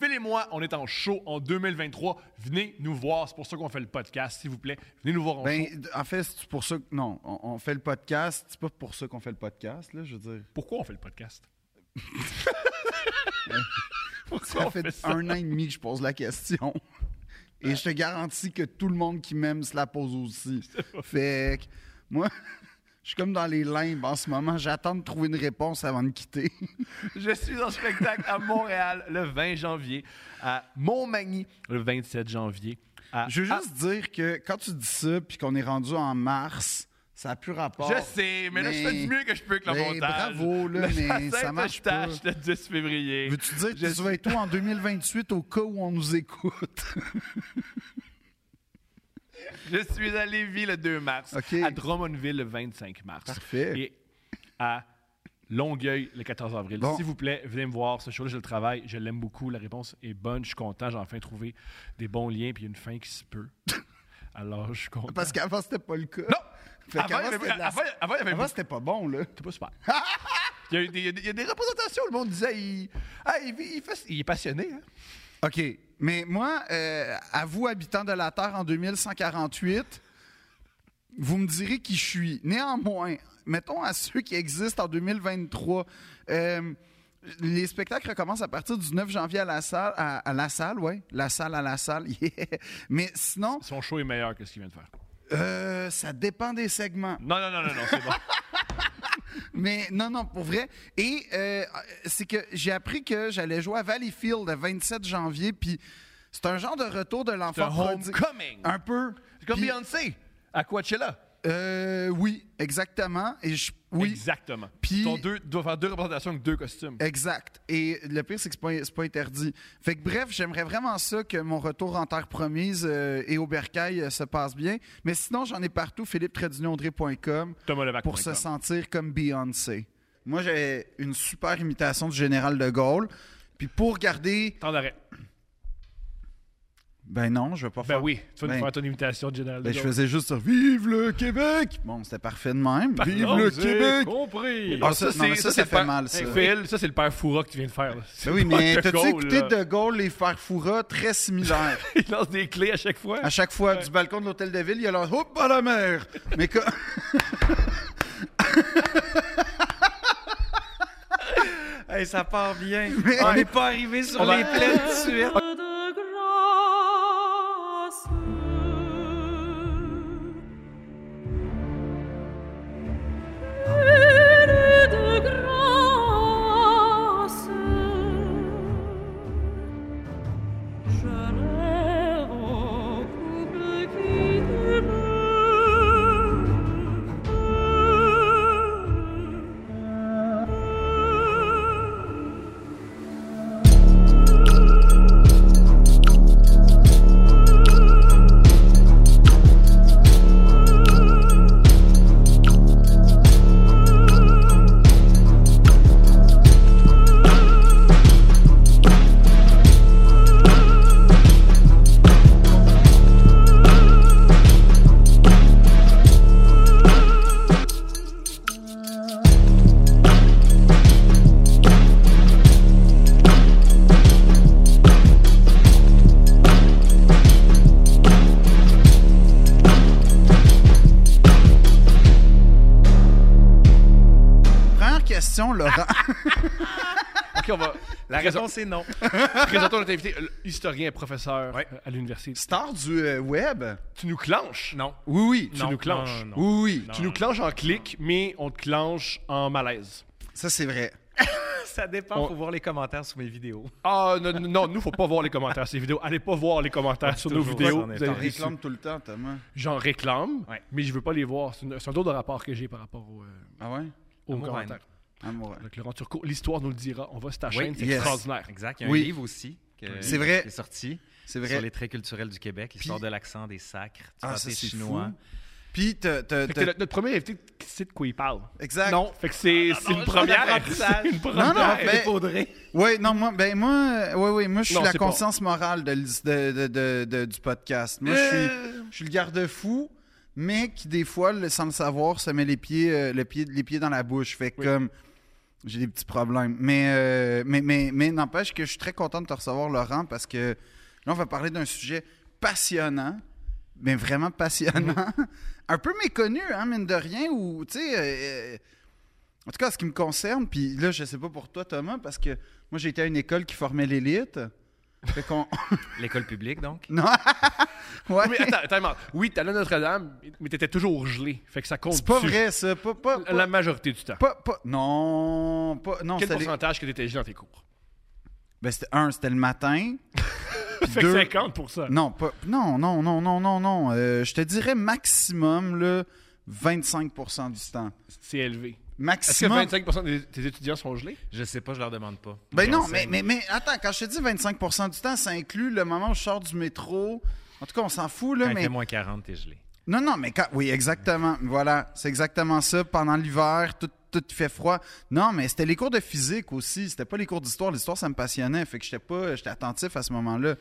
Phil et moi, on est en show en 2023. Venez nous voir. C'est pour ça qu'on fait le podcast, s'il vous plaît. Venez nous voir en show. Ben, d- en fait, c'est pour ça que. Non, on, on fait le podcast. C'est pas pour ça qu'on fait le podcast, là, je veux dire. Pourquoi on fait le podcast? Pourquoi Ça on fait fait ça? un an et demi que je pose la question. Et je te garantis que tout le monde qui m'aime se la pose aussi. Fait que moi, je suis comme dans les limbes en ce moment. J'attends de trouver une réponse avant de quitter. Je suis en spectacle à Montréal le 20 janvier, à Montmagny le 27 janvier. à- Je veux juste dire que quand tu dis ça puis qu'on est rendu en mars, ça n'a plus à- rapport. je sais, mais, ben, là, je fais du mieux que je peux avec le mais montage. bravo, Le là, mais ça Saint-Eustache marche pas. le 10 février. Veux-tu dire que tu vas être où en 2028 au cas où on nous écoute? Je suis à Lévis le 2 mars, OK. à Drummondville le 25 mars. Parfait. Et à Longueuil le 14 avril. Bon. S'il vous plaît, venez me voir. Ce show-là, je le travaille. Je l'aime beaucoup. La réponse est bonne. Je suis content. J'ai enfin trouvé des bons liens puis une fin qui se peut. Alors, je suis content. Parce qu'avant, c'était pas le cas. Non! Fait Avant, qu'avant, il y avait- c'était de la- avant, avant, il y avait avant, c'était pas bon, là. C'était pas super. Il y, a eu des, il y a des- il y a des représentations, le monde disait, il, ah, il, vit- il fait- il est passionné. hein. OK. Mais moi, euh, à vous, habitants de la Terre en 2148, vous me direz qui je suis. Néanmoins, mettons à ceux qui existent en 2023, euh, les spectacles recommencent à partir du 9 janvier à la salle. À, à la salle, ouais. La salle à la salle. yeah. Mais sinon, Son show est meilleur que ce qu'il vient de faire. euh, ça dépend des segments. Non, non, non, non, non c'est bon. Mais non, non, pour vrai. Et euh, c'est que j'ai appris que j'allais jouer à Valleyfield le 27 janvier, puis c'est un genre de retour de C'est un l'enfant prodige. homecoming. Un peu. C'est comme Puis, Beyoncé Ah. à Coachella. euh, oui, exactement. Et je- oui, exact. Exactement. Puis- Ton deux, tu dois faire deux représentations avec deux costumes. Et le pire, c'est que c'est pas, c'est pas interdit. Fait que bref, j'aimerais vraiment ça que mon retour en terre promise euh, et au bercail euh, se passe bien. Mais sinon, j'en ai partout. philippe-audrey.com Thomas Levac. pour se sentir comme Beyoncé. Moi, j'ai une super imitation du général de Gaulle. Puis pour garder... Temps d'arrêt. Ben non, je vais pas Ben faire... oui, tu vas Ben- nous faire ton imitation de Général Ben, de je Gaulle. faisais juste ça. Vive le Québec! Bon, c'était parfait de même. Vive le j'ai Québec! Ah, compris. Ah, ça, non, mais ça, ça le fait père- mal, ça. Hey, Phil, ça, c'est le père Foura que tu viens de faire. là. C'est Ben oui, pas mais De t'as-tu Gaulle, écouté là. De Gaulle les faire fourra très similaires? Il lance des clés à chaque fois. À chaque fois, du balcon de l'hôtel de ville, il y a leur Hop à la mer! Mais que- Hey, ça part bien. Mais- On n'est pas arrivé sur On les va- plaines tout de suite. de grâce. Mère de grâce, je rêve au couple qui t'aime. Première question, Laurent. OK, on va... La Présent- réponse est non. Présentons notre invité, le historien, professeur Ouais. euh, à l'université. Star du euh, web? Tu nous clenches. Non. Oui, oui. Tu nous clenches. non, non. Oui, oui. Tu nous clenches en clic, mais on te clenche en malaise. Ça, c'est vrai. Ça dépend. On- Faut voir les commentaires sur mes vidéos. Ah, non, non, non, nous, faut pas voir les commentaires sur les vidéos. Allez pas voir les commentaires sur nos toujours, vidéos. ça, on est Vous allez T'en en être déçus. réclames tout le temps, Thomas. J'en réclame, Ouais. mais je veux pas les voir. C'est une- c'est un autre rapport que j'ai par rapport au, euh, Ah ouais? Ah, aux, Amour-haine. commentaires. Amour. Avec Laurent Turcot, l'histoire nous le dira. On va sur ta Oui, chaîne, c'est yes. extraordinaire. Exact. Il y a Oui. un livre aussi. que- C'est vrai. Qui est sorti C'est sur vrai. les traits culturels du Québec. L'histoire Puis- de l'accent, des sacres, du Ah, ça, pâté c'est chinois. fou. Puis, t'as- t'as- Fait que t'as- t'es le- notre premier invité qui sait de quoi il parle. Exact. Non, fait que c'est c'est une non, c'est un première. apprentissage. C'est une première. Non, non, mais- Faudrait. Oui, non, moi, ben moi, euh, ouais, ouais, moi, je suis Non, la c'est pas. conscience morale de, l'his- de- de- de- de- du podcast. Moi, je suis, je suis le garde-fou, mais qui des fois, le- sans le savoir, se met les pieds, euh, le pied, les pieds dans la bouche. Fait que, Oui. comme, J'ai des petits problèmes. Mais, euh, mais, mais, mais n'empêche que je suis très content de te recevoir, Laurent, parce que là, on va parler d'un sujet passionnant, mais vraiment passionnant. Un peu méconnu, hein, mine de rien, ou, tu sais, euh, en tout cas, en ce qui me concerne, puis là, je sais pas pour toi, Thomas, parce que moi, j'étais à une école qui formait l'élite. Fait qu'on. L'école publique, donc. non! ouais. Mais attends, attends, attends. Oui, t'allais à Notre-Dame, mais t'étais toujours gelé. Fait que ça compte. C'est pas dessus. vrai, ça. Pas, pas, pas- La majorité du temps. pas- pas- non, pas, non, Quel c'était les- pourcentage que t'étais gelé dans tes cours? ben, c'était un, c'était le matin. puis Fait que deux- 50 pour ça. Non, pas, non, non, non, non, non, non. Euh, je te dirais maximum là, 25 du temps. C'est élevé. Est-ce que Maximum. 25 des- tes étudiants sont gelés? Je sais pas, je leur demande pas. Ben non, mais, J'enseigne. mais, mais attends, quand je te dis 25 du temps, ça inclut le moment où je sors du métro. En tout cas, on s'en fout, là, Quand il mais. fait moins 40, t'es gelé. Non, non, mais quand... Oui, exactement. Voilà, c'est exactement ça. Pendant l'hiver, tout, tout fait froid. Non, mais c'était les cours de physique aussi. C'était pas les cours d'histoire. L'histoire, ça me passionnait. Fait que j'étais pas... J'étais attentif à ce moment-là.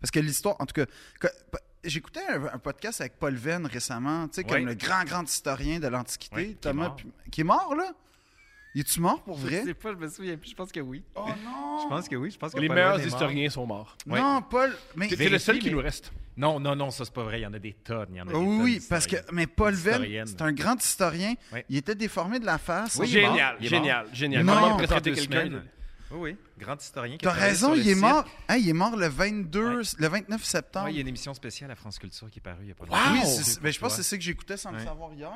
Parce que l'histoire... En tout cas, que- j'écoutais un, un podcast avec Paul Venn récemment, tu sais, Ouais. comme le grand, grand historien de l'Antiquité, Ouais, qui est Thomas... mort. puis- Qui est mort, là? Il est-tu mort, pour vrai? pas, je me souviens plus. Je pense que oui. Oh non! Je pense que oui. Je pense que Les Paul meilleurs Venn est mort. historiens sont morts. Ouais. Non, Paul... Mais... C'est c'est le Vérifie, seul qui mais- nous reste. Non, non, non, ça c'est pas vrai. Il y en a des tonnes. Il y en a des Oui, tonnes oui, parce que... d'historiens. Mais Paul Venn, Historienne. c'est un grand historien. Ouais. Il était déformé de la face. Oui, il est mort. génial, Il est génial, génial. Il est Comment mort. retraiter Dans deux quelqu'un? semaines. Oui, oui. Grand historien. qui T'as a travaillé raison, sur il le est site. mort. Hey, il est mort le 22, Ouais. le 29 septembre. Ouais, il y a une émission spéciale à France Culture qui est parue il y a pas Wow! Oui, Ah, c'est- c'est ben, je pour pense que toi. c'est ça que j'écoutais sans le Ouais. savoir hier.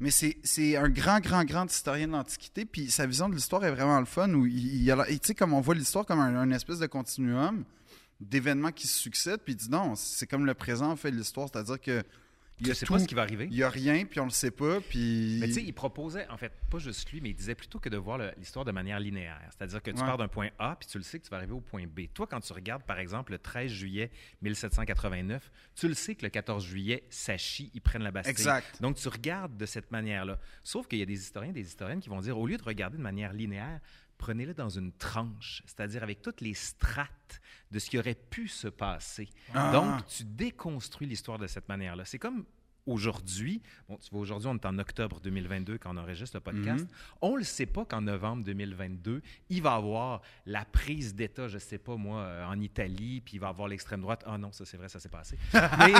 Mais c'est c'est un grand, grand, grand historien de l'Antiquité. Puis sa vision de l'histoire est vraiment le fun. Où il, il a l'air- tu sais, comme on voit l'histoire comme un, un espèce de continuum d'événements qui se succèdent. Puis il dit non, c'est comme le présent en fait de l'histoire. C'est-à-dire que il y a Je sais tout, pas ce qui va arriver. il y a rien, puis on le sait pas. Puis. Mais tu sais, il proposait, en fait, pas juste lui, mais il disait plutôt que de voir le- l'histoire de manière linéaire. C'est-à-dire que tu Ouais. pars d'un point A, puis tu le sais que tu vas arriver au point B. Toi, quand tu regardes, par exemple, le 13 juillet 1789, tu le sais que le 14 juillet, ça chie, ils prennent la Bastille. Exact. Donc, tu regardes de cette manière-là. Sauf qu'il y a des historiens, des historiennes qui vont dire, au lieu de regarder de manière linéaire, prenez-le dans une tranche, c'est-à-dire avec toutes les strates de ce qui aurait pu se passer. Ah. Donc, tu déconstruis l'histoire de cette manière-là. C'est comme aujourd'hui, bon, tu vois, aujourd'hui, on est en octobre 2022 quand on enregistre le podcast. Mm-hmm. On le sait pas qu'en novembre 2022, il va y avoir la prise d'État, je sais pas moi, euh, en Italie, puis il va y avoir l'extrême droite. Ah non, ça c'est vrai, ça s'est passé. Mais,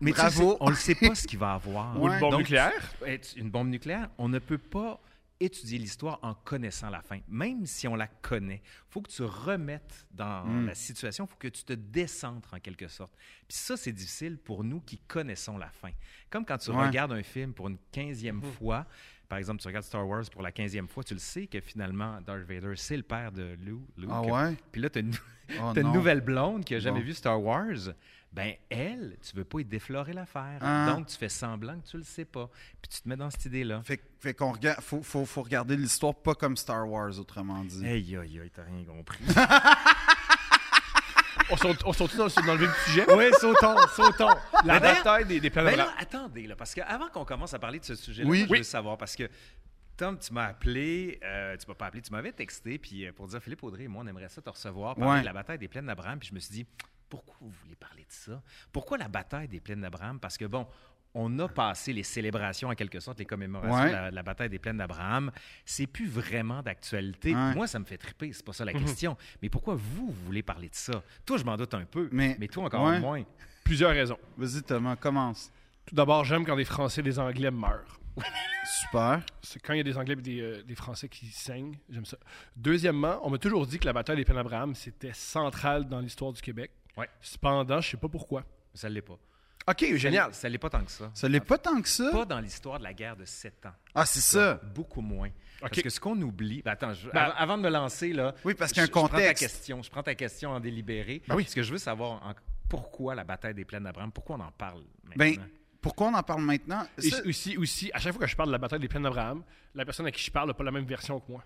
mais tu Bravo. sais, on le sait pas ce qu'il va avoir. Ou une Ouais. bombe Donc, nucléaire? Être une bombe nucléaire, on ne peut pas étudier l'histoire en connaissant la fin, même si on la connaît. faut que tu remettes dans Mm. la situation, faut que tu te décentres en quelque sorte. Puis ça, c'est difficile pour nous qui connaissons la fin. Comme quand tu Ouais. Hmm. regardes un film pour une quinzième fois, par exemple, tu regardes Star Wars pour la quinzième fois, tu le sais que finalement, Darth Vader, c'est le père de Lou- Luke. Ah ouais? Puis là, tu as une, Oh T'as une non. nouvelle blonde qui a jamais Bon. vu Star Wars. Ben, elle, tu veux pas y déflorer l'affaire. Ah. Donc, tu fais semblant que tu le sais pas. Puis tu te mets dans cette idée-là. Fait, fait qu'on regarde, faut, faut, faut regarder l'histoire pas comme Star Wars, autrement dit. Aïe, aïe, aïe, t'as rien compris. On saute- on saute-tu dans, le- dans le vif du sujet? oui, sautons, sautons. La Mais d'ailleurs- bataille des, des Ah, planètes Mais Ben là, blanches. attendez, là, parce qu'avant qu'on commence à parler de ce sujet-là, Oui. moi, je Oui. veux savoir, parce que Tom, tu m'as appelé, euh, tu m'as pas appelé, tu m'avais texté, puis euh, pour dire Philippe Audrey et moi, on aimerait ça te recevoir, parler Ouais. de la bataille des plaines d'Abraham, puis je me suis dit, pourquoi vous voulez parler de ça? Pourquoi la bataille des plaines d'Abraham? Parce que bon, on a passé les célébrations, en quelque sorte, les commémorations Ouais. de, la, de la bataille des plaines d'Abraham. C'est plus vraiment d'actualité. Ouais. Mhm. Moi, ça me fait triper, c'est pas ça la question. Mais pourquoi vous, vous voulez parler de ça? Toi, je m'en doute un peu, Mais- mais, toi encore Ouais. moins. Plusieurs raisons. Vas-y, Thomas, commence. Tout d'abord, j'aime quand des Français et des Anglais meurent. Super. C'est quand il y a des Anglais et des, euh, des Français qui saignent, j'aime ça. Deuxièmement, on m'a toujours dit que la bataille des plaines d'Abraham, c'était centrale dans l'histoire du Québec. Ouais. Cependant, je sais pas pourquoi. Ça l'est pas. OK, génial. Ça, ça l'est pas tant que ça. Ça l'est pas tant que ça. Pas dans l'histoire de la guerre de 7 ans. Ah, c'est ça. Beaucoup moins. Parce OK. que ce qu'on oublie. Ben, attends, je- Ben- av- avant de me lancer, là. Oui, parce qu'il y a un je- je prends ta contexte. question, je prends ta question en délibéré. Ben oui. Parce que je veux savoir en- pourquoi la bataille des plaines d'Abraham, pourquoi on en parle maintenant. Ben, pourquoi on en parle maintenant? Et Ça- aussi, aussi, à chaque fois que je parle de la bataille des plaines d'Abraham, la personne à qui je parle n'a pas la même version que moi.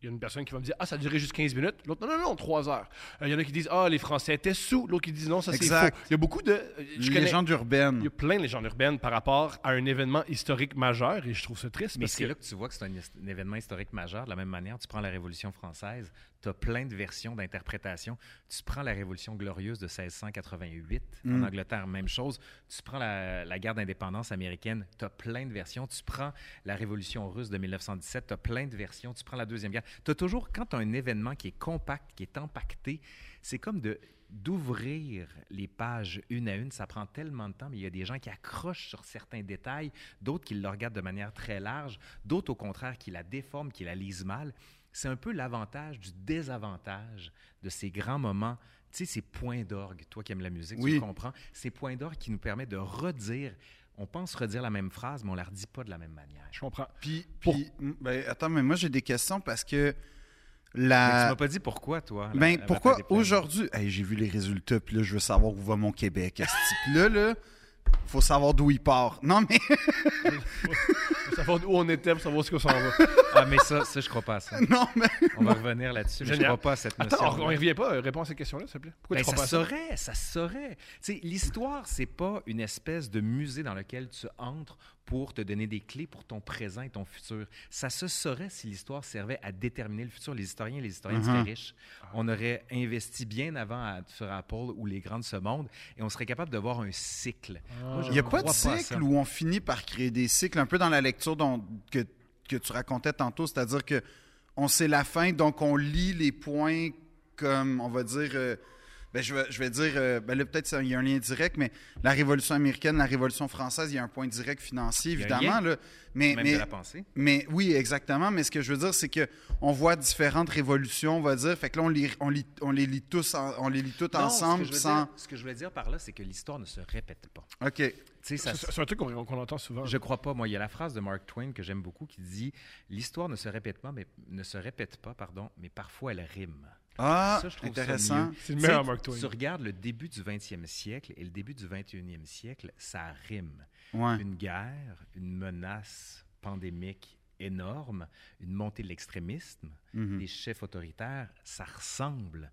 Il y a une personne qui va me dire Ah, ça a duré juste 15 minutes. L'autre, non, non, non, 3 heures. Euh, Il y en a qui disent Ah, les Français étaient sous. L'autre qui dit Non, ça, c'est faux. Exact. Il y a beaucoup de. euh, Je connais- Légende Il urbaine. y a plein de légendes urbaines par rapport à un événement historique majeur et je trouve ça triste. Mais parce c'est que... là que tu vois que c'est un, his- un événement historique majeur. De la même manière, tu prends la Révolution française, tu as plein de versions d'interprétations. Tu prends la Révolution glorieuse de 1688 en Mm. Angleterre, même chose. Tu prends la, la guerre d'indépendance américaine, tu as plein de versions. Tu prends la Révolution russe de 1917, tu as plein de versions. Tu prends la Deuxième Guerre. Tu as toujours, quand tu un événement qui est compact, qui est empaqueté, c'est comme de d'ouvrir les pages une à une, ça prend tellement de temps, mais il y a des gens qui accrochent sur certains détails, d'autres qui le regardent de manière très large, d'autres au contraire qui la déforment, qui la lisent mal. C'est un peu l'avantage du désavantage de ces grands moments, tu sais, ces points d'orgue, toi qui aimes la musique, tu Oui. le comprends, ces points d'orgue qui nous permettent de redire, on pense redire la même phrase, mais on la redit pas de la même manière. Je comprends. Puis, Pour- puis- m- ben, attends, mais moi, j'ai des questions parce que Mais tu la. m'as pas dit pourquoi, toi. la- la Ben, bataille pourquoi des plaines. aujourd'hui. Hey, j'ai vu les résultats, puis là, je veux savoir où va mon Québec. À ce type-là, là, faut savoir d'où il part. Non, mais. Pour savoir où on était, pour savoir ce qu'on s'en va. Ah, mais ça, ça, je crois pas à ça. Non, mais. On va revenir là-dessus, mais je Génial. crois pas à cette notion. Attends, on ne revient pas. euh, Réponds à cette question-là, s'il te plaît. Pourquoi Ben, tu crois ça pas à ça? saurait, ça saurait. Tu sais, L'histoire, c'est pas une espèce de musée dans lequel tu entres pour te donner des clés pour ton présent et ton futur. Ça se saurait si l'histoire servait à déterminer le futur. Les historiens et les historiens Mhm. seraient riches. On aurait investi bien avant à, sur Apple ou les grandes se montent et on serait capable de voir un cycle. Moi, je Ah, Il n'y a pas de crois à ça. cycle où on finit par créer des cycles, un peu dans la lecture dont- que, que tu racontais tantôt, c'est-à-dire que on sait la fin, donc on lit les points comme, on va dire, euh, ben, je, vais, je vais dire, euh, ben là peut-être ça- il y a un lien direct, mais la Révolution américaine, la Révolution française, il y a un point direct financier, Il y a un évidemment. là. mais, Même mais- de la pensée. mais oui, exactement. Mais ce que je veux dire, c'est que on voit différentes révolutions, on va dire. Fait que là, on les, on lit- on les lit tous, en- on les lit toutes Non, ensemble, ce que, je veux sans. dire, ce que je voulais dire par là, c'est que l'histoire ne se répète pas. Ok. Tu sais, ça, C'est c'est un truc qu'on qu'on entend souvent. Je crois pas. Moi, il y a la phrase de Mark Twain que j'aime beaucoup qui dit L'histoire ne se répète pas, mais, ne se répète pas pardon, mais parfois elle rime. Ah, Ça, je trouve ça intéressant. mieux. C'est le Tu sais, meilleur Mark Twain. Tu regardes le début du 20e siècle et le début du 21e siècle, ça rime. Ouais. Une guerre, une menace pandémique énorme, une montée de l'extrémisme, Mhm. des chefs autoritaires, ça ressemble.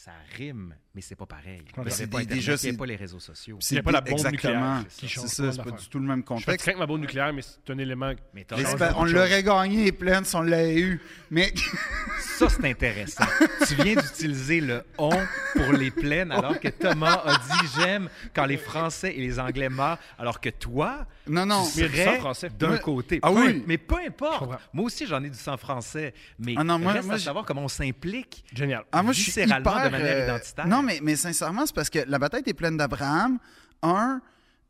Ça rime, mais c'est pas pareil. Il Mais n'y c'est avait pas des- Internet, déjà, il y avait c'est- pas les réseaux sociaux. Il n'y a pas la bombe Exactement. nucléaire qui change C'est plein ça, c'est pas d'affaires. du tout le même Je suis contexte. avec ma bombe nucléaire, mais c'est un élément. Mais t'as Les- raison. on l'aurait gagné, les plaines, si on l'avait eu. Mais Ça, c'est intéressant. tu viens d'utiliser le on pour les plaines, alors que Thomas a dit j'aime quand les Français et les Anglais meurent, alors que toi, non, non. tu Mais il y a du sang serais français. d'un Moi- côté. Ah Peu- oui. Mais peu Je importe. comprends. Moi aussi, j'en ai du sang français. Mais Ah non, moi- reste moi, à j'ai- savoir comment on s'implique. Génial. Ah, moi, je suis hyper... viscéralement, de manière euh, identitaire. Non, mais, mais sincèrement, c'est parce que la bataille des plaines d'Abraham, un,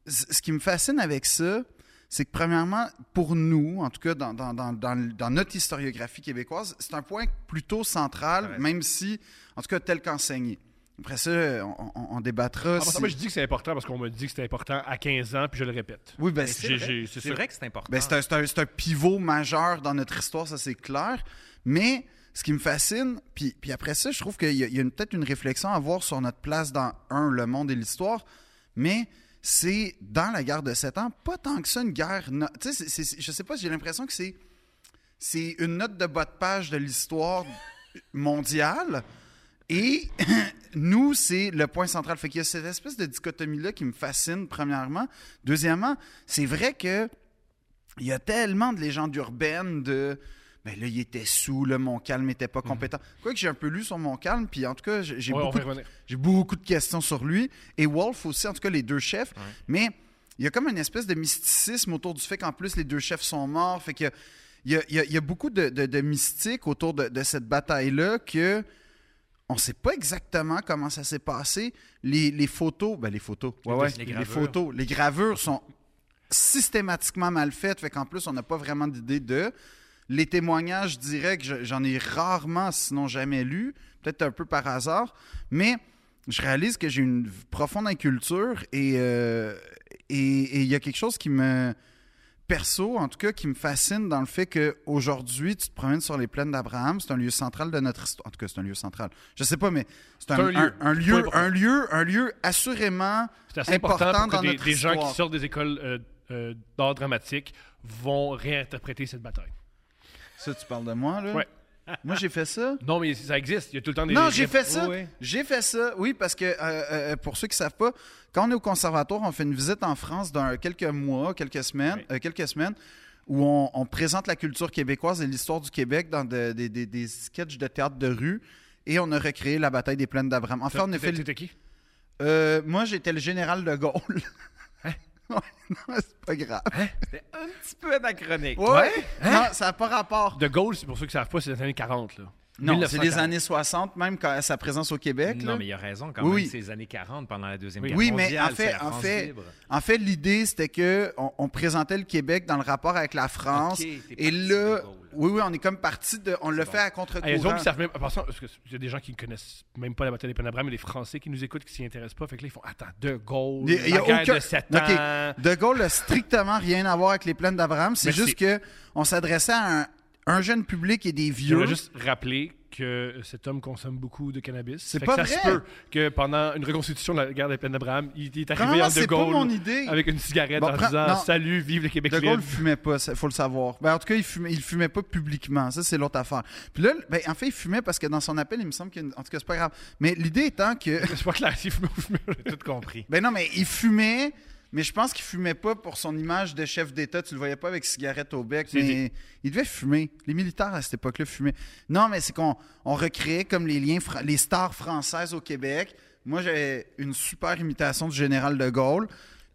c- ce qui me fascine avec ça, c'est que premièrement, pour nous, en tout cas dans, dans- dans- dans le- dans notre historiographie québécoise, c'est un point plutôt central, Ouais. même si, en tout cas, tel qu'enseigné. Après ça, on, on- on débattra. Ah, pour ça, si- moi, je dis que c'est important parce qu'on me dit que c'était important à 15 ans, puis je le répète. Oui, ben, Mais c'est- j'ai- vrai. j'ai- c'est C'est ça. vrai que c'est important. Ben, c'est un, c'est un- c'est un pivot majeur dans notre histoire, ça c'est clair. Mais ce qui me fascine, puis, puis après ça, je trouve qu'il y a, il y a une- peut-être une réflexion à avoir sur notre place dans, un, le monde et l'histoire, mais c'est dans la guerre de Sept Ans, pas tant que ça une guerre. no- Tu sais, c'est- c'est- c'est- je sais pas, j'ai l'impression que c'est, c'est une note de bas de page de l'histoire mondiale. Et nous, c'est le point central. Fait qu'il y a cette espèce de dichotomie-là qui me fascine, premièrement. Deuxièmement, c'est vrai que il y a tellement de légendes urbaines de. Ben là, il était sous, là, mon calme était pas compétent. Quoi que j'ai un peu lu sur mon calme, puis en tout cas, j'ai j'ai Mhm. Ouais, on beaucoup va y de revenir. j'ai beaucoup de questions sur lui. Et Wolf aussi, en tout cas, les deux chefs. Mais il y a comme une espèce de mysticisme autour du fait qu'en plus, les deux chefs sont morts. Fait que il y a, il y a- il y a beaucoup de, de- de mystique autour de, de cette bataille-là que on ne sait pas exactement comment ça s'est passé. Les, les photos, ben les photos, ouais, Les ouais, dessins, les les gravures. photos, les gravures sont systématiquement mal faites. Fait qu'en plus, on n'a pas vraiment d'idée de. Les témoignages directs, je- j'en ai rarement, sinon jamais lu, peut-être un peu par hasard, mais je réalise que j'ai une profonde inculture et euh, et- et il y a quelque chose qui me perso, en tout cas, qui me fascine dans le fait qu'aujourd'hui, tu te promènes sur les plaines d'Abraham. C'est un lieu central de notre histoire. En tout cas, c'est un lieu central. Je sais pas, mais c'est un, C'est un lieu. un- un C'est lieu, pas un lieu, un lieu assurément. C'est assez important, important pour dans que des, notre des gens histoire. qui sortent des écoles euh, euh, d'art dramatique vont réinterpréter cette bataille. Ça, tu parles de moi, là? Ouais. Moi, j'ai fait ça. Non, mais ça existe. Il y a tout le temps des. Non, des j'ai riffs. fait ça. Oui, oui. J'ai fait ça. Oui, parce que euh, euh, pour ceux qui savent pas, quand on est au conservatoire, on fait une visite en France dans quelques mois, quelques semaines, euh, quelques semaines, où on, on présente la culture québécoise et l'histoire du Québec dans de- des- des- des sketchs de théâtre de rue. Et on a recréé la bataille des plaines d'Abraham. Enfin, on a fait. le- C'était Oh, qui Euh, moi, j'étais le général de Gaulle. Hein? Ouais, non, c'est pas grave. C'était un petit peu anachronique. Ouais? Hein? Non, ça n'a pas rapport. De Gaulle, c'est pour ceux qui savent pas, c'est les années 40. Là. Non, c'est 1940. les années 60, même quand sa présence au Québec. là. Non, mais il a raison quand Oui, même. oui. C'est les années 40 pendant la Deuxième Oui. Guerre Oui, mais mondiale. en fait- c'est la en France fait- libre. En fait, l'idée, c'était que on, on présentait le Québec dans le rapport avec la France. Ok, t'es et parti là, de Gaulle. oui, oui, on est comme parti de. On le bon. fait à Ah, les autres contre-courant. qui savent même. en passant, parce qu'il y a des gens qui ne connaissent même pas la bataille des Panabrames, mais les Français qui nous écoutent, qui s'y intéressent pas. Fait que là, ils font Attends, De Gaulle, Il y a- il y la a guerre aucun- de 7 Ok. ans. De Gaulle n'a strictement rien à voir avec les plaines d'Abraham. C'est Mais juste que on s'adressait à un, un jeune public et des Je vieux. voudrais juste rappeler que cet homme consomme beaucoup de cannabis. C'est Fait pas que ça vrai. se peut que pendant une reconstitution de la guerre des plaines d'Abraham, il il est arrivé Premièrement, en De c'est pas Gaulle mon idée. avec une cigarette Bon, en prends- disant non. Salut, vive le Québec De Gaulle libre. fumait pas, ça, faut le savoir. Ben, en tout cas, il fumait, il fumait pas publiquement. Ça, c'est l'autre affaire. Puis là, ben, en fait, il fumait parce que dans son appel, il me semble qu'il y a une- En tout cas, c'est pas grave. Mais l'idée étant que. C'est pas clair s'il fume ou fume. J'ai tout compris. Ben non, mais il fumait, mais je pense qu'il fumait pas pour son image de chef d'État. Tu le voyais pas avec cigarette au bec, C'est mais il devait fumer. Les militaires à cette époque-là fumaient. Non, mais c'est qu'on on recréait comme les liens, fra- les stars françaises au Québec. Moi, j'avais une super imitation du général de Gaulle.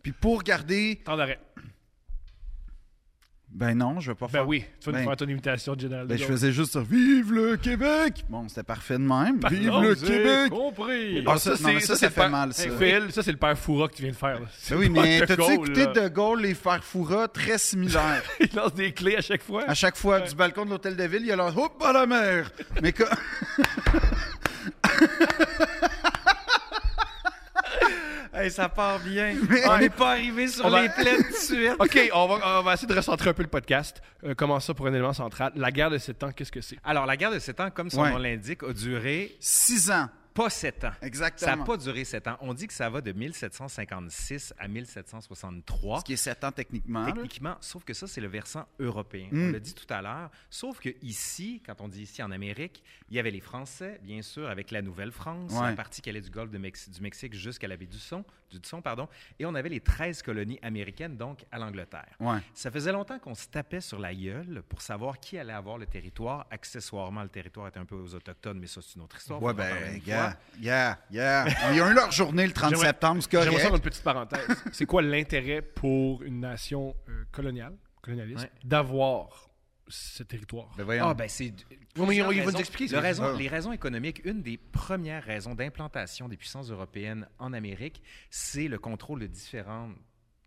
Puis pour garder. Temps d'arrêt. Ben non, je vais pas Ben faire. oui, tu vas Ben- nous faire ton imitation de Général Ben, de je Gaulle. faisais juste ça. Vive le Québec! Bon, c'était parfait de même. Vive Ben Non, le j'ai Québec! compris. Ah, ça, non, mais ça, ça c'est le fait père- mal, ça. Hey, Phil, ça, c'est le père Foura que tu viens de faire. là. C'est Ben oui, pas mais De t'as-tu Gaulle, écouté là. De Gaulle les Farfoura très similaires? Il lance des clés à chaque fois. À chaque fois, du balcon de l'hôtel de ville, il y a leur Hop à la mer! Mais que. Hey, ça part bien. Mais- On n'est pas arrivé sur On va- les plaines tout de suite. OK, on va, on va essayer de recentrer un peu le podcast. Euh, comment ça pour un élément central? La guerre de 7 ans, qu'est-ce que c'est? Alors, la guerre de 7 ans, comme son Ouais. nom l'indique, a duré Six ans, pas 7 ans. Ça n'a exactement. pas duré 7 ans. On dit que ça va de 1756 à 1763. Ce qui est sept ans techniquement. là. Techniquement, sauf que ça, c'est le versant européen. Mm. On l'a dit tout à l'heure. Sauf que ici, quand on dit ici en Amérique, il y avait les Français, bien sûr, avec la Nouvelle-France, Ouais. la partie qui allait du golfe de Mex- du Mexique jusqu'à la baie du Son, du Son, pardon. Et on avait les 13 colonies américaines, donc à l'Angleterre. Ouais. Ça faisait longtemps qu'on se tapait sur la gueule pour savoir qui allait avoir le territoire. Accessoirement, le territoire était un peu aux Autochtones, mais ça, c'est une autre histoire. Ouais, Faut en parler ben, une gars, fois. yeah, yeah. Ils ont eu leur journée le 30 J'aimerais- septembre, c'est J'aimerais ça dans correct. une petite parenthèse. C'est quoi l'intérêt pour une nation euh, coloniale, colonialiste, Ouais. d'avoir ce territoire? Ben, voyons. Ah, ben, c'est. Oui, mais ils vont- ils vont Plusieurs nous expliquer, raisons. c'est- Le raison- Ah. les raisons économiques, une des premières raisons d'implantation des puissances européennes en Amérique, c'est le contrôle de différents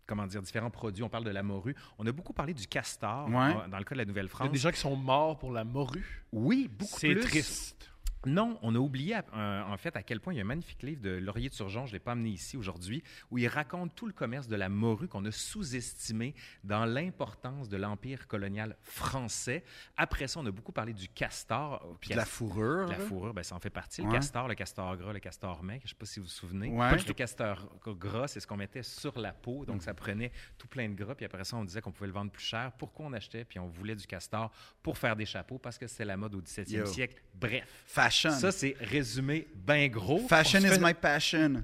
comment dire, différents produits. On parle de la morue. On a beaucoup parlé du castor Ouais. euh, dans le cas de la Il y a Nouvelle-France. des gens qui sont morts pour la morue. Oui, beaucoup C'est plus. triste. Non, on a oublié à- euh, en fait à quel point il y a un magnifique livre de Laurier de Turgeon, je ne l'ai pas amené ici aujourd'hui, où il raconte tout le commerce de la morue qu'on a sous-estimé dans l'importance de l'empire colonial français. Après ça, on a beaucoup parlé du castor. euh, Puis de la cas- fourrure. la là. fourrure, ben, ça en fait partie. Le Ouais. castor, le castor gras, le castor mec, je ne sais pas si vous vous souvenez. Ouais. Mm. Le castor gras, c'est ce qu'on mettait sur la peau. Donc, ça prenait tout plein de gras. Puis après ça, on disait qu'on pouvait le vendre plus cher. Pourquoi on achetait? Puis on voulait du castor pour faire des chapeaux parce que c'était la mode au 17e Yo. siècle. Bref. Fashion. Ça, c'est résumé bien gros. Fashion on se is fait- my passion. Ben,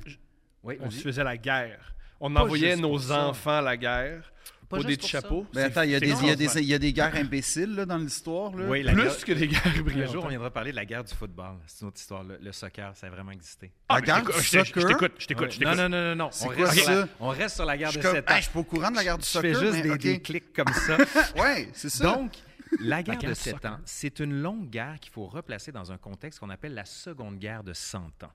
Oui, On dit- se faisait la guerre. On Pas envoyait juste pour nos ça. enfants à la guerre Pas pour juste des pour chapeaux. Ben C'est- attends, il y a c'est des, il y a grand, des, il y a des guerres imbéciles là, dans l'histoire. là. Oui, la guerre- Plus que des guerres Un jour, on brillantes. viendra parler de la guerre du football. C'est une autre histoire. Le, le soccer, ça a vraiment existé. Ah, La mais guerre je t'écoute, du je t'écoute, soccer? Je t'écoute, je t'écoute, je non, t'écoute. non, non, non, non. On, quoi reste sur la, ça? on reste sur la Je guerre suis de comme, 7 ans. Hey, je suis pas au courant de la guerre du Je soccer. fais juste mais des, ok. des clics comme ça. Ouais, c'est ça. Donc, la guerre guerre de du 7 soccer. ans, c'est une longue guerre qu'il faut replacer dans un contexte qu'on appelle la Seconde Guerre de 100 ans.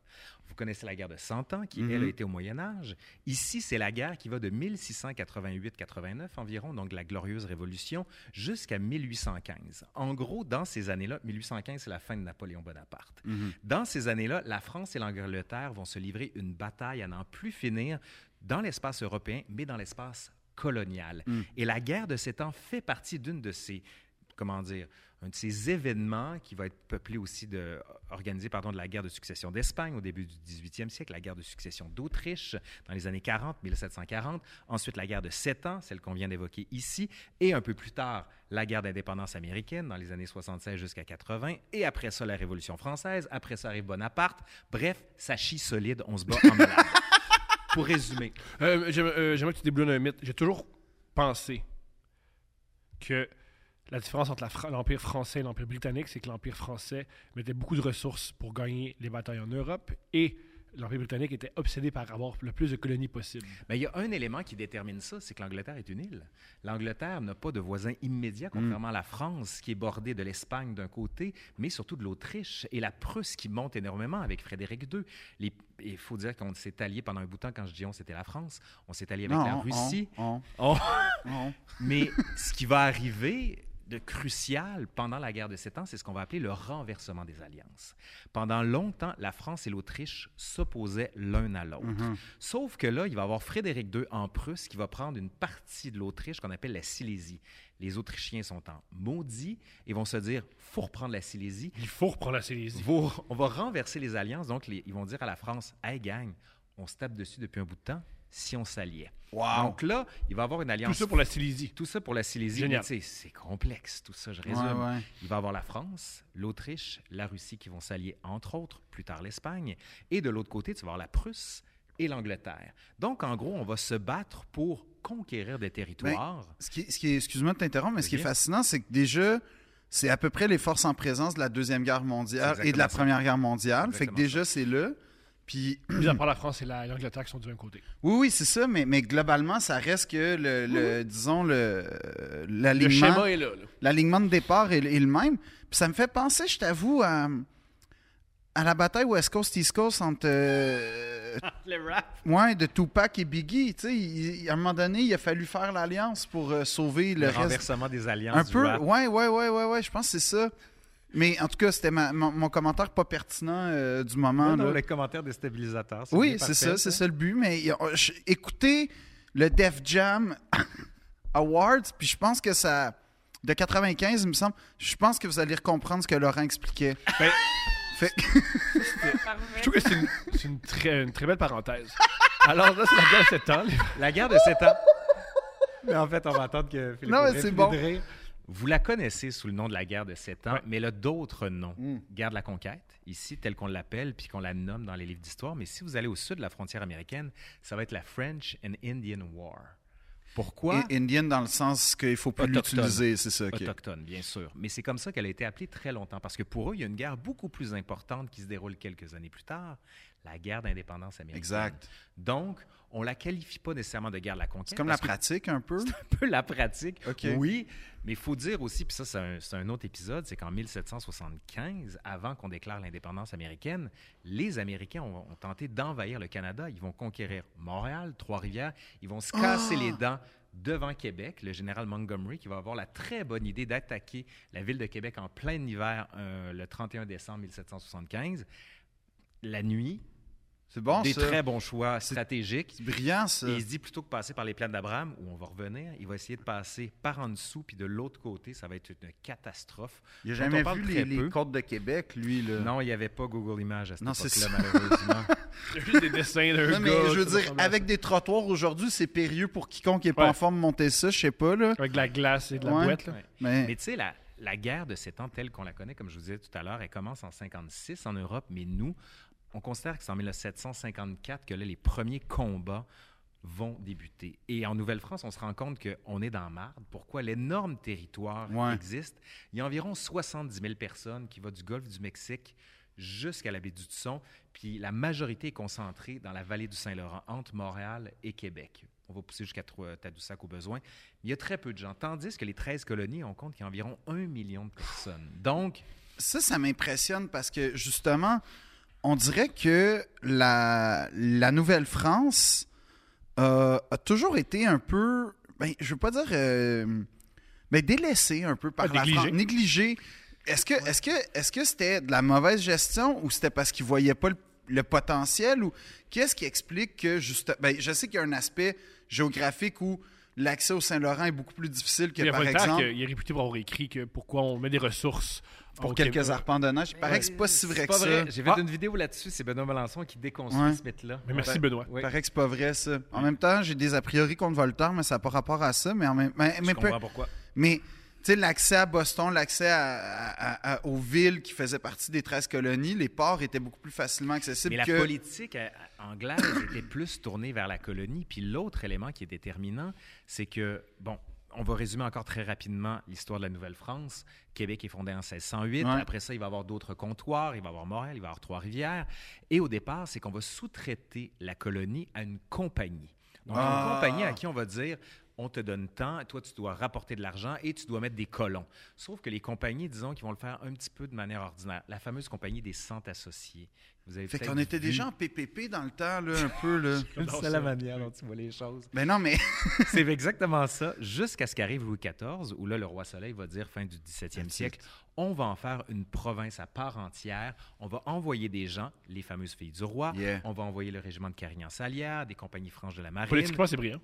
Vous connaissez la guerre de 100 ans, qui, elle, a Mhm. été au Moyen Âge. Ici, c'est la guerre qui va de 1688-89 environ, donc la Glorieuse Révolution, jusqu'à 1815. En gros, dans ces années-là, 1815, c'est la fin de Napoléon Bonaparte. Mhm. Dans ces années-là, la France et l'Angleterre vont se livrer une bataille à n'en plus finir dans l'espace européen, mais dans l'espace colonial. Mm. Et la guerre de sept ans fait partie d'une de ces comment dire, un de ces événements qui va être peuplé aussi de, organisé pardon, de la guerre de succession d'Espagne au début du 18e siècle, la guerre de succession d'Autriche dans les années 40, 1740, ensuite la guerre de Sept ans, celle qu'on vient d'évoquer ici, et un peu plus tard, la guerre d'indépendance américaine dans les années 76 jusqu'à 80, et après ça, la Révolution française, après ça arrive Bonaparte. Bref, ça chie solide, on se bat en malade. Pour résumer, Euh, j'aime- euh, J'aimerais que tu déblonnes un mythe. J'ai toujours pensé que la différence entre la Fra- l'Empire français et l'Empire britannique, c'est que l'Empire français mettait beaucoup de ressources pour gagner les batailles en Europe et l'Empire britannique était obsédé par avoir le plus de colonies possible. Mais il y a un élément qui détermine ça, c'est que l'Angleterre est une île. L'Angleterre n'a pas de voisin immédiat, Hmm. contrairement à la France, qui est bordée de l'Espagne d'un côté, mais surtout de l'Autriche et la Prusse qui monte énormément avec Frédéric II. Les- Il faut dire qu'on s'est allié pendant un bout de temps, quand je dis on, c'était la France. On s'est allié avec Non, la on- Oh. Russie. on- On- on- mais ce qui va arriver de crucial pendant la guerre de Sept Ans, c'est ce qu'on va appeler le renversement des alliances. Pendant longtemps, la France et l'Autriche s'opposaient l'un à l'autre. Mhm. Sauf que là, il va y avoir Frédéric II en Prusse qui va prendre une partie de l'Autriche qu'on appelle la Silésie. Les Autrichiens sont en maudit et vont se dire « faut reprendre la Silésie Il faut reprendre la Silésie. Vos- on va renverser les alliances. » Donc, les- ils vont dire à la France « Hey gang, on se tape dessus depuis un bout de temps si on s'alliait. Wow. Donc là, il va y avoir une Tout alliance ça pour la Silésie. tout ça pour la Silésie, Génial. mais tu sais, c'est complexe, tout ça, je résume. Ouais, ouais. Il va avoir la France, l'Autriche, la Russie qui vont s'allier, entre autres, plus tard l'Espagne. Et de l'autre côté, tu vas avoir la Prusse et l'Angleterre. Donc, en gros, on va se battre pour conquérir des territoires. Ce qui, ce qui est- excuse-moi de t'interrompre, mais ce qui est Vas-y. fascinant, c'est que déjà, c'est à peu près les forces en présence de la Deuxième Guerre mondiale C'est et de la exactement ça. Première Guerre mondiale. Fait que Exactement déjà, c'est là. Puis, Mis à part la France et la- l'Angleterre qui sont du même côté. oui, oui, c'est ça, mais, mais globalement, ça reste que le, le- disons, le, euh, Le l'alignement, schéma est là. là. l'alignement de départ est, est le même. Puis ça me fait penser, je t'avoue, à, à la bataille West Coast-East Coast entre euh, Ouais, de Tupac et Biggie. Tu sais, il- il- à un moment donné, il a fallu faire l'alliance pour euh, sauver le, Le, reste. renversement des alliances. Un du peu, rap. ouais, ouais, ouais, ouais, ouais, je pense que c'est ça. Mais en tout cas, c'était ma- mon, mon commentaire pas pertinent euh, du moment. Non, non, là. le commentaire des stabilisateurs. Oui, c'est ça, c'est ça le but. Mais il y a- je- écoutez le Def Jam Awards, puis je pense que ça. De 95, il me semble. Je pense que vous allez comprendre ce que Laurent expliquait. Ben, Fait- je trouve que c'est une, c'est une très, une très belle parenthèse. Alors là, c'est la guerre de 7 ans. les- La guerre de 7 ans. Mais en fait, on va attendre que Philippe Non, mais Audrey c'est finisse bon. de rire. Vous la connaissez sous le nom de la guerre de Sept ans, Ouais. mais elle a d'autres noms. Hmm. Guerre de la conquête, ici, telle qu'on l'appelle, puis qu'on la nomme dans les livres d'histoire. Mais si vous allez au sud de la frontière américaine, ça va être la French and Indian War. Pourquoi? I- Indian dans le sens qu'il faut plus Autochtone. l'utiliser, c'est ça. ok. autochtone, bien sûr. Mais c'est comme ça qu'elle a été appelée très longtemps, parce que pour eux, il y a une guerre beaucoup plus importante qui se déroule quelques années plus tard, la guerre d'indépendance américaine. Exact. Donc, on la qualifie pas nécessairement de guerre de la conquête. C'est comme la parce que pratique un peu. peu la pratique. OK. Oui, mais il faut dire aussi, puis ça, c'est un, c'est un autre épisode, c'est qu'en 1775, avant qu'on déclare l'indépendance américaine, les Américains ont, ont tenté d'envahir le Canada. Ils vont conquérir Montréal, Trois-Rivières. Ils vont se Ah! casser les dents devant Québec. Le général Montgomery qui va avoir la très bonne idée d'attaquer la ville de Québec en plein hiver euh, le 31 décembre 1775. La nuit, C'est bon, des ça. très bons choix stratégiques. C'est brillant, ça. Et il se dit plutôt que passer par les plaines d'Abraham, où on va revenir, il va essayer de passer par en dessous, puis de l'autre côté, ça va être une catastrophe. Il n'a dont on jamais parle vu les, très les peu. côtes de Québec, lui. Là. Non, il n'y avait pas Google Images à cette Euh, Non, c'est époque-là, malheureusement. Il y a juste des dessins d'un Non, mais gars, je ça veux dire, ressemble à ça. avec des trottoirs aujourd'hui, c'est périlleux pour quiconque n'est pas Ouais. en forme de monter ça, je sais pas. Là. Avec de la glace et de la Ouais. boîte. là. Ouais. Mais, Mais tu sais, la, la guerre de sept ans telle qu'on la connaît, comme je vous disais tout à l'heure, elle commence en 56 en Europe, mais nous, on considère que c'est en 1754 que là, les premiers combats vont débuter. Et en Nouvelle-France, on se rend compte qu'on est dans la marde. Pourquoi l'énorme territoire Ouais. existe? Il y a environ 70 000 personnes qui vont du golfe du Mexique jusqu'à la baie du Tusson, puis la majorité est concentrée dans la vallée du Saint-Laurent, entre Montréal et Québec. On va pousser jusqu'à Trou- Tadoussac au besoin. Il y a très peu de gens, tandis que les 13 colonies, on compte qu'il y a environ 1 million de personnes. Donc, ça, ça m'impressionne parce que justement, on dirait que la, la Nouvelle-France euh, a toujours été un peu, ben, je veux pas dire, euh, ben, délaissée un peu par Ah, la négligée. France, négligée. Est-ce que, est-ce que, est-ce que c'était de la mauvaise gestion ou c'était parce qu'ils voyaient pas le, le potentiel ou qu'est-ce qui explique que juste, ben, je sais qu'il y a un aspect géographique où l'accès au Saint-Laurent est beaucoup plus difficile que, il y a par pas le temps exemple, qu'il est réputé pour avoir écrit que pourquoi on met des ressources pour au quelques Québec. arpents de neige. Il paraît que c'est pas si vrai que ça. J'ai fait Ah. une vidéo là-dessus, c'est Benoît Melançon qui déconstruit Ouais. ce mythe-là. Mais merci, Ouais. Benoît. Oui. paraît que c'est pas vrai, ça. En même temps, j'ai des a priori contre Voltaire, mais ça n'a pas rapport à ça. Mais, en même, mais, mais Je peu- comprends pourquoi. mais, tu sais, l'accès à Boston, l'accès à- à- à- aux villes qui faisaient partie des 13 colonies, les ports étaient beaucoup plus facilement accessibles Mais la que... politique euh, anglaise était plus tournée vers la colonie. Puis l'autre élément qui est déterminant, c'est que, bon, on va résumer encore très rapidement l'histoire de la Nouvelle-France. Québec est fondé en 1608. Ouais. Après ça, il va y avoir d'autres comptoirs. Il va y avoir Montréal, il va y avoir Trois-Rivières. Et au départ, c'est qu'on va sous-traiter la colonie à une compagnie. Donc, Ah. une compagnie à qui on va dire on te donne tant, toi tu dois rapporter de l'argent et tu dois mettre des colons. Sauf que les compagnies, disons, qui vont le faire un petit peu de manière ordinaire. La fameuse compagnie des 100 associés. Vous avez Fait peut-être qu'on était vu. déjà en PPP dans le temps, là, un peu, là. J'adore C'est ça. la manière dont tu vois les choses. Ben non, mais... C'est exactement ça, jusqu'à ce qu'arrive Louis XIV, où là, le roi Soleil va dire, fin du 17e siècle, on va en faire une province à part entière, on va envoyer des gens, les fameuses filles du roi, Yeah. on va envoyer le régiment de Carignan-Salière, des compagnies franches de la marine. Politiquement, c'est brillant.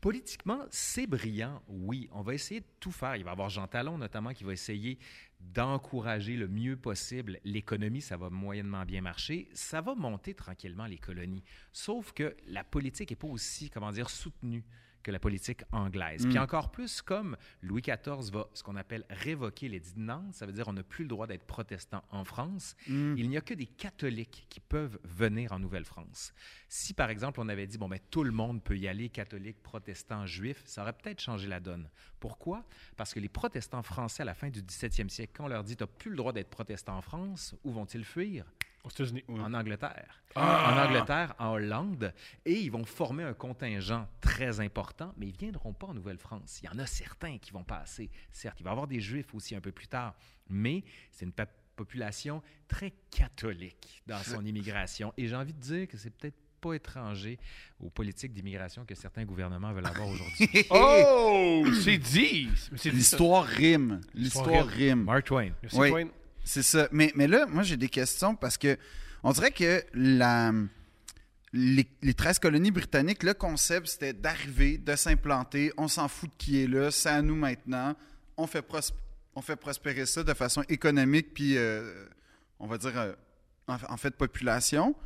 Politiquement, c'est brillant, oui. On va essayer de tout faire. Il va y avoir Jean Talon, notamment, qui va essayer d'encourager le mieux possible l'économie. Ça va moyennement bien marcher. Ça va monter tranquillement les colonies. Sauf que la politique n'est pas aussi, comment dire, soutenue que la politique anglaise. Puis encore plus, comme Louis XIV va ce qu'on appelle révoquer les de Nantes, ça veut dire on n'a plus le droit d'être protestant en France, il n'y a que des catholiques qui peuvent venir en Nouvelle-France. Si, par exemple, on avait dit, bon, ben, tout le monde peut y aller, catholiques, protestants, juifs, ça aurait peut-être changé la donne. Pourquoi? Parce que les protestants français, à la fin du 17e siècle, quand on leur dit, tu n'as plus le droit d'être protestant en France, où vont-ils fuir? Aux États-Unis. en Angleterre. En Angleterre, en Hollande, et ils vont former un contingent très important, mais ils ne viendront pas en Nouvelle-France. Il y en a certains qui vont passer, certes. Il va y avoir des Juifs aussi un peu plus tard, mais c'est une pa- population très catholique dans son immigration. Et j'ai envie de dire que c'est peut-être pas étranger aux politiques d'immigration que certains gouvernements veulent avoir aujourd'hui. Oh! c'est dit! Mais C'est dit, ça. L'histoire rime. L'histoire L'histoire rime. Mark Twain. Merci, Oui. Wayne. C'est ça. Mais, mais là, moi, j'ai des questions parce que on dirait que la, les, les 13 colonies britanniques, le concept, c'était d'arriver, de s'implanter. On s'en fout de qui est là. C'est à nous maintenant. On fait, pros- on fait prospérer ça de façon économique, puis euh, on va dire, euh, en, en fait, population.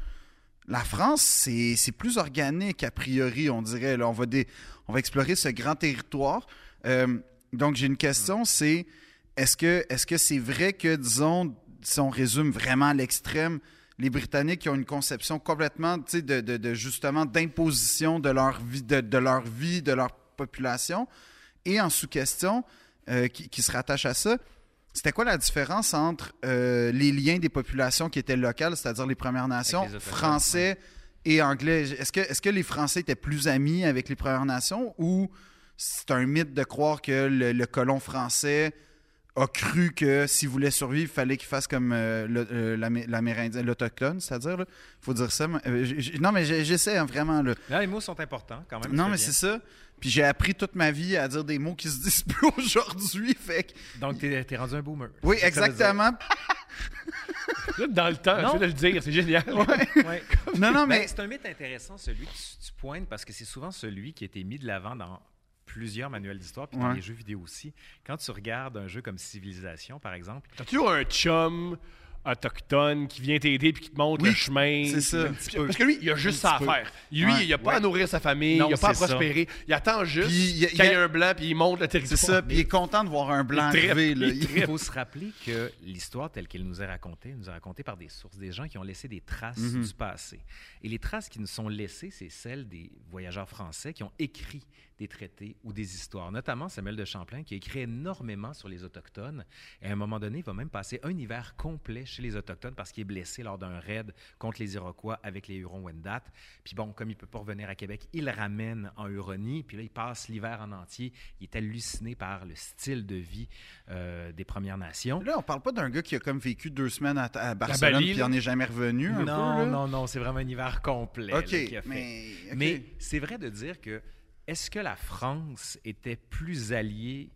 La France, c'est c'est plus organique, a priori, on dirait. là. On, va dé- on va explorer ce grand territoire. Euh, donc, j'ai une question, c'est est-ce que est-ce que c'est vrai que, disons, si on résume vraiment à l'extrême, les Britanniques ils ont une conception complètement, tu sais, de, de- de- justement d'imposition de leur vie, de, de leur vie, de leur population, et en sous-question, euh, qui, qui se rattache à ça, c'était quoi la différence entre euh, les liens des populations qui étaient locales, c'est-à-dire les Premières Nations, Avec les Autochtones, français et anglais? Est-ce que est-ce que les Français étaient plus amis avec les Premières Nations ou c'est un mythe de croire que le, le colon français a cru que s'il voulait survivre, il fallait qu'il fasse comme euh, le- euh, l'Amé- l'Amérindien, l'Autochtone, c'est-à-dire, il faut dire ça. mais, euh, j- j- non, mais j- j'essaie hein, vraiment. Là. Là, les mots sont importants quand même. Non, tu mais fais c'est ça. Puis j'ai appris toute ma vie à dire des mots qui se disent plus aujourd'hui. Fait que- bien. Donc, tu es, rendu un boomer. Oui, C'est ça que ça veut dire. exactement. Vous êtes Dans le temps, Non. je viens de le dire, c'est génial. Ouais. Non, non, Ben, mais. c'est un mythe intéressant, celui que tu, tu pointes, parce que c'est souvent celui qui a été mis de l'avant dans plusieurs manuels d'histoire, puis dans Ouais. les jeux vidéo aussi. Quand tu regardes un jeu comme Civilisation, par exemple, T'as toujours un chum autochtone qui vient t'aider puis qui te montre Oui, le chemin. c'est ça. Un petit peu. Parce que lui, il a juste ça à petit peu. faire. Lui, Ouais. il a pas à nourrir sa famille, Non, il a pas à c'est ça. prospérer. Il attend juste Puis il y a- qu'il y il y ait a- un blanc puis il monte le C'est territoire. ça. Puis il est content de voir un blanc Il trippe, arriver. là. il Il- il faut se rappeler que l'histoire telle qu'elle nous est racontée, nous est racontée par des sources, des gens qui ont laissé des traces du passé. Et les traces qui nous sont laissées, c'est celles des voyageurs français qui ont écrit des traités ou des histoires, notamment Samuel de Champlain qui a écrit énormément sur les Autochtones. Et à un moment donné, il va même passer un hiver complet chez les Autochtones parce qu'il est blessé lors d'un raid contre les Iroquois avec les Hurons-Wendat. Puis bon, comme il peut pas revenir à Québec, il le ramène en Huronie. Puis là, il passe l'hiver en entier. Il est halluciné par le style de vie euh, des Premières Nations. Là, on parle pas d'un gars qui a comme vécu deux semaines à, à Barcelone Bali, puis il là. en est jamais revenu. un Non, peu, là. non, non, c'est vraiment un hiver complet. là, Ok, qu'il a fait. mais. ok. Mais c'est vrai de dire que est-ce que la France était plus alliée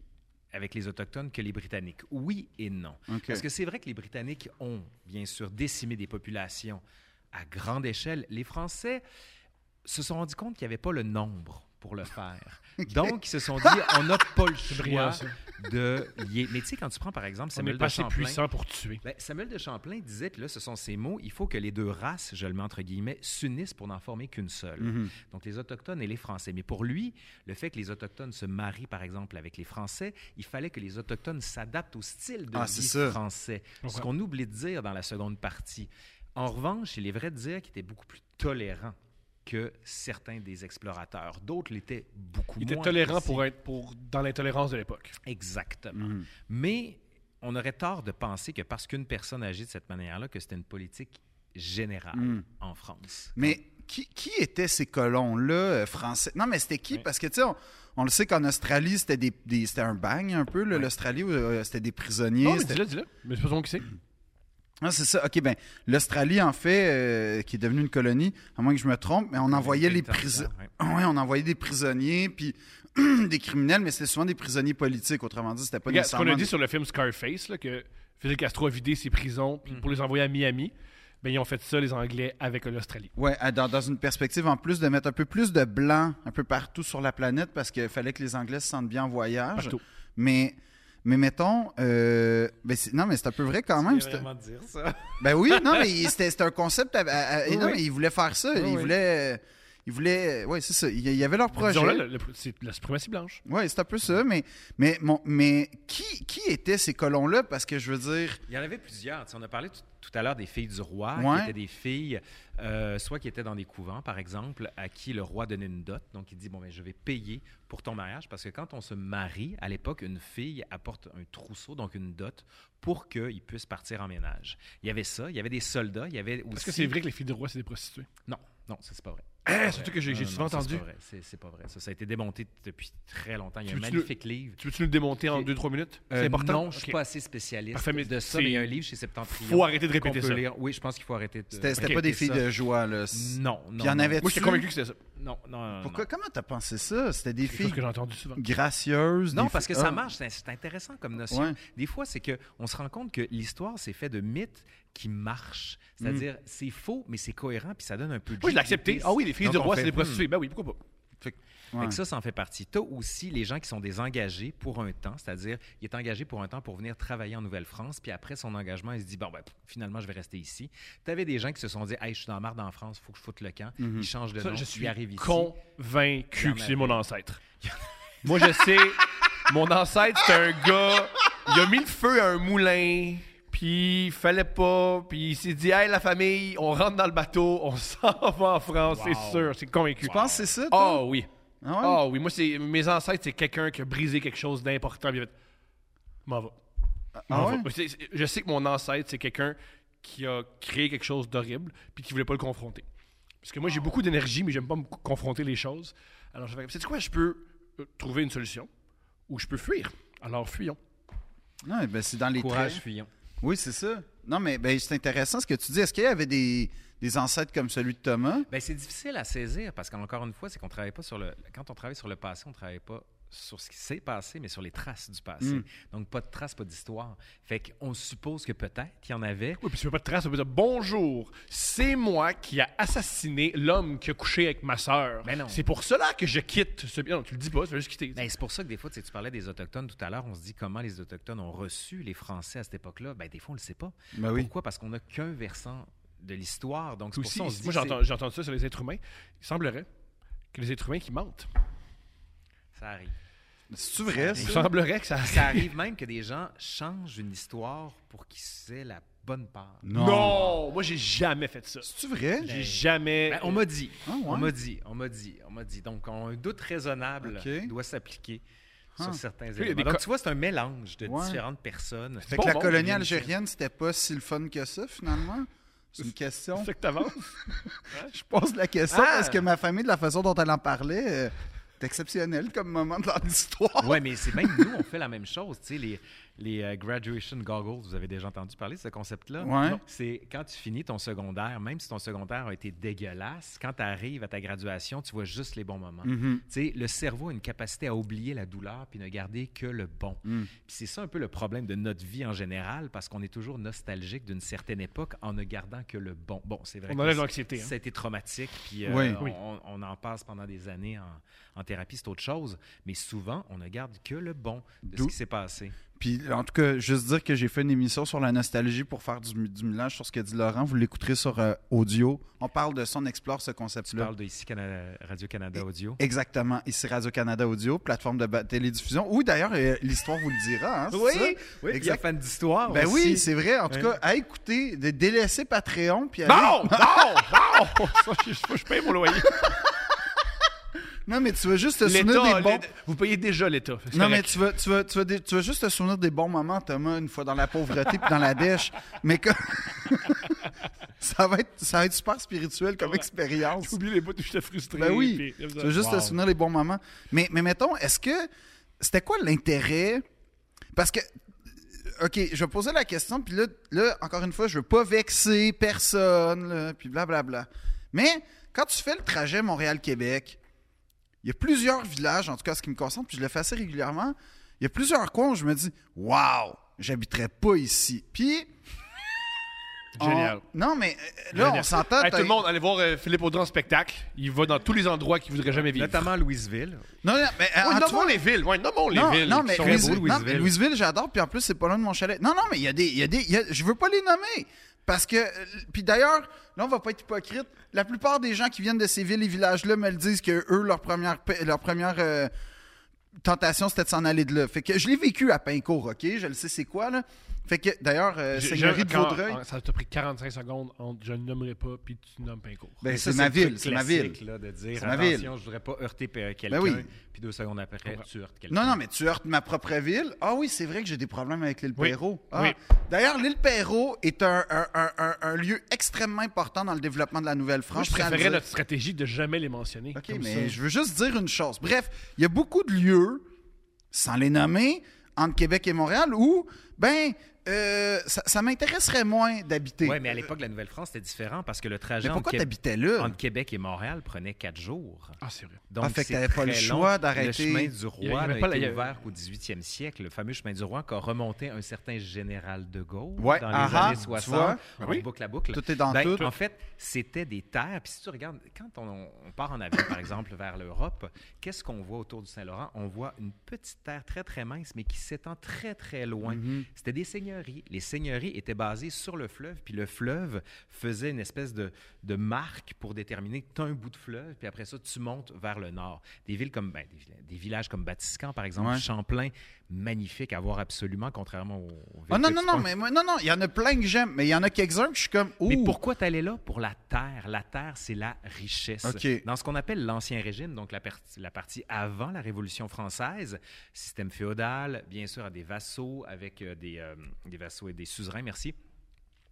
avec les Autochtones que les Britanniques? Oui et non. Ok. Parce que c'est vrai que les Britanniques ont, bien sûr, décimé des populations à grande échelle. Les Français se sont rendus compte qu'il n'y avait pas le nombre pour le faire. Donc, ils se sont dit, on n'a pas le C'est choix brillant, ça. de lier. Mais tu sais, quand tu prends, par exemple, On Samuel est de pas assez Champlain... puissant pour tuer. Ben, Samuel de Champlain disait, puis là, ce sont ses mots, il faut que les deux races, je le mets entre guillemets, s'unissent pour n'en former qu'une seule. Mhm. Donc, les Autochtones et les Français. Mais pour lui, le fait que les Autochtones se marient, par exemple, avec les Français, il fallait que les Autochtones s'adaptent au style de Ah, c'est vie ça. français. Ce Ouais. qu'on oublie de dire dans la seconde partie. En revanche, il est vrai de dire qu'il était beaucoup plus tolérant que certains des explorateurs. D'autres l'étaient beaucoup Il moins. était tolérant aussi. pour être pour, dans l'intolérance de l'époque. Exactement. Mais on aurait tort de penser que parce qu'une personne agit de cette manière-là, que c'était une politique générale Mm. en France. Mais qui, qui étaient ces colons-là euh, français? Non, mais c'était qui? Ouais. Parce que, tu sais, on, on le sait qu'en Australie, c'était des, des- c'était un bagne un peu. là, Ouais. L'Australie, euh, c'était des prisonniers. Non, mais c'était- dis-le, dis-le. Mais c'est pas ton qui c'est. Ah, c'est ça. OK, ben l'Australie, en fait, euh, qui est devenue une colonie, à moins que je me trompe, mais on envoyait les prisonniers. Ouais. Ouais, on envoyait des prisonniers, puis des criminels, mais c'était souvent des prisonniers politiques. Autrement dit, c'était pas Regarde, ce qu'on a nécessairement- dit sur le film Scarface, là, que Fidel Castro a vidé ses prisons Mm. puis pour les envoyer à Miami, ben, ils ont fait ça, les Anglais, avec l'Australie. Ouais, à- dans, dans une perspective en plus de mettre un peu plus de blanc un peu partout sur la planète parce qu'il fallait que les Anglais se sentent bien en voyage. Partout. Mais, mais mettons, euh, ben c'est- non, mais c'est un peu vrai quand même. c'était- dire ça. Ben oui, non, mais il- c'était c'était un concept. à- à- à- Oui, non, oui. mais ils voulaient faire ça. Oui, ils oui. voulaient. Ils voulaient. Ouais, c'est ça. Il y il y avait leur projet. Disons-le, le- le- c'est la suprématie blanche. Ouais, c'est un peu ça. Mais, mais, mon- mais qui, qui étaient ces colons-là? Parce que je veux dire. Il y en avait plusieurs. Tu sais, on a parlé tout, tout à l'heure des filles du roi, Ouais. qui étaient des filles, euh, soit qui étaient dans des couvents, par exemple, à qui le roi donnait une dot. Donc, il dit, bon, ben, je vais payer pour ton mariage, parce que quand on se marie, à l'époque, une fille apporte un trousseau, donc une dot, pour qu'il puisse partir en ménage. Il y avait ça, il y avait des soldats, il y avait aussi... Est-ce que c'est vrai que les filles de roi, c'est des prostituées? Non, non, ça, c'est pas vrai. Eh, surtout que j'ai Non, j'ai non, souvent Euh, non, ça, entendu. C'est pas vrai. C'est- c'est pas vrai. Ça, ça a été démonté depuis très longtemps. Il y a Tu un veux-tu magnifique livre. Tu peux-tu nous le démonter en Ok. 2-3 minutes? Euh, c'est important? Non, je suis Ok. pas assez spécialiste Parfait, mais de ça, c'est- mais il y a un livre chez Septentrion. Faut arrêter de qu'on répéter peut ça. lire. Oui, je pense qu'il faut arrêter de C'était c'était Ok, pas des répéter filles ça. de joie, là. C'est- Non, non. Puis il y en non. avait- Moi, j'étais Tu- convaincu que c'était ça. Non, non, non, non. Pourquoi, non. comment t'as pensé ça? C'était des C'est quelque chose filles que j'ai entendu souvent. gracieuses. Non, des parce que filles- ça Ah. marche, c'est- c'est intéressant comme notion. Ouais. Des fois, c'est que on se rend compte que l'histoire, c'est fait de mythes qui marchent. C'est-à-dire, c'est faux, mais c'est cohérent, puis ça donne un peu Hmm. de Oui, je l'ai jus, accepté. d'épices. Ah oui, les filles Donc, du on roi, fait, c'est des hmm. prostituées. Ben oui, pourquoi pas? Fait Ouais. que ça, ça en fait partie. T'as aussi les gens qui sont des engagés pour un temps, c'est-à-dire, il est engagé pour un temps pour venir travailler en Nouvelle-France, puis après son engagement, il se dit, bon, ben, pff, finalement, je vais rester ici. T'avais des gens qui se sont dit, hey, je suis dans la marde en France, faut que je foute le camp. Ils changent de Ça, nom, je ils suis arrivent ici. Il y en convaincu que avait. c'est mon ancêtre. Moi, je sais, mon ancêtre, c'est un gars, il a mis le feu à un moulin, puis il fallait pas, puis il s'est dit, hey, la famille, on rentre dans le bateau, on s'en va en France, c'est sûr, c'est convaincu. Tu penses que c'est ça? toi? Ah oui. Ah ouais? Ah oui, moi, c'est mes ancêtres, c'est quelqu'un qui a brisé quelque chose d'important, puis il a fait, m'en va. Ah M'en ouais? va. C'est- c'est- Je sais que mon ancêtre, c'est quelqu'un qui a créé quelque chose d'horrible puis qui voulait pas le confronter. Parce que moi, j'ai beaucoup d'énergie, mais j'aime pas me co- confronter les choses. Alors, je fais, c'est quoi, je peux euh, trouver une solution ou je peux fuir. Alors, fuyons. Non, ben, c'est dans les Courage, traits. fuyons. Oui, c'est ça. Non, mais ben, c'est intéressant ce que tu dis. Est-ce qu'il y avait des, des ancêtres comme celui de Thomas? Ben, c'est difficile à saisir parce qu'encore une fois, c'est qu'on travaille pas sur le. Quand on travaille sur le passé, on travaille pas sur ce qui s'est passé, mais sur les traces du passé. Mm. Donc, pas de traces, pas d'histoire. Fait qu'on suppose que peut-être qu'il y en avait. Oui, puis tu veux pas te tracer, tu peux dire bonjour, c'est moi qui a assassiné l'homme qui a couché avec ma sœur. Ben non. C'est pour cela que je quitte ce bien. Non, tu le dis pas, tu vas juste quitter. Ben, c'est pour ça que des fois, tu sais, tu parlais des Autochtones tout à l'heure, on se dit comment les Autochtones ont reçu les Français à cette époque-là. Ben, des fois, on le sait pas. Ben oui. Pourquoi? Parce qu'on n'a qu'un versant de l'histoire. Donc, c'est pour Aussi, ça qu'on se dit moi, que j'entends, j'ai entendu ça sur les êtres humains. Il semblerait que les êtres humains qui mentent. c'est- ça arrive. C'est-tu vrai? Il ça? semblerait que ça Ça arrive même que des gens changent une histoire pour qu'ils aient la bonne part. Non. moi j'ai jamais fait ça. C'est-tu vrai? J'ai jamais. Ben, on m'a dit, Ah ouais? on m'a dit, on m'a dit, on m'a dit. Donc, on- un doute raisonnable Ok. doit s'appliquer Ah. sur certains y a éléments. des Donc, co- tu vois, c'est un mélange de Ouais. différentes personnes. Fait Bon, que la bon, colonie bien algérienne, c'était pas si le fun que ça, finalement? C'est une question. C'est que t'avances. Je pose la question Ah! parce que ma famille, de la façon dont elle en parlait, euh, c'est exceptionnel comme moment de leur histoire. Oui, mais c'est même nous, on fait la même chose. Tu sais, les, les euh, graduation goggles. Vous avez déjà entendu parler de ce concept-là? Ouais. Non. C'est quand tu finis ton secondaire, même si ton secondaire a été dégueulasse, quand tu arrives à ta graduation, tu vois juste les bons moments. Mhm. Tu sais, le cerveau a une capacité à oublier la douleur puis ne garder que le bon. Mm. Puis c'est ça un peu le problème de notre vie en général, parce qu'on est toujours nostalgique d'une certaine époque en ne gardant que le bon. Bon, c'est vrai On que enlève ça- l'anxiété. hein. ça a été traumatique, puis euh, Oui. on- Oui. On, en passe pendant des années en, en thérapie, c'est autre chose. Mais souvent, on ne garde que le bon de ce D'où- qui s'est passé. Puis, en tout cas, juste dire que j'ai fait une émission sur la nostalgie pour faire du, du mélange sur ce que dit Laurent. Vous l'écouterez sur euh, audio. On parle de ça, on explore ce Tu concept-là. parles de ici Cana- Radio-Canada Audio. Exactement. Ici Radio-Canada Audio, plateforme de ba- télédiffusion. Oui, d'ailleurs, euh, l'histoire vous le dira. hein, c'est ça? oui, exact. il y a fan Ah, d'histoire Ben aussi. oui, c'est vrai. En tout Euh. cas, à écouter, de délaisser Patreon. Puis aller- Non! Non! Non! Ça, je, faut que je paye mon loyer. Non, mais tu veux juste te souvenir L'État, des bons... l'État- vous payez déjà l'État. c'est Non, mais correct. tu veux, tu, veux, tu, veux des- tu veux juste te souvenir des bons moments, Thomas, une fois dans la pauvreté puis dans la dèche. Mais que... ça, va être, ça va être super spirituel comme expérience. J'ai oublié les bouts où j'étais frustré. Ben oui. puis- Tu veux juste Wow. te souvenir les bons moments. Mais, mais mettons, est-ce que. C'était quoi l'intérêt? Parce que. OK, je vais poser la question, puis là, là, encore une fois, je veux pas vexer personne, là, puis blablabla. Mais quand tu fais le trajet Montréal-Québec, il y a plusieurs villages, en tout cas, ce qui me concerne, puis je le fais assez régulièrement. Il y a plusieurs coins où je me dis, waouh, j'habiterais pas ici. Puis. on- Génial. Non, mais euh, là, on Génial. s'entend. Hey, tout t'as- le monde, allez voir euh, Philippe Audran en spectacle. Il va dans tous les endroits qu'il voudrait jamais vivre. Notamment Louisville. Non, non, mais euh, Ouais, en tout- nommons les villes. Ouais, nommons les non, villes. non, qui mais sont Louis- beaux, beaux. non, Louisville. mais Louisville, j'adore, puis en plus, c'est pas loin de mon chalet. Non, non, mais il y a des. il Y a des, il y a- je veux pas les nommer. Parce que. euh, Puis d'ailleurs, là, on va pas être hypocrite. La plupart des gens qui viennent de ces villes et villages-là me le disent que eux, leur première. pa- Leur première euh, tentation, c'était de s'en aller de là. Fait que je l'ai vécu à Pincourt, OK? Je le sais, c'est quoi, là? Fait que, d'ailleurs, euh, J'ai- Seigneurie j'ai- de quand- Vaudreuil. ah, Ça t'a pris 45 secondes entre je ne nommerai pas puis tu nommes Pincourt. Ben, Ça, c'est ma le truc ville, c'est ma ville. classique, là, de dire, C'est ma attention, ville. Ben je voudrais pas heurter euh, quelqu'un, oui. puis deux secondes après, Comprends. tu heurtes quelqu'un. Non, non, mais tu heurtes ma propre ville. Ah oui, c'est vrai que j'ai des problèmes avec l'île Oui. Perrault. Ah. Oui. D'ailleurs, l'île Perrault est un, un- un- un- un lieu extrêmement important dans le développement de la Moi, Nouvelle-France. je tiens à le préférais dire. notre stratégie de jamais les mentionner. OK, Comme mais ça. je veux juste dire une chose. Bref, il y a beaucoup de lieux, sans les nommer, entre Québec et Montréal, où, ben, euh, ça, ça m'intéresserait moins d'habiter. Oui, mais à l'époque, la Nouvelle-France, c'était différent parce que le Mais trajet entre, pourquoi Qué- t'habitais là? entre Québec et Montréal prenait quatre jours. Ah, c'est vrai. Donc, Ah, fait que c'est t'avais pas le très choix long. d'arrêter. Le chemin du Il y roi avait n'a pas été la- il y avait- ouvert qu'au 18e siècle, le fameux chemin du roi qu'a remonté un certain général de Gaulle Ouais, dans les aha, années tu 60. vois. On Oui. boucle la boucle. Tout est dans Ben, tout. En fait, c'était des terres. Puis si tu regardes, quand on, on part en avion, par exemple, vers l'Europe, qu'est-ce qu'on voit autour du Saint-Laurent? On voit une petite terre très, très mince, mais qui s'étend très, très loin. Mm-hmm. C'était des seigneuries. Les seigneuries étaient basées sur le fleuve, puis le fleuve faisait une espèce de, de marque pour déterminer que tu un bout de fleuve, puis après ça, tu montes vers le nord. Des villes comme, ben, des, villes- des villages comme Batiscan, par exemple, Ouais. Champlain, magnifique à voir absolument, contrairement au. au Ah, non, non, Vieux-Petit non, Point. mais moi, non, non, il y en a plein que j'aime, mais il y en a quelques-uns que je suis comme, ouh, Mais pourquoi tu allais là? Pour la terre. La terre, c'est la richesse. OK. Dans ce qu'on appelle l'ancien régime, donc la, per- la partie avant la Révolution française, système féodal, bien sûr, à des vassaux, avec euh, des, euh, des vassaux et des suzerains, merci.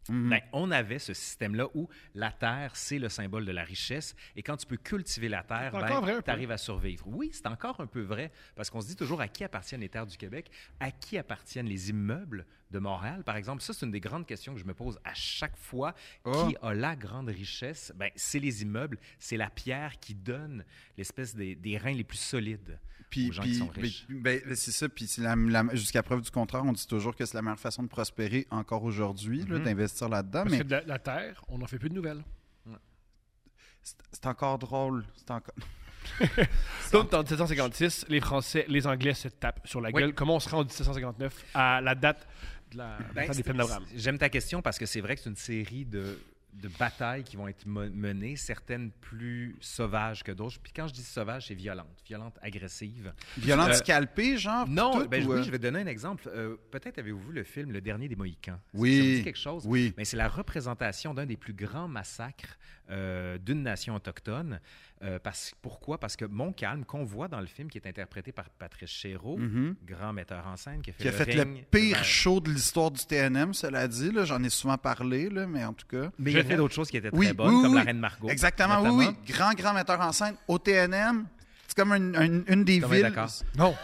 Mm-hmm. Ben, on avait ce système-là où la terre, c'est le symbole de la richesse. Et quand tu peux cultiver la terre, C'est encore vrai un ben, peu. tu arrives à survivre. Oui, c'est encore un peu vrai, parce qu'on se dit toujours à qui appartiennent les terres du Québec, à qui appartiennent les immeubles de Montréal, par exemple. Ça, c'est une des grandes questions que je me pose à chaque fois. Oh. Ah. Qui a la grande richesse? Ben, c'est les immeubles, c'est la pierre qui donne l'espèce des, des reins les plus solides Puis, aux gens puis- qui sont ben, riches. ben, ben, c'est ça. Puis c'est la- la- jusqu'à preuve du contraire, on dit toujours que c'est la meilleure façon de prospérer encore aujourd'hui, Mhm. là, d'investir là-dedans. Parce Ah, Mais que de la, la Terre, on n'en fait plus de nouvelles. c'est c'est encore drôle. C'est encore... Donc, en 1756, les Français, les Anglais se tapent sur la Oui. gueule. Comment on se rend en 1759 à la date de la, la Ben, date des c'est- peines d'Abraham? c'est- J'aime ta question parce que c'est vrai que c'est une série de, de batailles qui vont être mo- menées, certaines plus sauvages que d'autres. Puis quand je dis sauvage, c'est violente, violente, agressive. Violente Euh, scalpée, genre? puis Non, tout, ben, je- ou, oui, euh, je vais te donner un exemple. Euh, Peut-être avez-vous vu le film Le Dernier des Mohicans. Est-ce que Oui. Ça vous dit quelque chose? Oui. Mais c'est la représentation d'un des plus grands massacres euh, d'une nation autochtone. Euh, parce, pourquoi? Parce que Montcalm, qu'on voit dans le film, qui est interprété par Patrice Chéreau, Mhm. grand metteur en scène, qui a fait, Qui a le, fait le Ring, pire Ben, show de l'histoire du TNM, cela dit. là. J'en ai souvent parlé, là, mais en tout cas. Mais il a Je- fait d'autres choses qui étaient très Oui, bonnes, oui, comme oui. la Reine Margot. Exactement, oui, notamment. oui. Grand, grand metteur en scène au TNM. C'est comme une, une- une des Thomas est villes. d'accord. Non.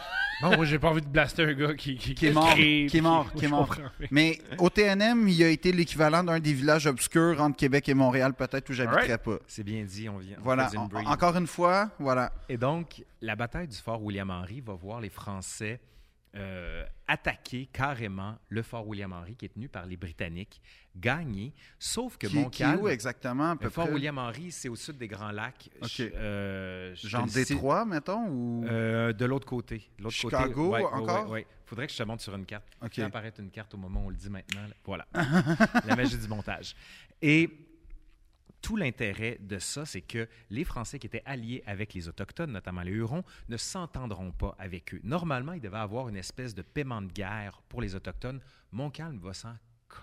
Non, moi, j'ai pas envie de blaster un gars qui, qui, Qui est mort, crée, qui est mort, Oui, qui est je mort. comprends, oui. Mais au TNM, il a été l'équivalent d'un des villages obscurs entre Québec et Montréal, peut-être où j'habiterais Alright. pas. C'est bien dit, on vient. on Voilà. faisait une En- breeze. encore une fois, voilà. Et donc, la bataille du fort William-Henry va voir les Français euh, attaquer carrément le fort William-Henry qui est tenu par les Britanniques, gagner, sauf que qui, qui est Montcalm... où exactement? à peu le fort près? William-Henry, c'est au sud des Grands Lacs. OK. Je- euh, je te Genre le cite- Détroit, mettons? Ou... Euh, de l'autre côté. De l'autre côté, Chicago, ouais, ouais, encore? ouais, ouais. Faudrait que je te montre sur une carte. OK. Il apparaît une carte au moment où on le dit maintenant. là. Voilà. La magie du montage. Et tout l'intérêt de ça, c'est que les Français qui étaient alliés avec les Autochtones, notamment les Hurons, ne s'entendront pas avec eux. Normalement, il devait avoir une espèce de paiement de guerre pour les Autochtones. Montcalm va s'en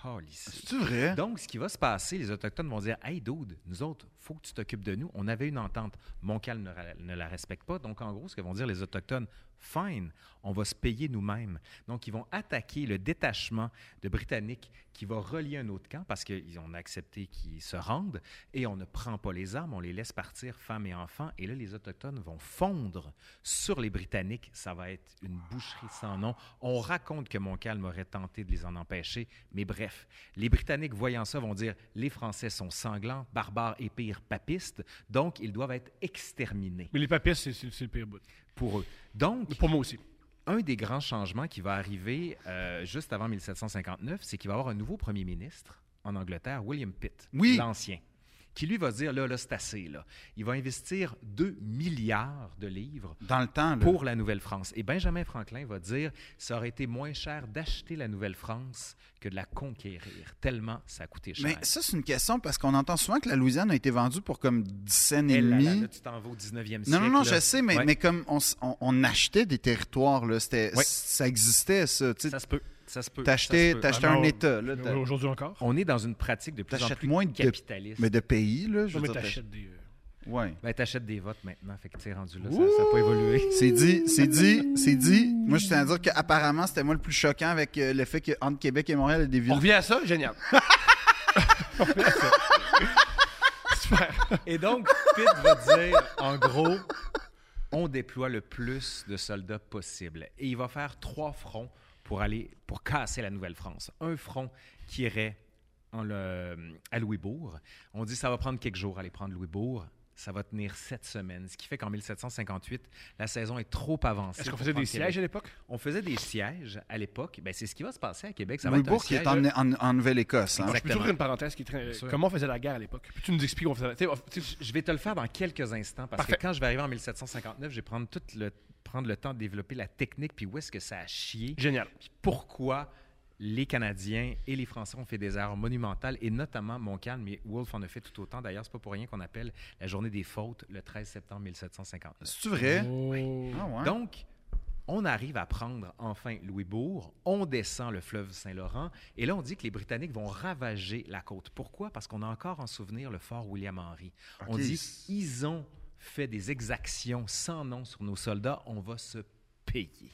calisser. C'est vrai? Donc, ce qui va se passer, les Autochtones vont dire Hey, dude, nous autres, faut que tu t'occupes de nous. On avait une entente. Montcalm ne, ra- ne la respecte pas. Donc, en gros, ce que vont dire les Autochtones, fine, on va se payer nous-mêmes. Donc, ils vont attaquer le détachement de Britanniques qui va relier un autre camp parce qu'on a accepté qu'ils se rendent et on ne prend pas les armes, on les laisse partir, femmes et enfants. Et là, les Autochtones vont fondre sur les Britanniques. Ça va être une boucherie sans nom. On raconte que Montcalm aurait tenté de les en empêcher, mais bref, les Britanniques, voyant ça, vont dire les Français sont sanglants, barbares et pires papistes, donc ils doivent être exterminés Mais les papistes, c'est- c'est c'est le pire bout. pour eux. Donc, Pour moi aussi. un des grands changements qui va arriver euh, juste avant 1759, c'est qu'il va y avoir un nouveau premier ministre en Angleterre, William Pitt, Oui. l'ancien, qui lui va dire là, là, c'est assez. Là. Il va investir 2 milliards de livres Dans le temps, là. pour la Nouvelle-France. Et Benjamin Franklin va dire ça aurait été moins cher d'acheter la Nouvelle-France que de la conquérir, tellement ça a coûté cher. Mais ça, c'est une question parce qu'on entend souvent que la Louisiane a été vendue pour comme 10 cents et Eh là là, demi. là, tu t'en vas au 19e siècle. Non, non, non, là. je sais, mais, Ouais, mais comme on, s- on- on achetait des territoires, là, c'était, Ouais. ça existait, ça. Tu sais, Ça se peut. Ça se peut. ça t'achetais se peut. t'achetais Ah, un mais État, là, Mais t'as- Aujourd'hui encore. On est dans une pratique de plus en T'achètes plus moins de- capitaliste. mais de pays, là, je Non, veux mais dire, t'achètes des. euh, t'ach- Ouais. Ben, t'achètes des votes maintenant, fait que t'es rendu là, ça n'a pas évolué. C'est dit, c'est dit, c'est dit. Moi, je tiens à dire qu'apparemment, c'était moi le plus choquant avec euh, le fait qu'entre Québec et Montréal, il y a des On Oh, revient villes. à ça, génial. On revient à ça. Super. Et donc, Pitt va dire, en gros, on déploie le plus de soldats possible. Et il va faire trois fronts pour aller, pour casser la Nouvelle-France. Un front qui irait en le- à Louisbourg. On dit, ça va prendre quelques jours aller prendre Louisbourg. Ça va tenir sept semaines, ce qui fait qu'en 1758, la saison est trop avancée. Est-ce qu'on pour faisait des prendre Québec. sièges à l'époque? On faisait des sièges à l'époque. Ben, c'est ce qui va se passer à Québec. Ça va être un Louisbourg qui est siège- en, en- en Nouvelle-Écosse. hein. Je peux Exactement. toujours une parenthèse qui est très- Sûr. Comment on faisait la guerre à l'époque? Puis tu nous expliques qu'on faisait la. oh, tu sais, on- tu sais, Je vais te le faire dans quelques instants parce Parfait. que quand je vais arriver en 1759, je vais prendre, tout le, prendre le temps de développer la technique puis où est-ce que ça a chié. Génial. Puis pourquoi les Canadiens et les Français ont fait des erreurs monumentales et notamment Montcalm mais Wolfe en a fait tout autant. D'ailleurs, c'est pas pour rien qu'on appelle la journée des fautes le 13 septembre 1759. C'est-tu vrai? Oh. Ah Non. ouais. Mm. Donc, on arrive à prendre enfin Louisbourg, on descend le fleuve Saint-Laurent, et là, on dit que les Britanniques vont ravager la côte. Pourquoi? Parce qu'on a encore en souvenir le fort William-Henry. On Ok. dit, ils ont fait des exactions sans nom sur nos soldats, on va se payer.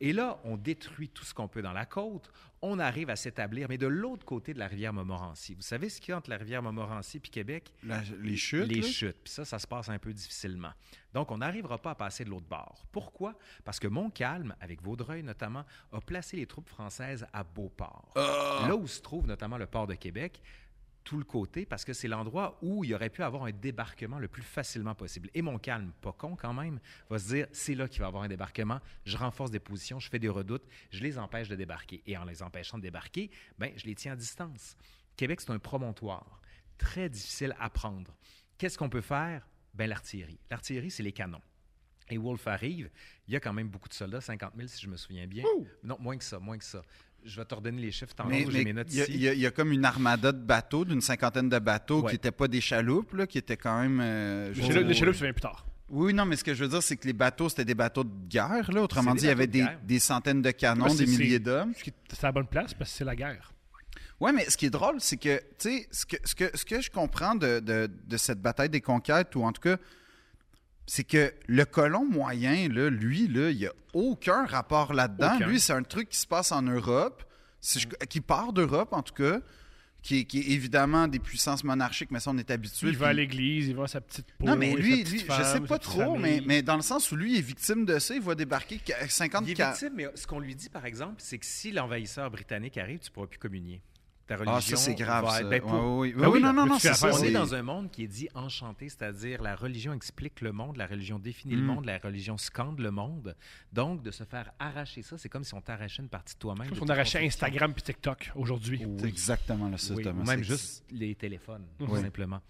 Et là, on détruit tout ce qu'on peut dans la côte, on arrive à s'établir, mais de l'autre côté de la rivière Montmorency. Vous savez ce qu'il y a entre la rivière Montmorency et Québec? La- les chutes. Les là? chutes. Puis ça, ça se passe un peu difficilement. Donc, on n'arrivera pas à passer de l'autre bord. Pourquoi? Parce que Montcalm, avec Vaudreuil notamment, a placé les troupes françaises à Beauport. Ah! Là où se trouve notamment le port de Québec, tout le côté, parce que c'est l'endroit où il aurait pu avoir un débarquement le plus facilement possible. Et Montcalm, pas con quand même, va se dire, c'est là qu'il va avoir un débarquement, je renforce des positions, je fais des redoutes, je les empêche de débarquer. Et en les empêchant de débarquer, ben, je les tiens à distance. Québec, c'est un promontoire, très difficile à prendre. Qu'est-ce qu'on peut faire? Ben, l'artillerie. L'artillerie, c'est les canons. Et Wolfe arrive, il y a quand même beaucoup de soldats, 50 000 si je me souviens bien. Non, moins que ça, moins que ça. Je vais t'ordonner les chiffres, tant Mais- j'ai mais mes notes il y, a- ici. il y a- il y a comme une armada de bateaux, d'une cinquantaine de bateaux Ouais. qui n'étaient pas des chaloupes, là, qui étaient quand même. euh, je veux dire- Le chaloupe, ça vient plus tard. Oui, non, mais ce que je veux dire, c'est que les bateaux, c'était des bateaux de guerre. Là. Autrement C'est dit, des il y avait bateaux de des, guerre. des centaines de canons, Ouais, des c'est- milliers d'hommes. Parce que C'est à la bonne place parce que c'est la guerre. Oui, mais ce qui est drôle, c'est que, tu sais, ce que, ce, que, ce que je comprends de, de- de cette bataille des conquêtes, ou en tout cas, c'est que le colon moyen, là, lui, là, il n'y a aucun rapport là-dedans. Aucun. Lui, c'est un truc qui se passe en Europe, si je- qui part d'Europe, en tout cas, qui est, qui est évidemment des puissances monarchiques, mais ça, on est habitué. il va à puis- l'église, il va à sa petite peau. Non, mais et lui, sa petite lui je femme, sais sa pas petite trop, mais, famille. mais dans le sens où lui est victime de ça, il va débarquer qu'à 50 Il est ca- victime, mais ce qu'on lui dit, par exemple, c'est que si l'envahisseur britannique arrive, tu ne pourras plus communier. Ta religion Ah, ça, c'est grave. va Ça. être- ben, pour- Ouais, oui, Ben oui, non, non, mais non, tu fais c'est ça. affaire, On c'est- est dans un monde qui est dit enchanté, c'est-à-dire la religion explique le monde, la religion définit le Mm. monde, la religion scande le monde. Donc, de se faire arracher ça, c'est comme si on t'arrachait une partie de toi-même. Comme de si on toute arrachait construction. Instagram puis TikTok aujourd'hui. C'est exactement le ça, Oui, Thomas. ou même C'est- juste les téléphones, tout Oui. simplement.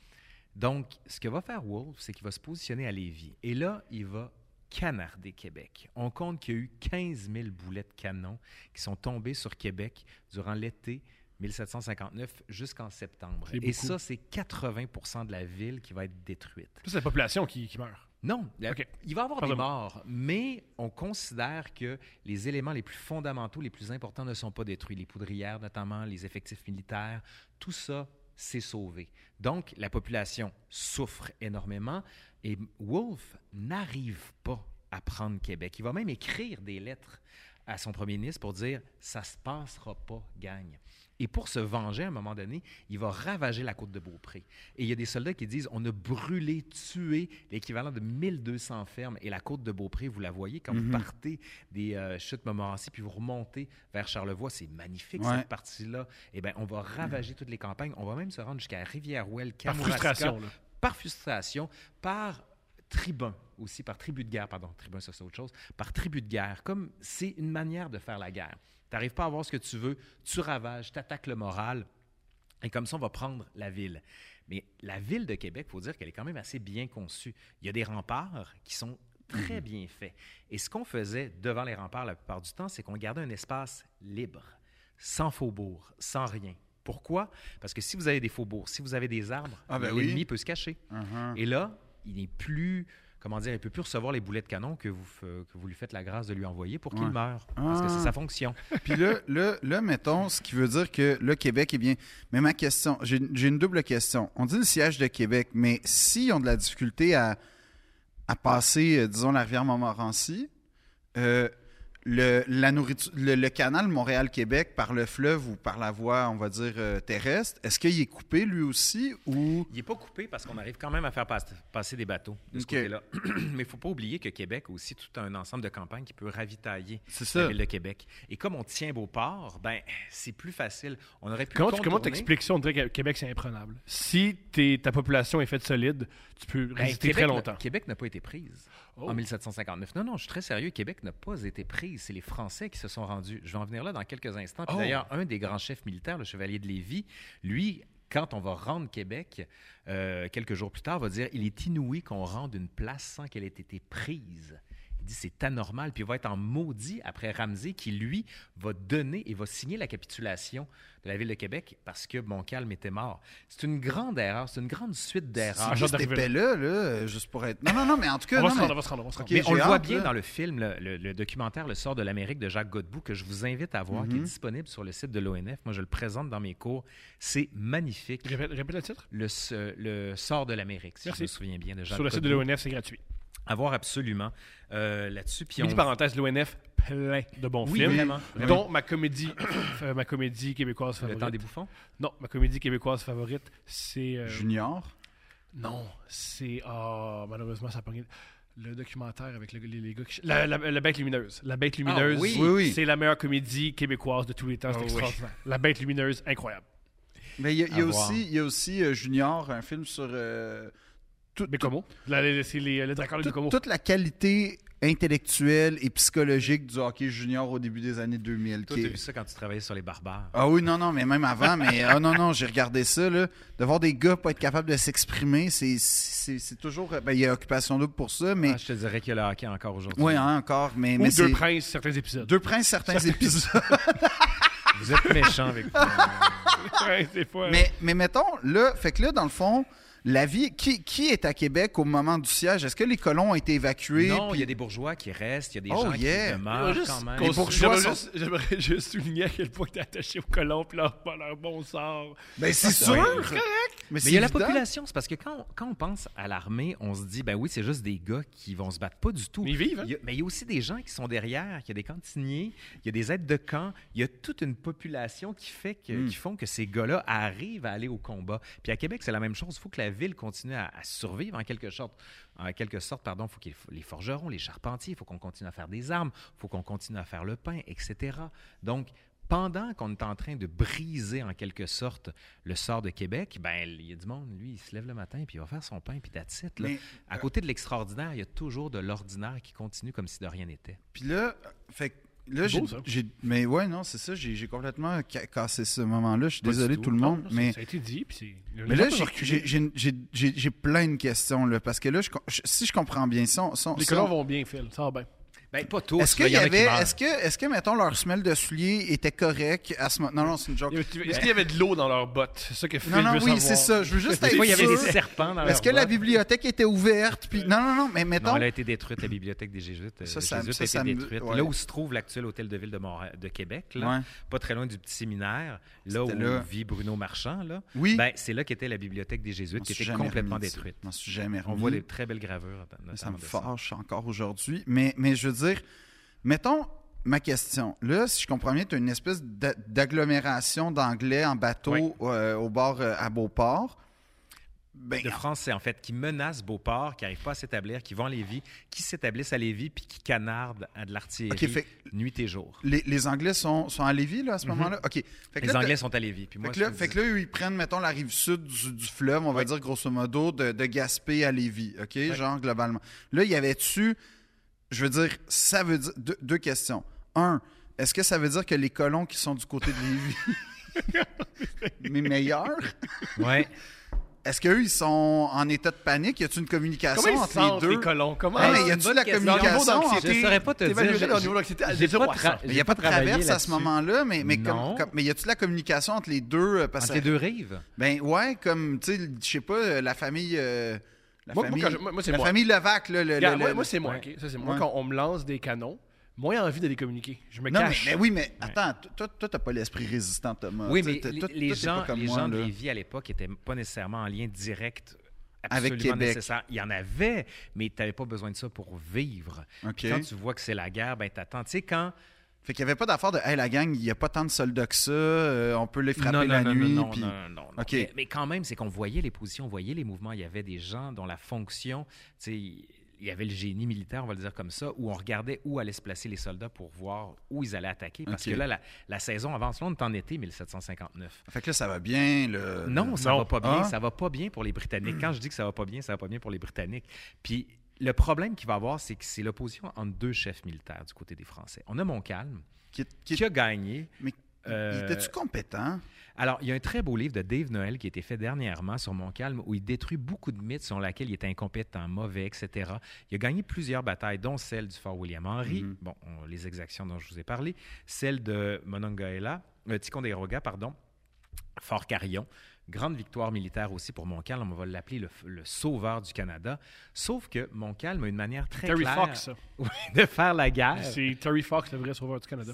Donc, ce que va faire Wolf, c'est qu'il va se positionner à Lévis. Et là, il va canarder Québec. On compte qu'il y a eu 15 000 boulets de canon qui sont tombés sur Québec durant l'été 1759 jusqu'en septembre. C'est Et beaucoup. ça, c'est 80 de la ville qui va être détruite. Ça, C'est la population qui, qui meurt. Non, la- OK. il va y avoir des Pardon. morts, mais on considère que les éléments les plus fondamentaux, les plus importants ne sont pas détruits. Les poudrières, notamment, les effectifs militaires, tout ça s'est sauvé. Donc, la population souffre énormément et Wolfe n'arrive pas à prendre Québec. Il va même écrire des lettres à son premier ministre pour dire « ça se passera pas, gagne ». Et pour se venger, à un moment donné, il va ravager la côte de Beaupré. Et il y a des soldats qui disent on a brûlé, tué l'équivalent de 1200 fermes. Et la côte de Beaupré, vous la voyez quand vous partez des euh, chutes Montmorency puis vous remontez vers Charlevoix. C'est magnifique, Ouais. cette partie-là. Eh bien, on va ravager toutes les campagnes. On va même se rendre jusqu'à Rivière-Ouelle, Par Kamouraska, frustration. là. par frustration, par tribun aussi, par tribu de guerre, pardon, tribun, ça c'est autre chose, par tribu de guerre, comme c'est une manière de faire la guerre. Tu n'arrives pas à avoir ce que tu veux, tu ravages, tu attaques le moral, et comme ça, on va prendre la ville. Mais la ville de Québec, il faut dire qu'elle est quand même assez bien conçue. Il y a des remparts qui Mhm. sont très bien faits. Et ce qu'on faisait devant les remparts la plupart du temps, c'est qu'on gardait un espace libre, sans faubourg, sans rien. Pourquoi? Parce que si vous avez des faubourgs, si vous avez des arbres, Ah ben l'ennemi oui. peut se cacher. Mhm. Et là, il n'est plus, comment dire, il peut plus recevoir les boulets de canon que vous, f- que vous lui faites la grâce de lui envoyer pour qu'il Ouais. meure. Parce que Ah. c'est sa fonction. Puis là, là, là, mettons, ce qui veut dire que le Québec est bien. Mais ma question, j'ai j'ai une double question. On dit le siège de Québec, mais s'ils ont de la difficulté à, à passer, euh, disons, la rivière Montmorency, euh, le, la nourriture, le, le canal Montréal-Québec par le fleuve ou par la voie, on va dire, euh, terrestre, est-ce qu'il est coupé lui aussi ou. Il n'est pas coupé parce qu'on arrive quand même à faire pas- passer des bateaux de ce Ok. côté-là. Mais il ne faut pas oublier que Québec a aussi tout un ensemble de campagnes qui peut ravitailler C'est la ça. ville de Québec. Et comme on tient Beauport, ben c'est plus facile. On aurait pu Comment tu comment contourner- t'expliques ça? On dirait que Québec, c'est imprenable. Si t'es- ta population est faite solide, tu peux Ben, résister Québec très n'a- longtemps. Québec n'a pas été prise Oh. en 1759. Non, non, je suis très sérieux. Québec n'a pas été prise. C'est les Français qui se sont rendus. Je vais en venir là dans quelques instants. Puis Oh. D'ailleurs, un des grands chefs militaires, le chevalier de Lévis, lui, quand on va rendre Québec, euh, quelques jours plus tard, va dire il est inouï qu'on rende une place sans qu'elle ait été prise. Il dit c'est anormal. Puis il va être en maudit après Ramsey qui, lui, va donner et va signer la capitulation de la ville de Québec parce que Montcalm était mort. C'est une grande erreur. C'est une grande suite d'erreurs. Ah, C'est genre juste d'arriver épais là, là, euh, juste pour être. Non, non, non, mais en tout cas. on va se non, mais- rendre, on va se rendre, on va se rendre. Ok. mais on le j'ai voit hâte, bien là. dans le film, le, le- le documentaire Le sort de l'Amérique de Jacques Godbout, que je vous invite à voir, qui est disponible sur le site de l'ONF. Moi, je le présente dans mes cours. C'est magnifique. Répète, répète le titre. Le, se- le sort de l'Amérique, si Merci. je me souviens bien, de Jacques Sur le site de Godbout. l'ONF, c'est gratuit. À voir absolument euh, là-dessus. Puis Mini on- parenthèse, l'ONF, plein de bons Oui, films. vraiment, vraiment. Dont ma comédie, euh, ma comédie québécoise Le temps des favorite. bouffons. Non, ma comédie québécoise favorite, c'est. euh, Junior. Non, c'est. Ah, malheureusement, ça a pogné. Le documentaire avec le- les, les gars qui. ch- La, la- la Bête Lumineuse. La Bête Lumineuse, oui. Ah Oui, oui. c'est la meilleure comédie québécoise de tous les temps. C'est Ah oui. extraordinaire. La Bête Lumineuse, incroyable. Mais il y a, il y a À voir. aussi, il y a aussi euh, Junior, un film sur. euh, tout- Bécomo. La- la- C'est les, les dracons de tout- Bécomo. toute la qualité intellectuelle et psychologique du hockey junior au début des années 2000. Toi, qui t'as est- vu ça quand tu travaillais sur les barbares. Ah oui, non, non, mais même avant, mais ah non, non, j'ai regardé ça, là. De voir des gars pas être capables de s'exprimer, c'est- c'est c'est toujours. Ben, il y a Occupation Double pour ça, mais. Ah, je te dirais qu'il y a le hockey encore aujourd'hui. oui, hein, encore, mais. Ou mais Deux c'est- Princes, certains épisodes. Deux princes, certains épisodes. Vous êtes méchants avec Deux Princes, des fois. mais, mais mettons, là, fait que là, dans le fond, La vie, qui, qui est à Québec au moment du siège? Est-ce que les colons ont été évacués? non, puis- il y a des bourgeois qui restent, il y a des Oh, gens yeah. qui demeurent Juste quand même. qu'on- Les bourgeois j'aimerais sont- juste- J'aimerais juste souligner à quel point t'es attaché aux colons puis leur, leur bon sort. Ben, c'est sûr! Ouais. Mais Mais c'est il y a la évident. population, c'est parce que quand, quand on pense à l'armée, on se dit, ben oui, c'est juste des gars qui vont se battre pas du tout. Mais ils vivent, hein? Il y a- mais il y a aussi des gens qui sont derrière, il y a des cantiniers, il y a des aides de camp, il y a toute une population qui fait que, qui font que ces gars-là arrivent à aller au combat. Puis à Québec, c'est la même chose. Il faut que la ville continue à, à survivre en quelque sorte. En quelque sorte, pardon, faut qu'il faut les forgerons, les charpentiers, il faut qu'on continue à faire des armes, il faut qu'on continue à faire le pain, etc. Donc pendant qu'on est en train de briser en quelque sorte le sort de Québec, ben il y a du monde, lui, il se lève le matin puis il va faire son pain puis that's it, là. Mais- À côté de l'extraordinaire, il y a toujours de l'ordinaire qui continue comme si de rien n'était. Puis là, fait que là, C'est j'ai, beau, ça. j'ai- Mais ouais, non, c'est ça. J'ai, j'ai complètement ca- cassé ce moment-là. Je suis Pas du désolé, tout. le Non, monde. non, mais Ça a été dit, puis c'est. mais là, j'ai, j'ai- j'ai- j'ai- j'ai- j'ai plein de questions. Là, parce que là, je com- je- si je comprends bien, si on- si on- Les si colons on- vont bien, Phil. Ça va bien. Ben pas tous, Est-ce là, qu'il il y en a qui avait, meurent. est-ce que, est-ce que mettons leur semelle de soulier était correcte à ce moment Non, non, c'est une joke. Il y avait- Est-ce qu'il y avait de l'eau dans leurs bottes? C'est ça que Phil Non, non, veut oui, savoir. c'est ça. Je veux juste Des être fois, il y avait des sûr. serpents dans Est-ce que leur la boîte. bibliothèque était ouverte Puis non, non, non, mais mettons. Non, elle a été détruite, la bibliothèque des Jésuites. euh, Ça, ça- Jésuites ça, a été ça me- détruite. ouais. Là où se trouve l'actuel hôtel de ville de, Montréal- de Québec, là, Ouais. pas très loin du petit séminaire, là où C'était là. vit Bruno Marchand, là, Oui. ben, c'est là qu'était la bibliothèque des Je Jésuites m'en qui suis était jamais complètement remis de ça. détruite. Je m'en suis jamais On remis. voit des très belles gravures. notamment Ça me de fâche encore aujourd'hui. Mais, mais je veux dire, mettons ma question. Là, si je comprends bien, tu as une espèce d'a- d'agglomération d'anglais en bateau Oui. euh, au bord euh, à Beauport. Ben, de Français, en fait, qui menacent Beauport, qui n'arrivent pas à s'établir, qui vont à Lévis, qui s'établissent à Lévis, puis qui canardent à de l'artillerie OK, fait- nuit et jour. les, les Anglais sont, sont à Lévis là, à ce moment-là? OK. Fait que Mm-hmm. les là, Anglais t'as- sont à Lévis. Puis moi, Fait que, je là, te fait dis- que là, eux, ils prennent, mettons, la rive sud du, du fleuve, on va dire grosso modo, de, de Gaspé à Lévis, OK? Genre, globalement. Là, il y avait-tu, je veux dire, ça veut dire, deux, deux questions. Un, est-ce que ça veut dire que les colons qui sont du côté de Lévis, mais meilleurs, Ouais. est-ce qu'eux, ils sont en état de panique? Y a-t-il une communication Comment ils entre les sentent, les deux? colons? Comment Ah, mais ils- y a-tu de la Leur niveau communication? entre- d'anxiété, Je saurais pas te t'évaluerais dire, leur j'ai- niveau d'anxiété à j'ai pas 0 à 100. tra- Il j'ai n'y a pas de traverse à travaillé ce là-dessus. moment-là, mais, mais, comme- Non. comme- mais y a-tu de la communication entre les deux? euh, parce Entre que- les deux rives. Ben ouais, comme, tu sais, je sais pas, euh, la famille. euh, la Moi, moi, famille, quand je- moi, moi, c'est la moi. famille Levac, là. Le, le- Regarde, le- moi, moi, c'est moi. Ouais. ok? Ça, c'est moi. Ouais. Quand on me lance des canons, moi, j'ai envie de les communiquer. Je me Non, mais, cache. mais oui, mais attends, toi- toi, toi, t'as pas l'esprit résistant, Thomas. Oui, Tu sais, mais t'es- les, toi- les toi, t'es gens, pas comme les moi, gens de là. Lévis à l'époque n'étaient pas nécessairement en lien direct Avec absolument Québec. nécessaire. Il y en avait, mais tu n'avais pas besoin de ça pour vivre. OK. Puis quand tu vois que c'est la guerre, ben t'attends. Tu sais, quand... Fait qu'il y avait pas d'affaire de, hey, la gang, il y a pas tant de soldats que ça, euh, on peut les frapper non, non, la non, nuit. Non, non, puis- non, non, non, non. OK. Mais, mais quand même, c'est qu'on voyait les positions, on voyait les mouvements. Il y avait des gens dont la fonction, tu sais, il y avait le génie militaire, on va le dire comme ça, où on regardait où allaient se placer les soldats pour voir où ils allaient attaquer. Parce OK. que là, la, la saison avance. Là, on est en été 1759. Fait que là, ça va bien, là. Non, ça non. va pas bien. Ah. Ça va pas bien pour les Britanniques. Quand je dis que ça va pas bien, ça va pas bien pour les Britanniques. Puis le problème qu'il va y avoir, c'est que c'est l'opposition entre deux chefs militaires du côté des Français. On a Montcalm, Qui, qui- qui a gagné. mais Euh, il était-tu compétent? Alors, il y a un très beau livre de Dave Noël qui a été fait dernièrement sur Montcalm où il détruit beaucoup de mythes sur lesquels il était incompétent, mauvais, etc. Il a gagné plusieurs batailles, dont celle du Fort William Henry, Mhm. bon, on- les exactions dont je vous ai parlé, celle de Monongahela, euh, Ticonderoga, pardon, Fort Carillon. Grande victoire militaire aussi pour Montcalm, on va l'appeler le, f- le sauveur du Canada. Sauf que Montcalm a une manière très Terry claire Fox. Oui, de faire la guerre. C'est Terry Fox, le vrai sauveur du Canada.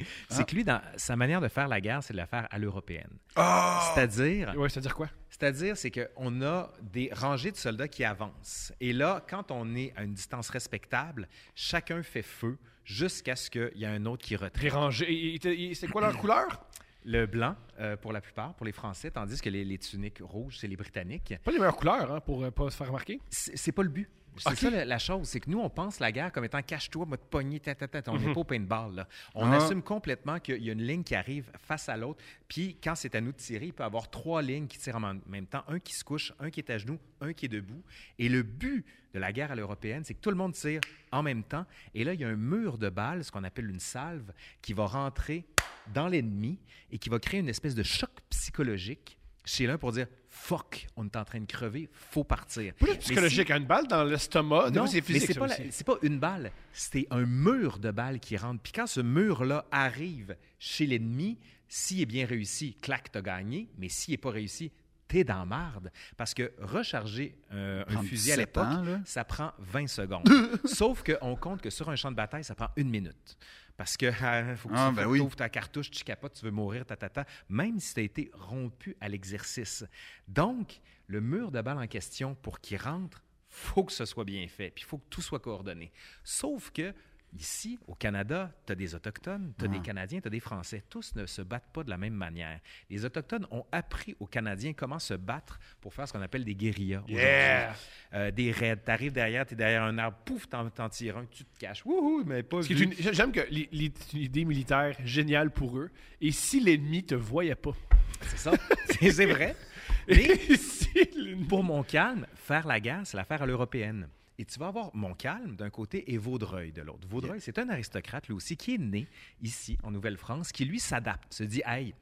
Ah. C'est que lui, dans sa manière de faire la guerre, c'est de la faire à l'européenne. Ah! C'est-à-dire, Ouais, c'est-à-dire quoi? C'est-à-dire, c'est qu'on a des rangées de soldats qui avancent. Et là, quand on est à une distance respectable, chacun fait feu jusqu'à ce qu'il y ait un autre qui Très retraite. rangé. Et- et- et- C'est quoi leur couleur? Le blanc, euh, pour la plupart, pour les Français, tandis que les, les tuniques rouges, c'est les Britanniques. Pas les meilleures couleurs, hein, pour euh, pas se faire remarquer. C'est c'est pas le but. C'est Ok. ça la, la chose, c'est que nous, on pense la guerre comme étant cache-toi, mode poignée, ta, ta, ta, ta. on n'est pas au paintball. Là. On Ah. assume complètement qu'il y a une ligne qui arrive face à l'autre, puis quand c'est à nous de tirer, il peut y avoir trois lignes qui tirent en même- même temps, un qui se couche, un qui est à genoux, un qui est debout. Et le but de la guerre à l'européenne, c'est que tout le monde tire en même temps, et là, il y a un mur de balles, ce qu'on appelle une salve, qui va rentrer dans l'ennemi et qui va créer une espèce de choc psychologique chez l'un pour dire « fuck, on est en train de crever, faut partir ». Pas juste Mais si- psychologique, à une balle dans l'estomac. des non, fois, c'est mais physique. c'est ça pas, la- aussi. c'est pas une balle, c'est un mur de balles qui rentre. Puis quand ce mur-là arrive chez l'ennemi, s'il est bien réussi, clac, t'as gagné. Mais s'il est pas réussi, t'es dans marde. Parce que recharger euh, un Prendre fusil à 17 l'époque, ans, là. ça prend 20 secondes. Sauf qu'on compte que sur un champ de bataille, ça prend une minute. Parce que euh, faut que Ah, tu ben oui. ouvres ta cartouche, tu capotes, tu veux mourir, ta, ta, ta, même si tu as été rompu à l'exercice. Donc, le mur de balle en question, pour qu'il rentre, faut que ce soit bien fait, puis il faut que tout soit coordonné. Sauf que ici, au Canada, tu as des Autochtones, tu as des Ah. Canadiens, tu as des Français. Tous ne se battent pas de la même manière. Les Autochtones ont appris aux Canadiens comment se battre pour faire ce qu'on appelle des guérillas. aujourd'hui. Yeah! Euh, des raids. Tu arrives derrière, tu es derrière un arbre, pouf, t'en, t'en tires un, tu te caches. Wouhou, mais pas Ce qui est vu. une- J'aime que l'i- l'i- c'est une idée militaire géniale pour eux. Et si l'ennemi te voyait pas? C'est ça. c'est, c'est vrai. Mais- Et si l'ennemi- Pour Montcalm, faire la guerre, c'est l'affaire à l'européenne. Et tu vas avoir Montcalm d'un côté et Vaudreuil de l'autre. Vaudreuil, c'est un aristocrate, lui aussi, qui est né ici, en Nouvelle-France, qui lui s'adapte, se dit Hey,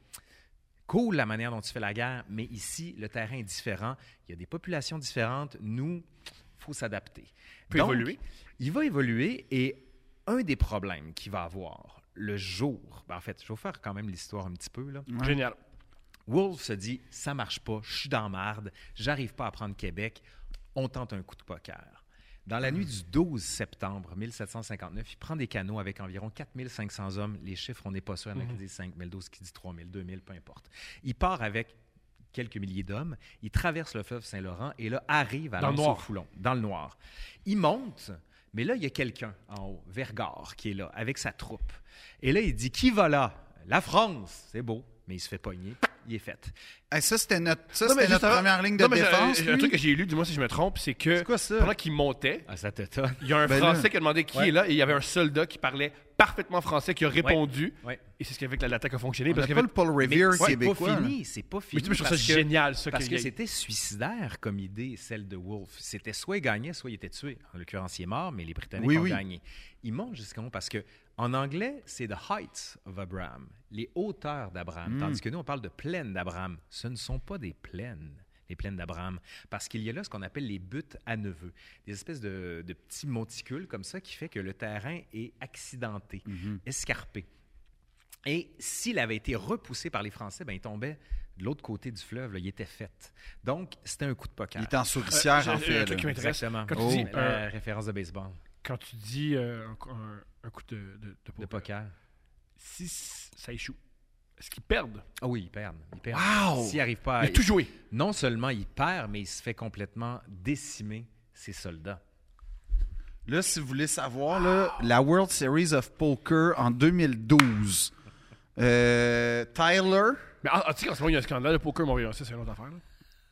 cool la manière dont tu fais la guerre, mais ici, le terrain est différent. Il y a des populations différentes. Nous, faut s'adapter. peut évoluer. Il va évoluer et un des problèmes qu'il va avoir le jour, ben, en fait, je vais vous faire quand même l'histoire un petit peu. Là. Génial. Wolfe se dit ça marche pas, je suis dans marde, j'arrive pas à prendre Québec, on tente un coup de poker. Dans la nuit du 12 septembre 1759, il prend des canots avec environ 4500 hommes. Les chiffres, on n'est pas sûr. Il y en a qui disent 5000, 12 qui disent 3000, 2000, peu importe. Il part avec quelques milliers d'hommes. Il traverse le fleuve Saint-Laurent et là arrive à Dans le Lanceau- noir. Foulon, dans le noir. Il monte, mais là, il y a quelqu'un en haut, Vergard, qui est là, avec sa troupe. Et là, il dit Qui va là La France C'est beau, mais il se fait pogner. Il est fait. Hey, ça, c'était notre, ça, Non, mais c'était juste notre avant- première ligne de non, mais j'ai- défense. j'ai Un lui. truc que j'ai lu, dis-moi si je me trompe, c'est que C'est quoi ça? pendant qu'il montait, Ah, ça te tonne. il y a un Ben là. Français qui a demandé qui Ouais. est là et il y avait un soldat qui parlait parfaitement français qui a répondu. Ouais. Et c'est ce qui a fait que l'attaque a fonctionné. On Parce n'a qu'il y Ah, pas avait... le Paul Mais Revere c'est pas québécois. là. fini, c'est pas Mais fini. tu vois, je trouve ça parce que- génial, ça. Parce qu'il que y a- c'était suicidaire comme idée, celle de Wolfe. C'était soit il gagnait, soit il était tué. En l'occurrence, il est mort, mais les Britanniques Oui, ont oui. gagné. Il monte jusqu'en haut parce que en anglais, c'est The Heights of Abraham, les hauteurs Hmm. d'Abraham. Tandis que nous, on parle de plaines d'Abraham. Ce ne sont pas des plaines, les plaines d'Abraham, parce qu'il y a là ce qu'on appelle les buttes à neveux, des espèces de, de petits monticules comme ça qui fait que le terrain est accidenté, escarpé. Et s'il avait été repoussé par les Français, ben, il tombait de l'autre côté du fleuve, là, il était fait. Donc, c'était un coup de poker. Il est en souricière, Euh, en j'ai- j'ai un fait. truc là. qui m'intéresse. Exactement. Quand tu Oh, dis la euh, un- référence de baseball, Quand tu dis euh, un, un- un coup de, de, de de poker, poker. si ça échoue, est-ce qu'ils perdent? Ah oui, ils perdent. Ils perdent. Wow! S'il n'arrive pas à... Il a tout joué. Non seulement il perd, mais il se fait complètement décimer ses soldats. Là, si vous voulez savoir, là, la World Series of Poker en 2012. Euh, Tyler, Mais ah, ah, tu sais qu'en ce moment, il y a un scandale de poker, mais on va- ça, c'est une autre affaire. là.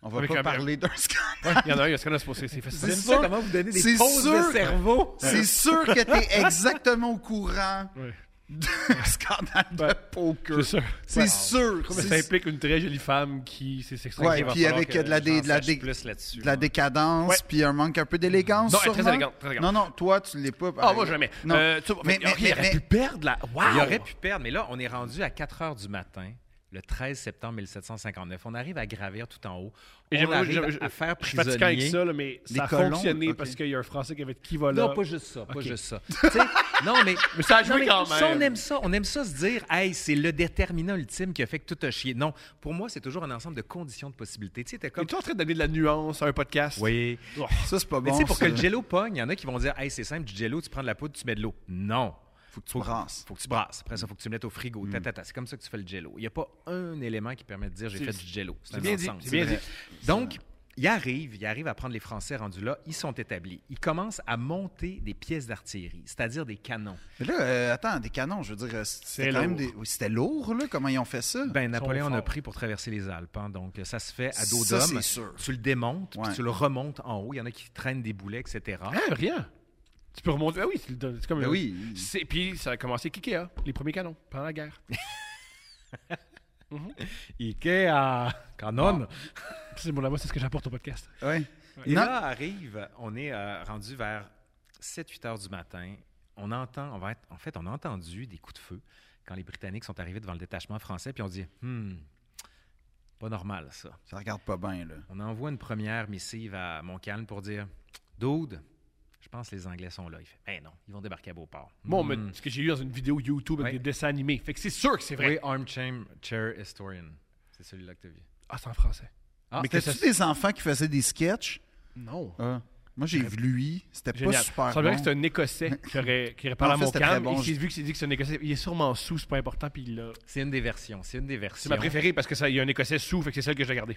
on va Avec pas la- parler d'un scandale. Il y en a un, il y a un scandale, c'est c'est facile. J'aime ça sûr- comment vous donnez des c'est pauses de sûr- cerveau. C'est sûr que tu es exactement au courant Ouais. d'un scandale de Ouais. poker. C'est sûr. C'est sûr. Mais ça C'est- implique une très jolie femme qui s'est s'extraire. Ouais, puis avec euh, de la dé- de la dé- plus là-dessus. de la décadence, Ouais. puis un manque un peu d'élégance. Non, elle est très sûrement. élégante, très élégante. Non, non, toi, tu l'es pas. par Ah, moi, exemple. jamais. Non. Euh, tu vois, Mais- fait- mais- il aurait mais- pu perdre la. Waouh! Il aurait pu perdre, mais là, on est rendu à 4 heures du matin, le 13 septembre 1759. On arrive à gravir tout en haut. Et on j'aimerais- arrive j'aimerais- à faire Je suis fatigué avec prisonnier. ça, là, mais Des ça a colons, fonctionné ok. parce qu'il y a un Français qui avait qui va là. Non, pas juste ça, pas Ok. juste ça. Tu sais, non, mais, Mais ça a joué non, mais quand ça, on même. aime ça, on aime ça se dire, hey, c'est le déterminant ultime qui a fait que tout a chié. Non, pour moi, c'est toujours un ensemble de conditions de possibilités. Tu sais, t'es comme. Es-tu en train de donner de la nuance à un podcast? Oui. Oh. Ça, c'est pas Mais bon. tu sais, pour ça. que le jello pogne, il y en a qui vont dire Hey, c'est simple, du jello, tu prends de la poudre, tu mets de l'eau. Non. Faut que tu brasses. Faut que tu brasses. Après ça, faut que tu le mettes au frigo. Hmm. Ta, ta, ta. C'est comme ça que tu fais le jello. Il n'y a pas un élément qui permet de dire j'ai C'est- fait du jello. C'est c'est un bien dit, ensemble. c'est bien vrai. dit. Donc, il arrive, il arrive à prendre les Français rendus là. Ils sont établis. Ils commencent à monter des pièces d'artillerie, c'est-à-dire des canons. Mais là, euh, attends, des canons, je veux dire, euh, c'était C'est quand même lourd. des. oui, c'était lourd, là, comment ils ont fait ça? Ben, Napoléon en a forts. pris pour traverser les Alpes. hein. donc, euh, ça se fait à dos Ça, d'homme. c'est sûr. Tu le démontes, puis Ouais. tu le remontes en haut. Il y en a qui traînent des boulets, etc. Ah, rien. Tu peux remonter. Ah oui, c'est le- c'est comme. Ben un- oui. C'est- Puis ça a commencé avec Ikea, les premiers canons, pendant la guerre. Ikea! Canon! C'est bon, là-bas, c'est ce que j'apporte au podcast. Ouais. Et Non. là arrive, on est euh, rendu vers 7-8 heures du matin. On entend, on va être- en fait, on a entendu des coups de feu quand les Britanniques sont arrivés devant le détachement français, puis on dit Hmm, pas normal ça. Ça regarde pas bien, là. On envoie une première missive à Montcalm pour dire Dude, je pense que les Anglais sont là. Il fait Mais non, ils vont débarquer à Beauport. Moi, on Hmm. Mm. me- ce que j'ai lu dans une vidéo YouTube avec Ouais. des dessins animés. Fait que c'est sûr que c'est vrai. Oui, Armchair Chair Historian. C'est celui-là que tu as vu. Ah, c'est en français. Ah, mais que C'était-tu ça- des enfants qui faisaient des sketchs? Non. Moi, j'ai vu lui. C'était pas Génial. super Il semblerait que bon. c'est un Écossais qui aurait, qui aurait parlé En fait, à mon c'était très cam. bon. et qui, vu que c'est dit que c'est un Écossais, il est sûrement sous, c'est pas important. Puis il l'a. C'est une des versions. C'est une des versions. C'est ma préférée parce que ça, il y a un Écossais sous, fait que c'est celle que j'ai gardée.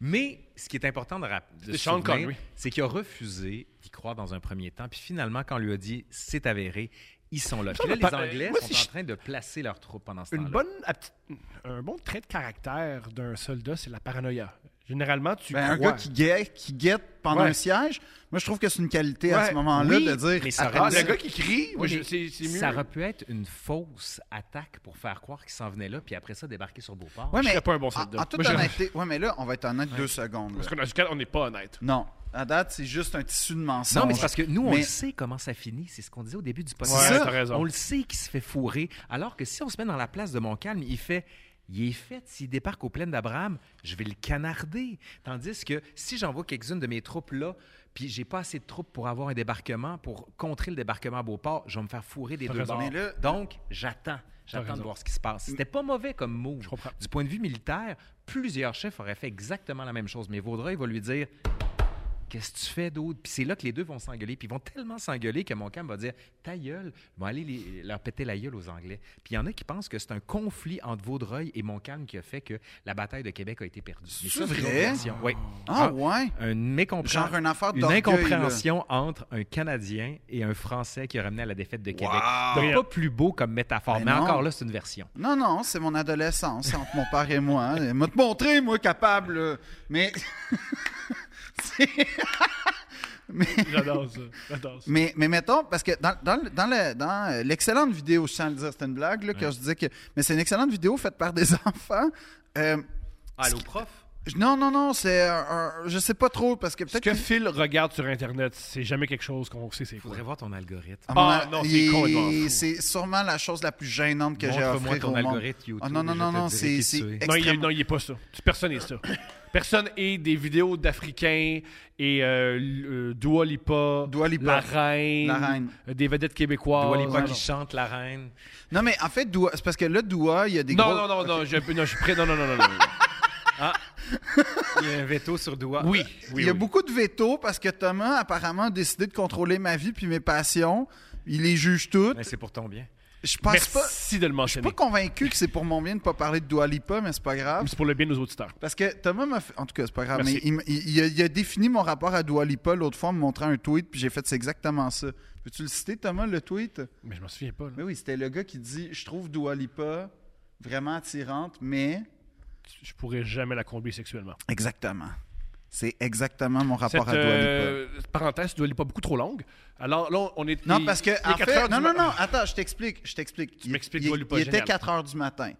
Mais ce qui est important de rappeler, C'est Sean Connery. c'est qu'il a refusé d'y croire dans un premier temps. Puis finalement, quand on lui a dit c'est avéré, ils sont là. Puis là, me par- les Anglais Moi, sont si en je- train de placer leurs troupes pendant ce Une temps-là. bonne, apti- un bon trait de caractère d'un soldat, c'est la paranoïa. Généralement, tu Ben, un crois. gars qui guette, qui guette pendant Ouais. un siège, moi, je trouve que c'est une qualité à Ouais. ce moment-là Oui, de dire. mais ça Ah, Ah, reste- le gars qui crie, moi, Oui, je- mais c'est c'est mieux. Ça aurait pu être une fausse attaque pour faire croire qu'ils s'en venaient là, puis après ça, débarquer sur Beauport. Ouais, Je mais serais pas un bon en- soldat. En, toute Moi, je- honnêteté, ouais, mais là, on va être honnête deux secondes. Parce là. qu'on a- jusqu'à- on n'est pas honnête. Non, à date, c'est juste un tissu de mensonge. Non, mais c'est parce que nous, on Mais- le sait comment ça finit. C'est ce qu'on disait au début du Ouais, podcast. ça. t'as raison. On le sait qu'il se fait fourrer. Alors que si on se met dans la place de Montcalm, il fait. Il est fait, s'il débarque aux plaines d'Abraham, je vais le canarder. Tandis que si j'envoie quelques-unes de mes troupes là, puis j'ai pas assez de troupes pour avoir un débarquement, pour contrer le débarquement à Beauport, je vais me faire fourrer des T'as deux raison. bords. Mais là- Donc, j'attends. J'attends de raison. voir ce qui se passe. C'était pas mauvais comme move. comprends. Du point de vue militaire, plusieurs chefs auraient fait exactement la même chose. Mais Vaudreuil va lui dire Qu'est-ce que tu fais d'autre? Puis c'est là que les deux vont s'engueuler. Puis ils vont tellement s'engueuler que mon cam va dire Ta gueule, ils vont aller les- leur péter la gueule aux Anglais. Puis il y en a qui pensent que c'est un conflit entre Vaudreuil et Montcalm qui a fait que la bataille de Québec a été perdue. Mais C'est ça, une autre vrai? version. Oui. Ah, Un- ouais. Un mécompréhension. Genre une affaire Une d'orgueil, incompréhension entre un Canadien et un Français qui a ramené à la défaite de Québec. Wow! Donc, pas plus beau comme métaphore, Mais mais non. encore là, c'est une version. Non, non, c'est mon adolescence entre mon père et moi. hein. Il m'a te montré, moi, capable. là. Mais. C'est- J'adore ça. J'adore ça. mais, mais mettons, parce que dans, dans, le- dans le- dans, euh, l'excellente vidéo, je tiens à le dire, c'était une blague, là, que je disais que. Mais c'est une excellente vidéo faite par des enfants. Euh, Allô, prof? je- non, non, non, c'est. un- un- je sais pas trop, parce que Ce peut-être. que Phil regarde sur Internet, c'est jamais quelque chose qu'on sait c'est Il quoi. faudrait voir ton algorithme. À mon Ah, a- non, c'est il- complètement fou. C'est sûrement la chose la plus gênante que j'ai à Montre-moi offrir ton au monde. algorithme YouTube. Ah, non, non, et je non, te non, dirai c'est qui c'est tu es. Non, il est- extrêmement- non, il est pas ça. Personne n'est ça. Personne est des vidéos d'Africains et euh, l- euh, Dua Lipa, Dua Lipa. La Reine, La Reine. euh, des vedettes Oh, québécoises. Dua Lipa Non, qui chante la reine. Non, mais en fait, Doua- c'est parce que là, Doua, il y a des Non, gros- non, non, non, je, non, je suis prêt. Non, non, non, non. non. Il y a un veto sur Doua. Oui, oui. il y a oui. beaucoup de veto parce que Thomas, apparemment, a décidé de contrôler ma vie puis mes passions. Il les juge toutes. Mais c'est pour ton bien. Je pense Merci pas... de le Je suis mentionner. pas convaincu que c'est pour mon bien de ne pas parler de Dua Lipa, mais c'est pas grave. C'est pour le bien de nos auditeurs. Parce que Thomas m'a fait... En tout cas, c'est pas grave, Merci. mais il, m- il- il a, il a défini mon rapport à Dua Lipa l'autre fois en me montrant un tweet, puis j'ai fait « c'est exactement ça ». Peux-tu le citer, Thomas, le tweet? Mais je m'en souviens pas. là. Mais oui, c'était le gars qui dit Je trouve Dua Lipa vraiment attirante, mais. Je pourrais jamais la combler sexuellement. Exactement. C'est exactement mon rapport Cette à Dua Lipa. euh, parenthèse Dua Lipa beaucoup trop longue. Alors là, on est. Non, il- parce que. il est En quatre fait, heures non, du non, matin. non, attends, je t'explique. Je t'explique. Il- m'expliques il- Dua Lipa, Il était génial. 4 heures du matin.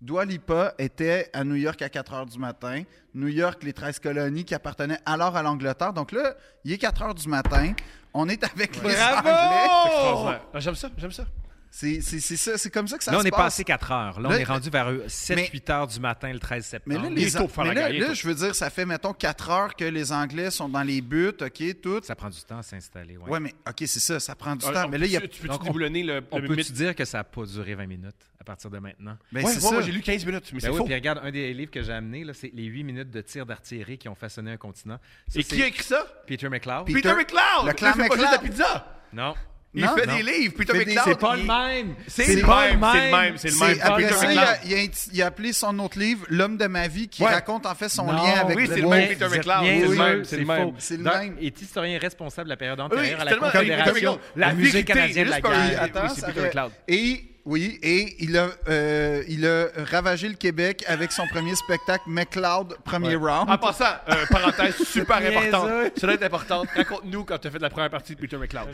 Dua Lipa était à New York à 4 heures du matin. New York, les 13 colonies qui appartenaient alors à l'Angleterre. Donc là, il est 4 heures du matin. On est avec les Anglais. Extraordinaire. Ah, J'aime ça, j'aime ça. C'est c'est- c'est ça, c'est comme ça que ça là, on se est passe. passé 4 heures. Là, Là, on est rendu vers 7-8 mais- heures du matin le 13 Mais septembre. là, Il les est An- tôt pour faire la mais là, guerre, il est là, tôt. je veux dire, ça fait, mettons, 4 heures que les Anglais sont dans les buts, OK, tout. Ça prend du temps à s'installer. ouais. Ouais, mais OK, c'est ça, ça prend du Ah, temps. on- Mais là, il y a. Tu, tu peux-tu Donc, on- déboulonner le, On le peut mythe? tu dire que ça n'a pas duré 20 minutes à partir de maintenant? Ben, Ouais, c'est ouais, ça. moi, j'ai lu 15 minutes, mais Ben c'est oui, faux. puis regarde, un des livres que j'ai amené, là, c'est Les 8 minutes de tir d'artillerie qui ont façonné un continent. Ça, Et c'est qui a écrit ça? Peter McLeod? Puis- Peter- Peter McLeod! le clan Il fait pas juste la McLeod. pizza! Non. Il Non, fait non. des livres, Peter Il fait des- McLeod! C'est pas il- le même! C'est C'est le pas même, c'est le même, c'est le C'est- même. Après Peter ça, il McLeod. a, il a inti- il a appelé son autre livre L'homme de ma vie, qui Ouais. raconte en fait son Non, lien avec oui, le c'est le bois. même Peter Vous êtes McLeod, niaiseux, c'est le même, c'est c'est le même. faux. C'est le Donc, même. Est historien responsable de la période Oui, antérieure à c'est la tellement- Confédération, la, musique vérité, canadienne de la juste par- Oui, Oui, guerre. attends, oui, c'est ça Peter aurait- McLeod. Et oui, et il a, euh, il a ravagé le Québec avec son premier spectacle McLeod premier round. En passant, euh, parenthèse super Niaiseux. importante. Cela est importante. Raconte-nous quand tu as fait la première partie de Peter McLeod.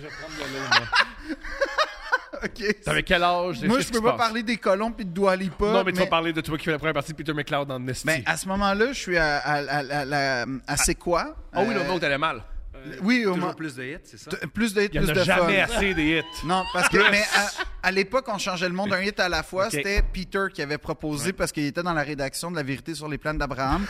OK. T'avais quel âge? Moi, Qu'est-ce qui je peux se pas passe? parler des colons puis de Dua Lipa, Non, mais, tu vas parler de toi qui fait la première partie de Peter McLeod dans Nesty. Ben, à ce moment-là, je suis à, à, à, à- à- à c'est quoi? Ah oui, le Euh, moment où t'allais mal. Oui, au moment. Toujours plus de hits, c'est ça? t- Plus de hits, Il n'y plus en de a jamais fun. assez des hits. Non, parce que mais à, à l'époque, on changeait le monde d'un hit à la fois. Ok. C'était Peter qui avait proposé parce qu'il était dans la rédaction de La vérité sur les plaines d'Abraham.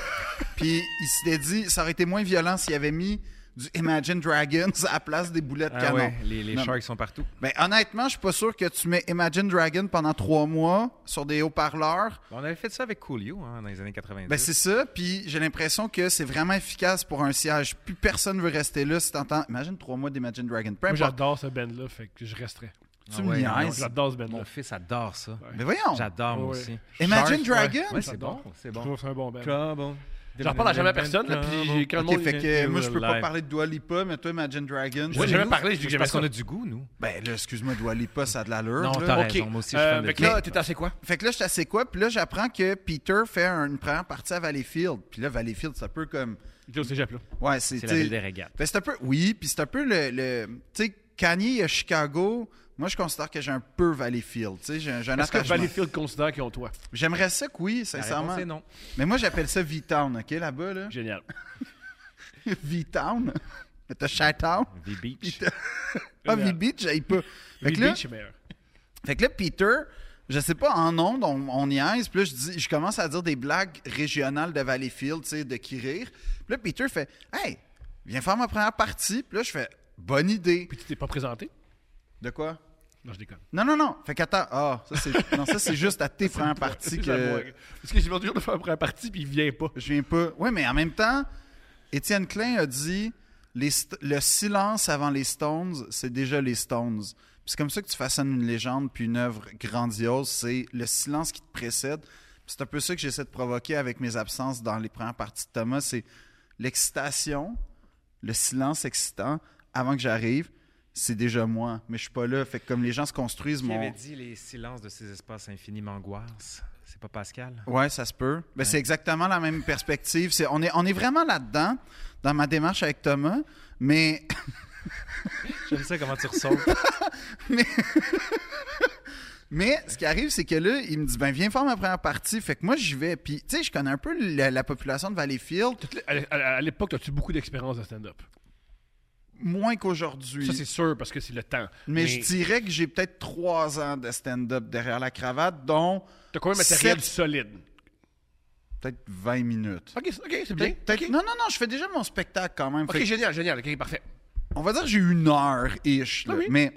Puis il s'était dit, ça aurait été moins violent s'il avait mis du Imagine Dragons à la place des boulettes Ah canon. ouais, les, les Non. sharks sont partout. Ben, honnêtement, je suis pas sûr que tu mets Imagine Dragon pendant trois mois sur des haut-parleurs. On avait fait ça avec Coolio hein, dans les années 90. Ben, c'est ça, puis j'ai l'impression que c'est vraiment efficace pour un siège. Plus personne veut rester là si t'entends. Imagine trois mois d'Imagine Dragon. Peu Moi, importe, j'adore ce band-là, fait que je resterai. tu Ah me ouais, Non, niaises. J'adore ce Mon band-là. fils adore ça. Ben, Mais voyons, J'adore, moi Ouais, ouais. aussi. Imagine Sharks, ouais. Dragon. Ouais, c'est j'adore. bon, c'est Je bon. trouve que c'est un bon band. Trouble. J'en reparle à jamais à personne, là, puis j'ai- quand le Ok, monde. fait que moi, je peux pas live. parler de Dua Lipa, mais toi, Imagine Dragon. J'ai c'est- jamais parlé, je dis que C'est j'aimais parce ça. qu'on a du goût, nous. Ben là, excuse-moi, Dua Lipa, ça a de l'allure. Non, là. t'as Ok. raison, moi aussi, je suis Euh, fan de Fait que Dua là, Lipa. t'es assez quoi? Fait que là, je sais quoi, puis là, j'apprends que Peter fait une première partie à Valleyfield. Puis là, Valleyfield, c'est un peu comme. J'étais au cégep, là. Ouais, c'est. C'est tu la sais, ville des régates. ben, c'est un peu. Oui, puis c'est un peu le. le- tu sais, Kanye à Chicago, moi, je considère que j'ai un peu Valleyfield. Tu sais, j'ai un j'ai un Est-ce que attachement. Valleyfield considère qu'ils ont toi? J'aimerais ça que oui, La réponse sincèrement. est non. Mais moi, j'appelle ça V-Town, OK, là-bas, là? Génial. V-Town? Mais t'as Chi-Town? V-Beach. Ah, Génial. V-Beach, j'aille pas. Fait que Valley là- Beach est meilleur. Fait que là, Peter, je sais pas, en ondes, on, on niaise. Puis là, je, dis, je commence à dire des blagues régionales de Valleyfield, tu sais, de qui rire. Puis là, Peter fait Hey, viens faire ma première partie. Puis là, je fais Bonne idée. Puis tu t'es pas présenté? De quoi Non, je déconne. Non, non, non. Fait qu'attends. Ah, ça, c'est, non, ça, c'est juste à tes premières parties C'est la que blague. Parce que j'ai vendu de faire la première partie, puis il vient pas. je viens pas. Oui, mais en même temps, Étienne Klein a dit les st- Le silence avant les Stones, c'est déjà les Stones. Puis c'est comme ça que tu façonnes une légende puis une œuvre grandiose. C'est le silence qui te précède. Puis c'est un peu ça que j'essaie de provoquer avec mes absences dans les premières parties de Thomas. C'est l'excitation, le silence excitant avant que j'arrive. C'est déjà moi, mais je suis pas là. Fait que comme les gens se construisent, Qui mon. avait dit les silences de ces espaces infinis m'angoissent? C'est pas Pascal? Ouais, ça se peut. Ben, C'est exactement la même perspective. C'est, on, est, on est vraiment là-dedans, dans ma démarche avec Thomas, mais, J'aime ça comment tu ressors. mais ce qui arrive, c'est que là, il me dit ben, Viens faire ma première partie. Fait que moi, j'y vais. Puis, tu sais, je connais un peu la, la population de Valleyfield, Toutes les- à- À à l'époque, as-tu beaucoup d'expérience de stand-up? moins qu'aujourd'hui. Ça, c'est sûr, parce que c'est le temps. mais, je dirais que j'ai peut-être trois ans de stand-up derrière la cravate, dont T'as combien de matériel Sept- solide? peut-être 20 minutes. Ok, ok, c'est bien. Peut-être- peut-être- Non, non, non, je fais déjà mon spectacle quand même. Ok, Fait que génial, génial. Ok, parfait. on va dire que j'ai une heure ish. là. Ah oui. Mais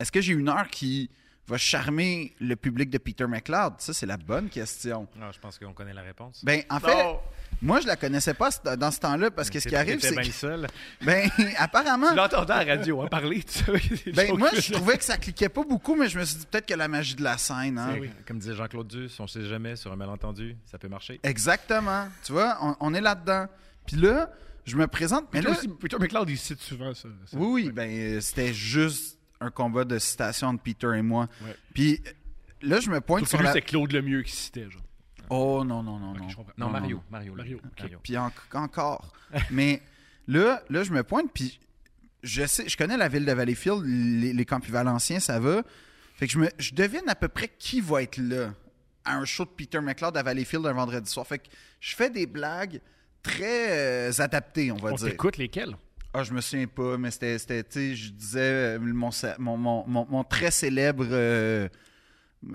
est-ce que j'ai une heure qui va charmer le public de Peter McLeod? Ça, c'est la bonne question. Ah, je pense qu'on connaît la réponse. Ben, en fait, Non! moi, je la connaissais pas ce- dans ce temps-là parce que ce qui arrive, c'est. bien que- seul. Ben, apparemment. Tu l'entendais à la radio, hein, parler. Tu savais que des Ben, jokes moi, que- je trouvais que ça cliquait pas beaucoup, mais je me suis dit peut-être que la magie de la scène. hein. Comme disait Jean-Claude Duss, on sait jamais sur un malentendu, ça peut marcher. Exactement. Tu vois, on, on est là-dedans. Puis là, je me présente. Mais Peter, là, aussi, Peter McLeod, il cite souvent ça. ça. Oui, oui, ben, euh, c'était juste un combat de citation entre Peter et moi. Ouais. Puis euh, là, je me pointe Sauf que sur lui, la... c'est Claude Lemieux qui citait, genre. Oh non, non, non, Ok, non. je comprends. Non, Mario. non. Hmm. Mario. là. Mario, ok. Puis en- encore. Mais là, là, je me pointe, puis je sais, je connais la ville de Valleyfield, les, les campus valenciens, ça va. Fait que je, me, je devine à peu près qui va être là à un show de Peter McLeod à Valleyfield un vendredi soir. Fait que je fais des blagues très euh, adaptées, on va On dire. t'écoute lesquels? Ah, je me souviens pas, mais c'était, c'était, tu sais, je disais euh, mon, sa- mon, mon, mon, mon très célèbre, euh,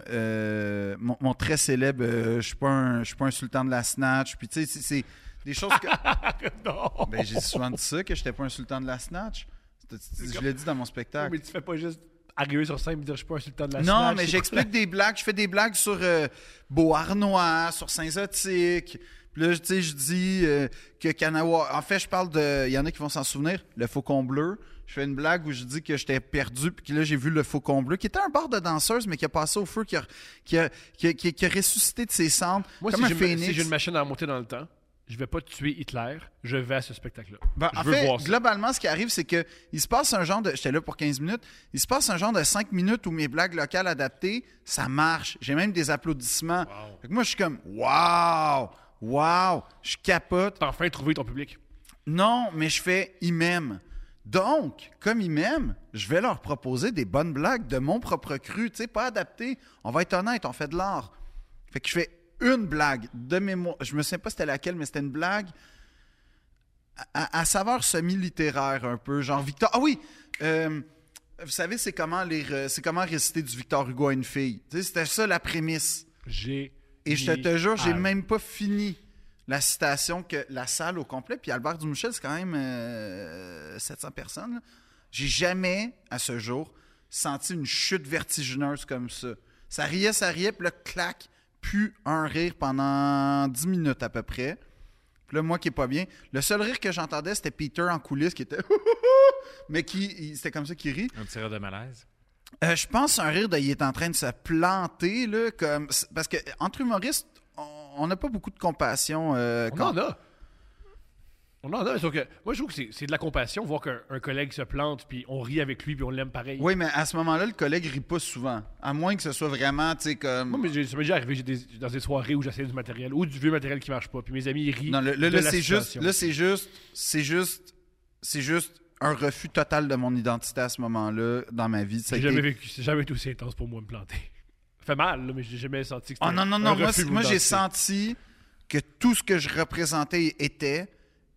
euh, mon, mon très célèbre, euh, je suis pas un, je suis pas un sultan de la snatch, puis tu sais, c'est, c'est des choses que, non! ben j'ai souvent dit ça que j'étais pas un sultan de la snatch. C'était- Je l'ai dit dans mon spectacle. Mais tu fais pas juste arriver sur scène et dire je suis pas un sultan de la Non, snatch, mais c'est j'explique des blagues. Je fais des blagues sur euh, Beauharnois, sur Saint-Zotique. Puis là, tu sais, je dis euh, que Kanawa. En fait, je parle de. Il y en a qui vont s'en souvenir, le Faucon Bleu. Je fais une blague où je dis que j'étais perdu, puis que là, j'ai vu le Faucon Bleu, qui était un bar de danseuse, mais qui a passé au feu, qui a, qui a, qui a- qui a- qui a ressuscité de ses cendres. Moi, comme si un j'ai, une, phénix. si j'ai une machine à remonter dans le temps, je vais pas tuer Hitler, je vais à ce spectacle-là. Ben, je en veux fait, voir ça. globalement, ce qui arrive, c'est que il se passe un genre de. J'étais là pour 15 minutes. Il se passe un genre de 5 minutes où mes blagues locales adaptées, ça marche. J'ai même des applaudissements. Fait que moi, je suis comme Waouh! Waouh! Je capote. T'as enfin trouvé ton public. Non, mais je fais ils m'aiment. Donc, comme ils m'aiment, je vais leur proposer des bonnes blagues de mon propre cru. Tu sais, pas adapté. On va être honnête, on fait de l'art. Fait que je fais une blague de mémoire. Je me souviens pas c'était laquelle, mais c'était une blague à, à saveur semi-littéraire un peu. Genre Victor. Ah oui! euh, vous savez, c'est comment, lire, euh, c'est comment réciter du Victor Hugo à une fille. Tu sais, c'était ça la prémisse. J'ai. Et je te, te jure, j'ai Ah, même pas fini la citation que la salle au complet. Puis Albert Dumichel, c'est quand même euh, 700 personnes. là. J'ai jamais, à ce jour, senti une chute vertigineuse comme ça. Ça riait, ça riait, puis là, clac, puis un rire pendant 10 minutes à peu près. Puis là, moi qui est pas bien, le seul rire que j'entendais, c'était Peter en coulisses qui était mais qui, il- c'était comme ça qu'il rit. Un petit rire de malaise. Euh, je pense un rire de il est en train de se planter là, comme c'est- parce que entre humoristes, on- on n'a pas beaucoup de compassion euh, On quand en a. On en a, mais sauf que moi, je trouve que c'est- c'est de la compassion, voir qu'un un collègue se plante, puis on rit avec lui, puis on l'aime pareil. Oui, mais à ce moment-là, le collègue rit pas souvent, à moins que ce soit vraiment, tu sais comme Moi, mais j'ai- ça m'est déjà arrivé j'ai des- dans des soirées où j'essaie du matériel ou du vieux matériel qui marche pas, puis mes amis ils rient. Non, le- le- de là, la c'est juste, situation. là, c'est juste, c'est juste, c'est juste un refus total de mon identité à ce moment-là dans ma vie. Ça a J'ai été- jamais vécu, c'est jamais été aussi intense pour moi me planter. Ça fait mal, là, mais j'ai jamais senti que c'était. Oh non, non, un non, moi, refus c'est- moi, de j'ai danser. senti que tout ce que je représentais et était,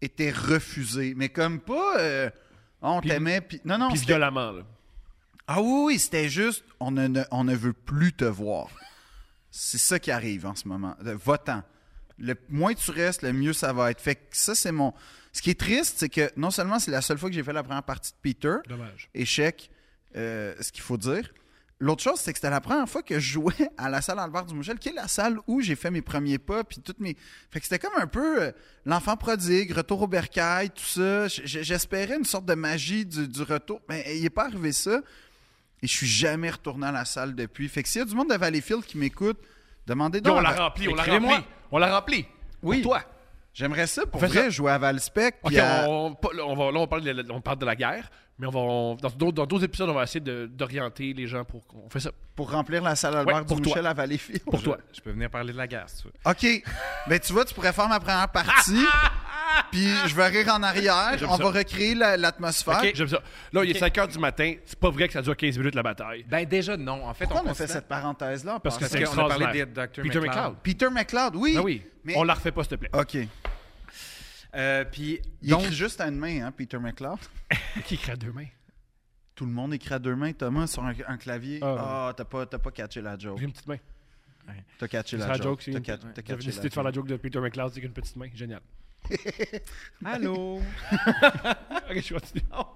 était refusé. Mais comme pas, euh, on Puis- t'aimait, puis... Non, non, Puis c'était- violemment, là. Ah oui, oui, c'était juste, on ne, ne- on ne veut plus te voir. C'est ça qui arrive en ce moment. Euh, Va-t'en. Le moins tu restes, le mieux ça va être. Fait que ça, c'est mon. Ce qui est triste, c'est que non seulement c'est la seule fois que j'ai fait la première partie de Peter, Dommage. échec, euh, ce qu'il faut dire. L'autre chose, c'est que c'était la première fois que je jouais à la salle Albert Dumouchel, qui est la salle où j'ai fait mes premiers pas, puis toutes mes. Fait que c'était comme un peu euh, l'enfant prodigue, retour au bercail, tout ça. J- j- J'espérais une sorte de magie du, du retour, mais il n'est pas arrivé ça. Et je suis jamais retourné à la salle depuis. Fait que s'il y a du monde de Valleyfield qui m'écoute, demandez Puis donc. on à- l'a rempli, on l'a Écrivez-moi. rempli. On l'a rempli. Oui. Pour toi. J'aimerais ça pour On fait vrai ça. jouer à Valspec. Ok, puis à- on, pas- là, on va, là, on parle, de, la- on parle de la guerre, mais on va, on- dans d'autres dans d'autres épisodes, on va essayer de- d'orienter les gens pour. qu'on fait ça. pour remplir la salle Albert Ouais, pour Dumouchel toi. à Valleyfield. Pour toi. Je peux venir parler de la guerre, si tu veux. OK. Ben, tu vois, tu pourrais faire ma première partie. Puis je vais rire en arrière. J'aime On ça. va recréer la- l'atmosphère. Ok, j'aime ça. Là, il est 5 h du matin. C'est pas vrai que ça dure 15 minutes la bataille. Ben déjà, non. En fait, Pourquoi on, a fait considère- cette parenthèse-là? en Parce que passant? c'est Parce qu'on a parlé extraordinaire. des Dr. Peter McLeod. McLeod. Peter McLeod, oui. Ben oui. Mais- On la refait pas, s'il te plaît. OK. Euh, puis, Il donc, écrit juste à une main, hein, Peter McLeod. Ah. Qui écrit à deux mains Tout le monde écrit à deux mains, Thomas, sur un, un clavier. Ah, ouais. Ah, t'as pas, t'as pas catché la joke. J'ai une petite main. T'as catché C'est Oh. la, la joke, joke. c'est T'as une- ca- t'as J'avais catché décidé de faire la joke de Peter McLeod, c'est qu'une petite main. Génial. allô? Ok, je continue. Non.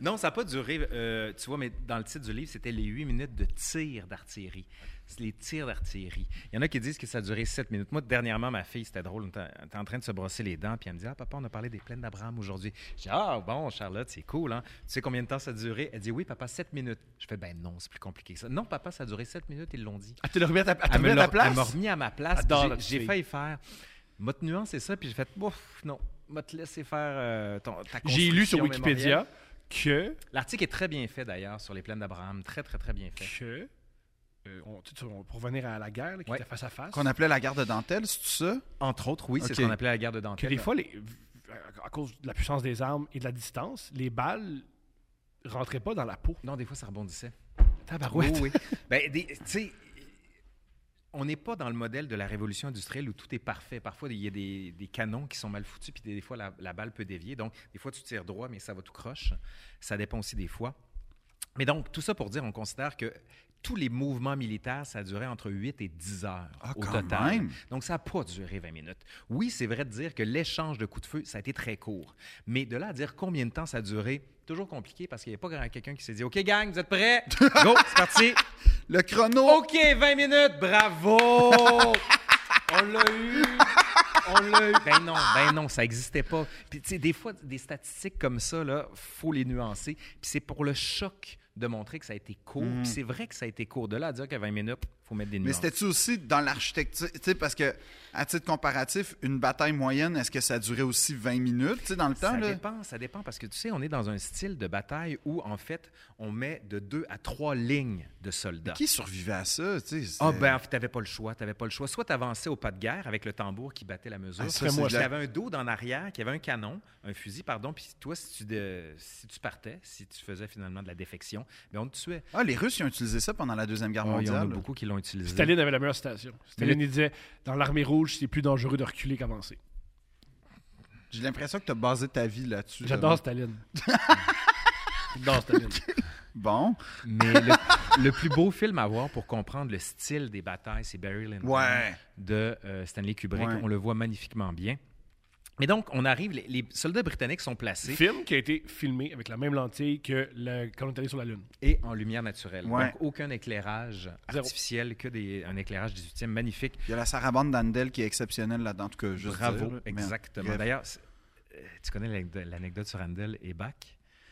Non, ça n'a pas duré. euh, tu vois, mais dans le titre du livre, c'était les huit minutes de tir d'artillerie. C'est les tirs d'artillerie. Il y en a qui disent que ça a duré sept minutes. Moi, dernièrement, ma fille, c'était drôle, on était on était en train de se brosser les dents, puis elle me dit Ah, papa, on a parlé des plaines d'Abraham aujourd'hui. Je dis Ah, bon, Charlotte, c'est cool, hein. Tu sais combien de temps ça a duré Elle dit Oui, papa, sept minutes. Je fais Ben non, c'est plus compliqué que ça. Non, papa, ça a duré sept minutes, ils l'ont dit. Ah, tu l'as remis à ta, à Elle me à l'a- ta place Elle m'a remis à ma place. Adore puis la petite J'ai j'ai fille. failli faire. M'a nuance, c'est ça, puis j'ai fait Bouf, non, m'a te laisser faire euh, ton, ta J'ai lu sur construction mémorielle. Wikipédia que. L'article est très bien fait d'ailleurs sur les plaines d'Abraham, très très très bien fait. que euh, on- tu sais, on- pour revenir à la guerre, là, qui Ouais. était face à face, Qu'on appelait la garde de dentelle, c'est ça? Entre autres, oui, c'est Ok. ce qu'on appelait la guerre de que dentelle. des fois, les- à- à cause de la puissance des armes et de la distance, les balles rentraient pas dans la peau. Non, des fois ça rebondissait. Tabarouette. Oui, oui. Ben, des- tu sais, on n'est pas dans le modèle de la révolution industrielle où tout est parfait. Parfois, il y a des, des canons qui sont mal foutus, puis des, des fois, la, la balle peut dévier. Donc, des fois, tu tires droit, mais ça va tout croche. Ça dépend aussi des fois. Mais donc, tout ça pour dire, on considère que tous les mouvements militaires, ça a duré entre 8 et 10 heures Ah, au quand total. même! Donc, ça n'a pas duré 20 minutes. Oui, c'est vrai de dire que l'échange de coups de feu, ça a été très court. Mais de là à dire combien de temps ça a duré, toujours compliqué parce qu'il n'y a pas grand- quelqu'un qui s'est dit OK, gang, vous êtes prêts? Go, c'est parti. Le chrono! Oh! OK, 20 minutes, bravo! On l'a eu! On l'a eu! Ben non, ben non, ça n'existait pas. Puis, tu sais, des fois, des statistiques comme ça, là, faut les nuancer. Puis c'est pour le choc de montrer que ça a été court. Puis c'est vrai que ça a été court. De là à dire que 20 minutes, faut mettre des Hmm. Mais nuances. c'était-tu aussi dans l'architecture? Tu sais, parce que, à titre comparatif, une bataille moyenne, est-ce que ça durait aussi 20 minutes, tu sais, dans le temps? Ça là? dépend, ça dépend, parce que tu sais, on est dans un style de bataille où, en fait, on met de deux à trois lignes de soldats. Qui survivait à ça? tu sais, Ah c'est- ben, en fait, t'avais pas le choix, t'avais pas le choix. Soit t'avançais au pas de guerre avec le tambour qui battait la mesure. Ah, ça, Soit c'est de la- t'avais un dos dans l'arrière qui avait un canon, un fusil, pardon. Puis toi, si tu, de- si tu partais, si tu faisais finalement de la défection, ben on te tuait. Oh, Ah, les Russes, ils ont utilisé ça pendant la Deuxième Guerre Ah, il y en a mondiale. beaucoup qui l'ont utilisé. Staline avait la meilleure citation. Staline il disait Dans l'armée rouge, c'est plus dangereux de reculer qu'avancer. J'ai l'impression que tu as basé ta vie là-dessus. J'adore Thomas. Staline. J'adore Staline. Bon. Mais le, le plus beau film à voir pour comprendre le style des batailles, c'est Barry Lyndon Ouais. de euh, Stanley Kubrick. Ouais. On le voit magnifiquement bien. Mais donc, on arrive, les, les soldats britanniques sont placés Film qui a été filmé avec la même lentille que le- quand on est allé sur la Lune. et en lumière naturelle. Ouais. Donc, aucun éclairage Zéro. artificiel, que des, un éclairage 18e magnifique. Il y a la sarabande d'Andel qui est exceptionnelle là-dedans. En tout cas, juste Bravo, dire, là. Mais- exactement. bref. D'ailleurs, c'est- euh, tu connais l'anecdote- l'anecdote sur Handel et Bach?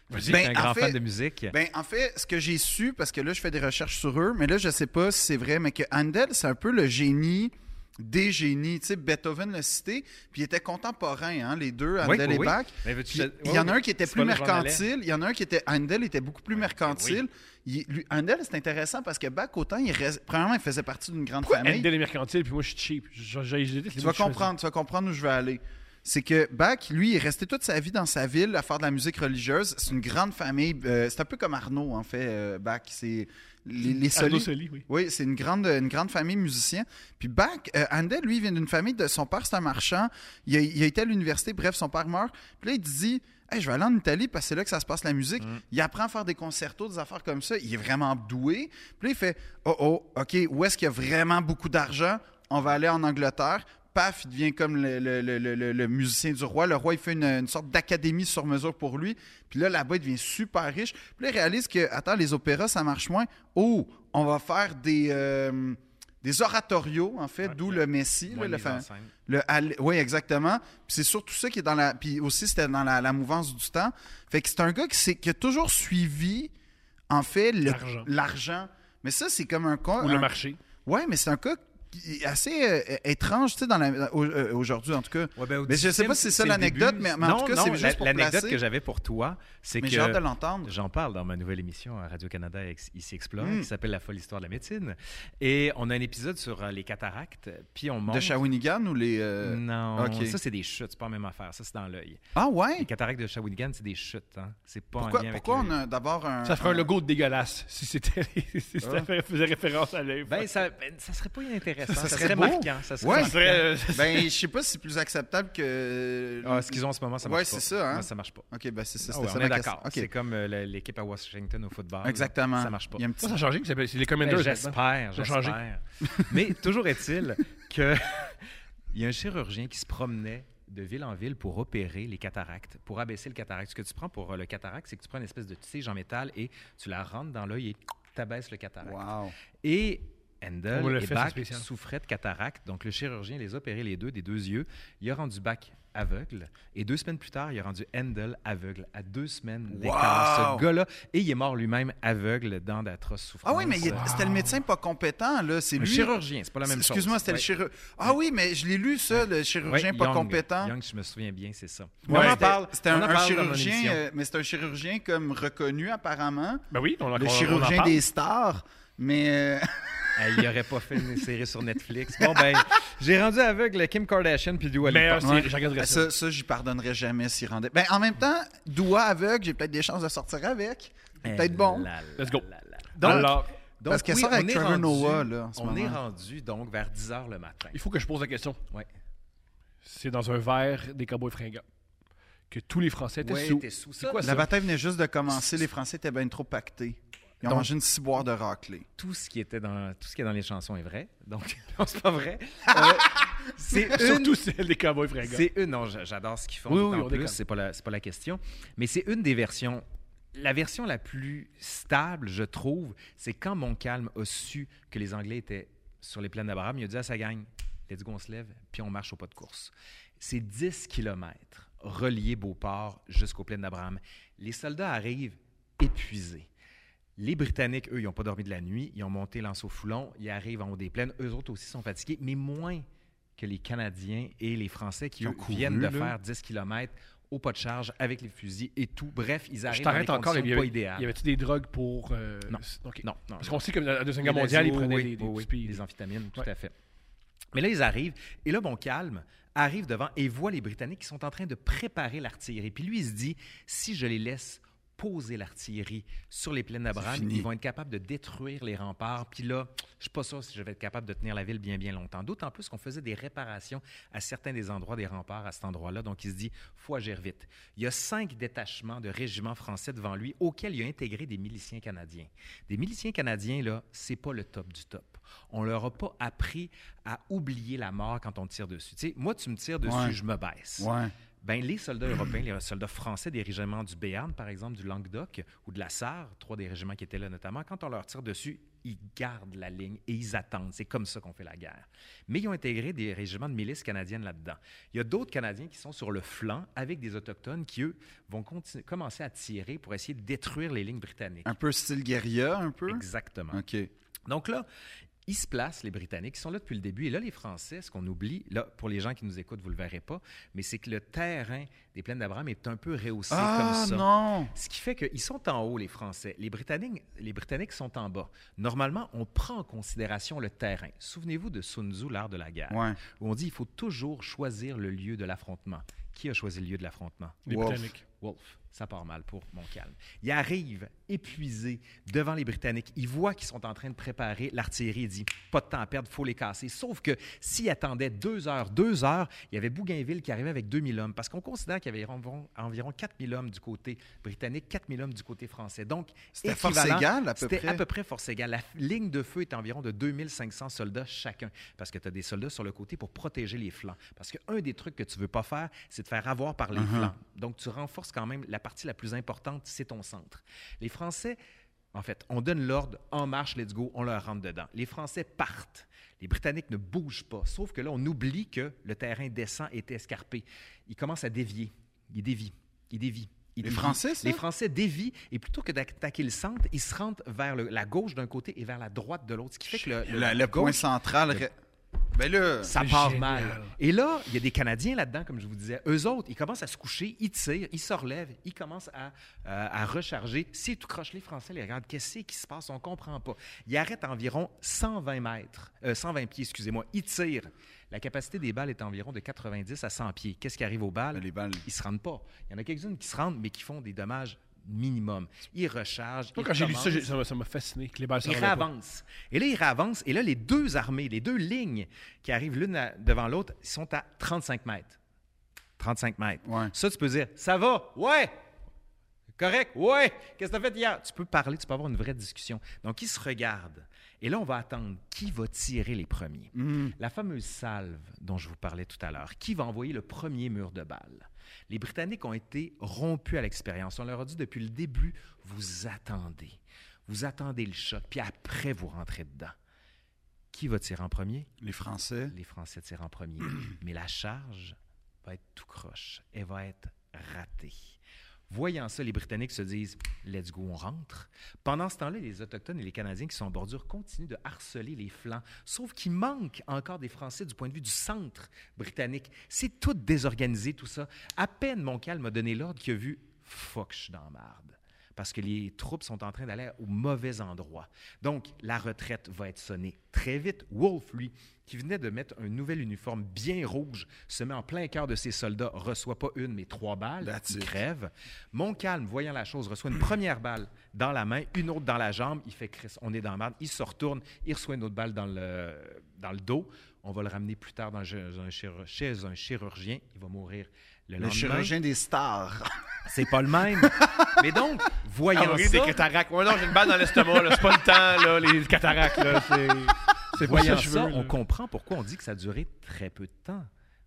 Tu Vas-y. dis que t'es un Ben, en grand fan fait- de musique. Ben, en fait, ce que j'ai su, parce que là, je fais des recherches sur eux, mais là, je sais pas si c'est vrai, mais que Handel, c'est un peu le génie des génies. Tu sais, Beethoven l'a cité, puis ils étaient contemporains, hein, les deux, Oui, Handel oui, et oui. Bach. Ben, Puis, veux-tu te- il ouais, y en a ouais. un qui était C'est plus pas là que j'en allais. mercantile, il y en a un qui était. Handel était beaucoup plus ben mercantile. Il- lui, Handel, c'est intéressant parce que Bach, autant, il reste- premièrement, il faisait partie d'une grande famille. Handel est mercantile, puis moi, je suis cheap. Je- je- je- Tu vas comprendre, tu vas comprendre où je vais aller. C'est que Bach, lui, il est resté toute sa vie dans sa ville à faire de la musique religieuse. C'est une grande famille. euh, c'est un peu comme Arnaud, en fait, euh, Bach. C'est les, les Arnaud solis- Soli, oui. oui, c'est une grande, une grande famille musicien. Puis Bach, euh, Handel, lui, vient d'une famille de. Son père, c'est un marchand. Il a, il a été à l'université. Bref, son père meurt. Puis là, il dit Hey, Je vais aller en Italie parce que c'est là que ça se passe la musique. Il apprend à faire des concertos, des affaires comme ça. Il est vraiment doué. Puis là, il fait Oh, oh, OK, où est-ce qu'il y a vraiment beaucoup d'argent On va aller en Angleterre. Paf, il devient comme le, le- le- le- le- le musicien du roi. Le roi, il fait une, une sorte d'académie sur mesure pour lui. Puis là, là-bas, il devient super riche. Puis là, il réalise que, attends, les opéras, ça marche moins. Oh, on va faire des, euh, des oratorios, en fait, d'où le Messie. Moins là, le mise en fa- scène. le all- oui, exactement. Puis c'est surtout ça qui est dans la. Puis aussi, c'était dans la, la mouvance du temps. Fait que c'est un gars qui, s'est- qui a toujours suivi, en fait, le- L'argent. l'argent. Mais ça, c'est comme un cas. Ou le un- marché. Ouais, mais c'est un cas qui est assez euh, étrange, tu sais, dans la- au- euh, aujourd'hui, en tout cas. Ouais, ben, au Mais je sais 18e, pas si c'est ça l'anecdute, le mais- début. mais en Non, tout cas, non, c'est juste la- pour L'anecdote placer. que j'avais pour toi, c'est Mais que. j'ai euh, hâte de l'entendre. J'en parle dans ma nouvelle émission à Radio-Canada ex- Ici Explore, Mm. qui s'appelle La folle histoire de la médecine. Et on a un épisode sur euh, les cataractes, puis on montre. De Shawinigan ou les. euh, Non, ok. ça c'est des chutes, c'est pas la même affaire, ça c'est dans l'œil. Ah Les ouais? cataractes de Shawinigan, c'est des chutes, hein. C'est pas en Pourquoi, lien avec pourquoi on l'œil. a d'abord un. Ça ferait un un- logo de dégueulasse si c'était si ça fait- faisait référence à l'œil. Ben ça, ben, ça serait pas inintéressant, ça, Ça serait, serait beau. marquant, ça serait Ouais. Ça marquant. serait, euh, Ben, je sais pas si c'est plus acceptable que. Ah, ce qu'ils ont en ce moment, ça Ouais, marche pas. c'est ça, hein? Non, ça marche pas. Ok, ben c'est ça. Ah c'était ouais, ça on est la question. d'accord. Ok. C'est comme euh, le- l'équipe à Washington au football. Exactement. Ça marche pas. Il y a un Ça, petit ça a changé. ça s'appelle- C'est les Ben, Commanders. maintenant. j'espère, Ils ont changé. j'espère. Mais toujours est-il que il y a un chirurgien qui se promenait de ville en ville pour opérer les cataractes, pour abaisser le cataracte. Ce que tu prends pour euh, le cataracte, c'est que tu prends une espèce de tige en métal et tu la rentres dans l'œil et t'abaisses le cataracte. Wow. Et On Handel le et fait, Bach c'est spécial. souffraient de cataracte, donc le chirurgien les a opérés les deux des deux yeux. Il a rendu Bach aveugle et deux semaines plus tard, il a rendu Handel aveugle à deux semaines d'écart. Wow! Ce gars-là, et il est mort lui-même aveugle dans d'atroces souffrances. Ah oui, mais il est- c'était le médecin pas compétent, là. C'est le lui. chirurgien, c'est pas la même chose. Excuse-moi, c'était le chirurgien. Ah oui, mais je l'ai lu, ça, le chirurgien pas compétent. Young, je me souviens bien, c'est ça. Ouais. On en C'était- parle. C'était on un, en un parle dans mon chirurgien, émission. euh, mais c'est un chirurgien comme reconnu apparemment. Ben oui, on a Le on- on en chirurgien parle. des stars. Mais euh, Ah, il aurait pas fait une série sur Netflix. Bon, ben, j'ai rendu aveugle Kim Kardashian puis Dua Lipa. Mais euh, Ouais. Ben, c'est- je regarderais ça. ça, ça j'y pardonnerais jamais s'il rendait. Ben, en même temps, doigt aveugle, j'ai peut-être des chances de sortir avec. C'est Peut-être bon. Eh Là, là, Let's go. là, là. Donc, Donc, Parce qu'elle sort on avec est Trevor rendu- Noah, là, en ce on moment. est rendu, donc, vers 10 h le matin. il faut que je pose la question. Ouais. C'est dans un verre des cowboys fringants que tous les Français étaient Ouais, sous. t'es sous C'est ça. quoi La ça? bataille venait juste de commencer. Les Français étaient bien trop pactés. Ils ont Donc- mangé une ciboire de raclée. Tout ce qui était dans tout ce qui est dans les chansons est vrai. Donc, non, c'est pas vrai. Euh, c'est une Surtout celle des cowboys fringants. C'est une, non, j'a- j'adore ce qu'ils font. Oui, d'autant oui, on plus, déconne. c'est pas, la- c'est pas la question. Mais c'est une des versions. La version la plus stable, je trouve, c'est quand Montcalm a su que les Anglais étaient sur les plaines d'Abraham, il a dit à sa gang Let's go, on se lève, puis on marche au pas de course. C'est 10 kilomètres reliés Beauport jusqu'aux plaines d'Abraham. Les soldats arrivent épuisés. Les Britanniques, eux, ils n'ont pas dormi de la nuit. Ils ont monté l'anse au foulon. Ils arrivent en haut des plaines. Eux autres aussi sont fatigués, mais moins que les Canadiens et les Français qui, Qui ont eux, couru, viennent de là. faire 10 km au pas de charge avec les fusils et tout. Bref, ils Je arrivent dans des t'arrête encore. conditions Il y pas avait, idéales. il y avait-tu des drogues pour. euh, Non. s- ok. Non, non. Parce non. qu'on sait que dans la Deuxième Guerre Les mondiale, ils lazos, prenaient oui, des, des oui, oui, speed. des amphétamines, tout Ouais. à fait. Mais là, ils arrivent, et là, bon calme, arrive devant et voit les Britanniques qui sont en train de préparer l'artillerie. Puis lui, il se dit, si je les laisse poser l'artillerie sur les plaines d'Abraham. fini. Ils vont être capables de détruire les remparts. Puis là, je suis pas sûr si je vais être capable de tenir la ville bien, bien longtemps. D'autant plus qu'on faisait des réparations à certains des endroits des remparts à cet endroit-là. Donc, il se dit, faut agir vite. Il y a cinq détachements de régiments français devant lui auxquels il a intégré des miliciens canadiens. Des miliciens canadiens, là, c'est pas le top du top. On leur a pas appris à oublier la mort quand on tire dessus. Tu sais, moi, tu me tires dessus, Ouais. je me baisse. Ouais. Ben, les soldats européens, les soldats français des régiments du Béarn, par exemple, du Languedoc ou de la Sarre, trois des régiments qui étaient là notamment, quand on leur tire dessus, ils gardent la ligne et ils attendent. C'est comme ça qu'on fait la guerre. Mais ils ont intégré des régiments de milices canadiennes là-dedans. Il y a d'autres Canadiens qui sont sur le flanc avec des Autochtones qui, eux, vont continu- commencer à tirer pour essayer de détruire les lignes britanniques. Un peu style guérilla, un peu. Exactement. OK. Donc là, ils se placent, les Britanniques, ils sont là depuis le début. Et là, les Français, ce qu'on oublie, là, pour les gens qui nous écoutent, vous ne le verrez pas, mais c'est que le terrain des plaines d'Abraham est un peu rehaussé Ah comme ça. non! Ce qui fait qu'ils sont en haut, les Français. Les Britanniques, les Britanniques sont en bas. Normalement, on prend en considération le terrain. Souvenez-vous de Sun Tzu, l'art de la guerre, Ouais. où on dit il faut toujours choisir le lieu de l'affrontement. Qui a choisi le lieu de l'affrontement? Les Wolf. Britanniques. Wolf, ça part mal pour Montcalm. Il arrive épuisé devant les Britanniques. Il voit qu'ils sont en train de préparer l'artillerie. Il dit pas de temps à perdre, faut les casser. Sauf que s'il attendait deux heures, deux heures, il y avait Bougainville qui arrivait avec 2000 hommes parce qu'on considère qu'il y avait environ, environ 4000 hommes du côté britannique, 4000 hommes du côté français. Donc, C'était force équivalent- égale, à peu c'était près. à peu près force égale. La f- ligne de feu est environ de 2500 soldats chacun, parce que tu as des soldats sur le côté pour protéger les flancs. Parce qu'un des trucs que tu veux pas faire, c'est de faire avoir par les Uh-huh. flancs. Donc, tu renforces quand même la partie la plus importante, c'est ton centre. Les Français, en fait, on donne l'ordre, en marche, let's go, on leur rentre dedans. Les Français partent. Les Britanniques ne bougent pas. Sauf que là, on oublie que le terrain descend et est escarpé. Ils commencent à dévier. Ils dévient. Ils dévient. Ils Les dévient. Français, ça? Les Français dévient et plutôt que d'attaquer le centre, ils se rendent vers le- la gauche d'un côté et vers la droite de l'autre. Ce qui fait que le, le- Le, le gauche, point central. le- re- Ben là, ça C'est part génial. mal. Et là, il y a des Canadiens là-dedans, comme je vous disais. Eux autres, ils commencent à se coucher, ils tirent, ils se relèvent, ils commencent à, euh, à recharger. C'est tout croche. Les Français les regardent. Qu'est-ce qui se passe? On comprend pas. Ils arrêtent environ 120 mètres, euh, 120 pieds, excusez-moi. Ils tirent. La capacité des balles est environ de 90 à 100 pieds. Qu'est-ce qui arrive aux balles? ben les balles. Ils se rendent pas. Il y en a quelques-unes qui se rendent, mais qui font des dommages minimum. Ils rechargent. Moi, ils quand j'ai lu recommencent. ça, j'ai- ça m'a- ça m'a fasciné que les balles se Ils rendaient pas. réavancent. Et là, ils réavancent. Et là, les deux armées, les deux lignes qui arrivent l'une à- devant l'autre, ils sont à 35 mètres. 35 mètres. Ouais. Ça, tu peux dire, ça va, ouais, correct, ouais, qu'est-ce que t'as fait hier? Tu peux parler, tu peux avoir une vraie discussion. Donc, ils se regardent. Et là, on va attendre qui va tirer les premiers. La fameuse salve dont je vous parlais tout à l'heure, qui va envoyer le premier mur de balle? Les Britanniques ont été rompus à l'expérience. On leur a dit depuis le début, vous attendez. Vous attendez le choc, puis après, vous rentrez dedans. Qui va tirer en premier? Les Français. les Français tirent en premier. Mais la charge va être tout croche. Elle va être ratée. Voyant ça, les Britanniques se disent Let's go, on rentre. Pendant ce temps-là, les Autochtones et les Canadiens qui sont en bordure continuent de harceler les flancs, sauf qu'il manque encore des Français du point de vue du centre britannique. C'est tout désorganisé, tout ça. À peine Montcalm a donné l'ordre qu'il a vu Fuck, je suis dans la marde parce que les troupes sont en train d'aller au mauvais endroit. Donc, la retraite va être sonnée très vite. Wolfe, lui, qui venait de mettre un nouvel uniforme bien rouge, se met en plein cœur de ses soldats, reçoit pas une, mais trois balles, That's il it. crève. Montcalm, voyant la chose, reçoit une première balle dans la main, une autre dans la jambe, il fait Chris, on est dans la merde, il se retourne, il reçoit une autre balle dans le, dans le dos. On va le ramener plus tard dans un chir- chez un chirurgien, il va mourir le, Le lendemain. chirurgien des stars. C'est pas le même. mais donc, Ah, voyant oui, des ça... cataractes. Ouais, non, j'ai une balle dans l'estomac, là. C'est pas le temps, là, les cataractes, là. C'est, c'est pas ça Voyant que je veux. ça, là. on comprend pourquoi on dit que ça a duré très peu de temps.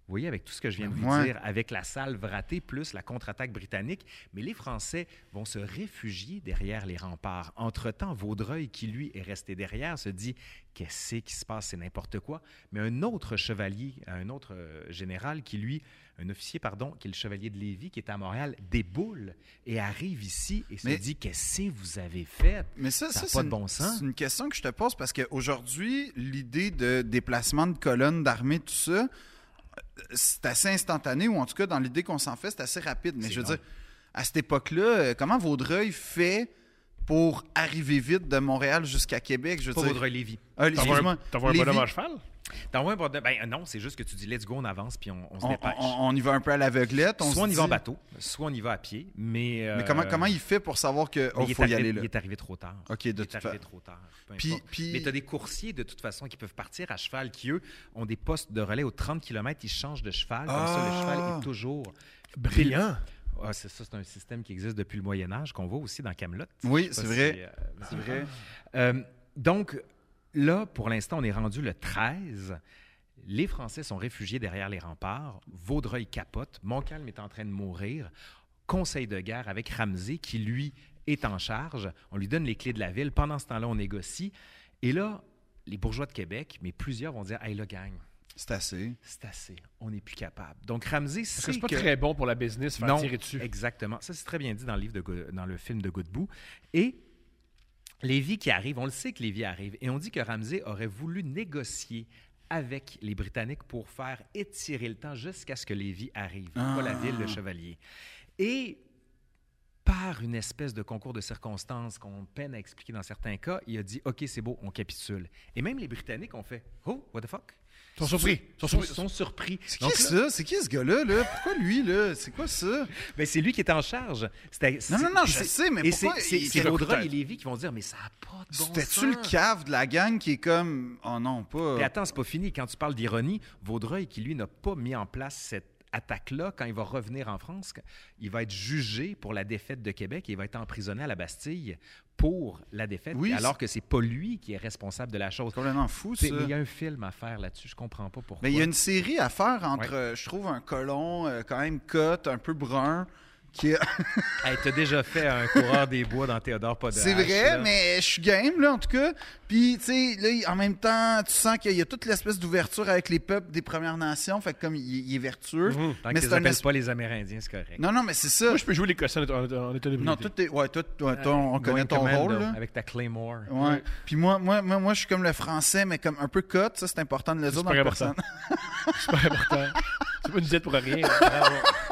Vous voyez, avec tout ce que je viens de vous Ouais. dire, avec la salve ratée plus la contre-attaque britannique, mais les Français vont se réfugier derrière les remparts. Entre-temps, Vaudreuil, qui lui est resté derrière, se dit Qu'est-ce qui se passe C'est n'importe quoi. Mais un autre chevalier, un autre euh, général, qui lui, un officier, pardon, qui est le chevalier de Lévis, qui est à Montréal, déboule et arrive ici et se Mais- dit Qu'est-ce que vous avez fait Mais ça, Ça ça, a c'est pas de une- bon sens. c'est une question que je te pose parce qu'aujourd'hui, l'idée de déplacement de colonnes d'armée, tout ça, euh, c'est assez instantané, ou en tout cas, dans l'idée qu'on s'en fait, c'est assez rapide. Mais C'est je veux long. dire, à cette époque-là, euh, comment Vaudreuil fait pour arriver vite de Montréal jusqu'à Québec? Je veux Pas dire, Vaudreuil-Lévis. Euh, T'envoies un, excuse-moi, t'envoies un Lévis- bonhomme à cheval? T'envoies un bordel. Ben non, c'est juste que tu dis let's go, on avance, puis on, on se On, dépêche. on- on y va un peu à l'aveuglette. soit se on y va en dit- bateau, soit on y va à pied, mais. euh, Mais comment, comment il fait pour savoir que mais oh, il est faut y arrivé- aller là? Il est arrivé trop tard. OK, de il est toute arrivé façon. trop tard. peu Puis- importe. puis- Mais tu as des coursiers, de toute façon, qui peuvent partir à cheval, qui, eux, ont des postes de relais aux 30 km. Ils changent de cheval. Comme ça, le Ah! cheval est toujours. Brillant. Ah, c'est ça, c'est un système qui existe depuis le Moyen-Âge, qu'on voit aussi dans Camelot. Oui, c'est vrai. c'est vrai. Euh, donc, là, pour l'instant, on est rendu le 13. Les Français sont réfugiés derrière les remparts. Vaudreuil capote. Montcalm est en train de mourir. Conseil de guerre avec Ramsey, qui, lui, est en charge. On lui donne les clés de la ville. Pendant ce temps-là, on négocie. Et là, les bourgeois de Québec, mais plusieurs vont dire Hey, là, gang, C'est assez. c'est assez. On n'est plus capable. Donc, Ramsey, Parce que c'est c'est pas très bon pour la business faire tirer dessus. Exactement. Ça, c'est très bien dit dans le, livre de, Go- dans le film de Godbout. Et les vies qui arrivent, on le sait que les vies arrivent. Et on dit que Ramsey aurait voulu négocier avec les Britanniques pour faire étirer le temps jusqu'à ce que les vies arrivent. Pas Ah. la ville, le chevalier. Et par une espèce de concours de circonstances qu'on peine à expliquer dans certains cas, il a dit OK, c'est beau, on capitule. Et même les Britanniques ont fait Oh, what the fuck Ils sont surpris. Ils sont Sont, surpris. sont surpris. C'est qui Donc là- ça? C'est qui ce gars-là? Là? Pourquoi lui? là? C'est quoi ça? Ben, c'est lui qui est en charge. C'était- c'est- non, non, et je c'est- sais, mais et pourquoi c'est- C'est il- c'est il recrute Vaudreuil un- et Lévy qui vont dire, mais ça n'a pas de bon C'était-tu sens. le cave de la gang qui est comme. Oh non, pas. Et attends, c'est pas fini. Quand tu parles d'ironie, Vaudreuil, qui lui n'a pas mis en place cette attaque-là, quand il va revenir en France, il va être jugé pour la défaite de Québec et il va être emprisonné à la Bastille pour la défaite, Oui, alors que c'est pas lui qui est responsable de la chose. C'est complètement fou, ça. C'est- mais il y a un film à faire là-dessus, je comprends pas pourquoi. Mais il y a une série à faire entre, euh, je trouve, un colon euh, quand même cut, un peu brun. Qui est- Ben, Hey, t'as déjà fait un coureur des bois dans Théodore Podolak. C'est vrai, là. mais je suis game, là, en tout cas. Puis, tu sais, là, il- en même temps, tu sens qu'il y a toute l'espèce d'ouverture avec les peuples des Premières Nations. Fait que comme il, il est vertueux. Mhm. Mmh, Tant mais que tu c'est un appelles esp- pas les Amérindiens, c'est correct. Non, non, mais c'est ça. Moi, je peux jouer les cossins en, en- en état de Non, tout est. Ouais, toi, toi, Euh, toi, on connaît Going ton commando, rôle, là. Avec ta Claymore. Ouais. Puis moi, moi, moi, moi, je suis comme le français, mais comme un peu cut. Ça, c'est important de le dire dans super le important. personne. C'est pas important. C'est pas une disette pour rien.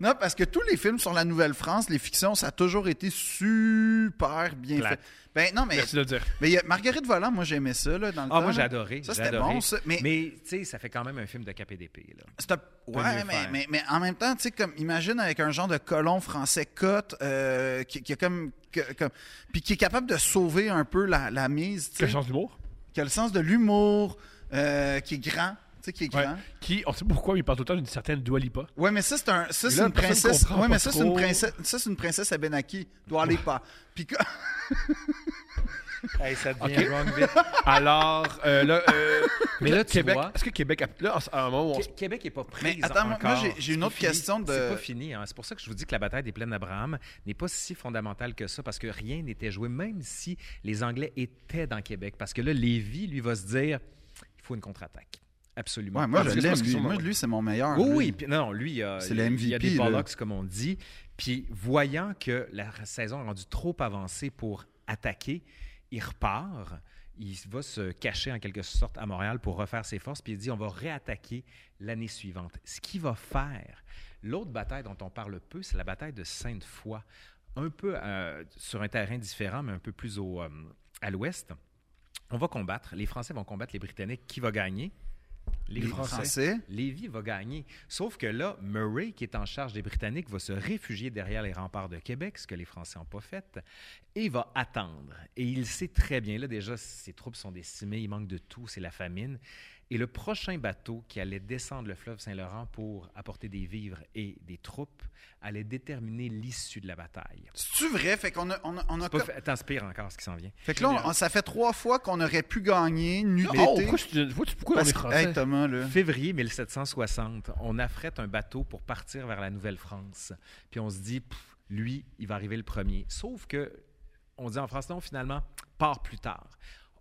Non, parce que tous les films sur la Nouvelle-France, les fictions, ça a toujours été super bien Plate. fait. Ben non, mais Merci de le dire. mais il y a Marguerite Volant, moi j'aimais ça là, dans le Ah, temps, moi, là. j'ai adoré. Ça, j'ai c'était adoré. bon, ça. Mais, Mais, tu sais, ça fait quand même un film de KPDP. Là. c'était- Ouais, mieux mais, faire. mais, mais en même temps, tu sais, comme, imagine avec un genre de colon français cote euh, qui, qui a comme, que- comme- Puis qui est capable de sauver un peu la, la mise, tu Quel sais, sens d'humour. qui a le sens de l'humour, euh, qui est grand, tu sais, qui est Ouais. grand. Qui, on sait pourquoi, mais il parle tout le temps d'une certaine Dualipa. Ouais, mais ça, c'est un, ça, Mais c'est là, une personne princesse. comprend Ouais, pas mais ça, c'est une trop. princesse. Ça, c'est une princesse à Benaki. Doit aller pas. Puis que- ça devient devient Alors, euh, là, euh, Mais là, tu Québec, vois- Est-ce que Québec. a- Là, à un moment où on se- Québec n'est pas pris. Mais attends, moi, moi, j'ai- j'ai une autre question de- C'est pas fini. hein. C'est pour ça que je vous dis que la bataille des plaines d'Abraham n'est pas si fondamentale que ça, parce que rien n'était joué, même si les Anglais étaient dans Québec. Parce que là, Lévis, lui, va se dire il faut une contre-attaque. Absolument. Ouais, moi, Ah, je c'est l'aime. parce qu'ils lui. sont Moi, dans- lui, c'est mon meilleur. Oui, lui. oui. puis- non, lui, il y a, C'est le il y a des MVP, là. bollocks, comme on dit. Puis, voyant que la saison est rendue trop avancée pour attaquer, il repart. Il va se cacher en quelque sorte à Montréal pour refaire ses forces. Puis il dit on va réattaquer l'année suivante. Ce qu'il va faire, l'autre bataille dont on parle peu, c'est la bataille de Sainte-Foy. Un peu euh, sur un terrain différent, mais un peu plus au, euh, à l'ouest. On va combattre. Les Français vont combattre les Britanniques. Qui va gagner Les Français. Lévis va gagner. Sauf que là, Murray, qui est en charge des Britanniques, va se réfugier derrière les remparts de Québec, ce que les Français n'ont pas fait, et va attendre. Et il sait très bien, là déjà, ses troupes sont décimées, il manque de tout, c'est la famine. Et le prochain bateau qui allait descendre le fleuve Saint-Laurent pour apporter des vivres et des troupes allait déterminer l'issue de la bataille. C'est-tu vrai? Fait qu'on a. On a, on a Pas comme- fait- Attends, c'est pire encore ce qui s'en vient. Fait que là, on- on- ça fait trois fois qu'on aurait pu gagner, nul Oh, été. pourquoi, tu- vois-tu pourquoi on Parce est que- français? Hey, Thomas, là. Février 1760, on affrète un bateau pour partir vers la Nouvelle-France. Puis on se dit, Pff, lui, il va arriver le premier. Sauf que on dit en France, non, finalement, part plus tard.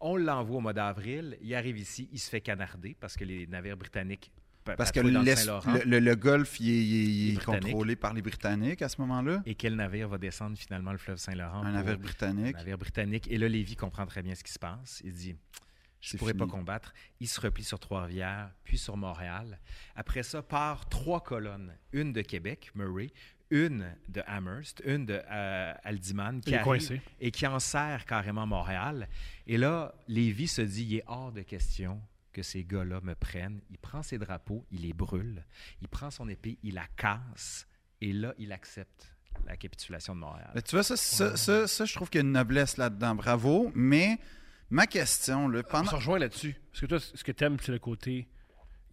On l'envoie au mois d'avril, il arrive ici, il se fait canarder parce que les navires britanniques pa- Parce que patrouillent dans le l'Est- Saint-Laurent. le, le- le Golfe, il est, il est- il est Les Britanniques. contrôlé par les Britanniques à ce moment-là. Et quel navire va descendre finalement le fleuve Saint-Laurent? Un Ah, pour- navire britannique. Un navire britannique. Et là, Lévy comprend très bien ce qui se passe. Il dit Je C'est ne pourrais fini. pas combattre. Il se replie sur Trois-Rivières, puis sur Montréal. Après ça, part trois colonnes une de Québec, Murray, une de Amherst, une de euh, Haldimand, qui est arrive coincé. et qui enserre carrément Montréal. Et là, Lévy se dit Il est hors de question que ces gars-là me prennent. Il prend ses drapeaux, il les brûle, il prend son épée, il la casse, et là, il accepte la capitulation de Montréal. Mais tu vois, ça, ça, ça, ça, je trouve qu'il y a une noblesse là-dedans. Bravo. Mais ma question, là, On se pendant. rejoint là-dessus. Parce que toi, ce que t'aimes, c'est le côté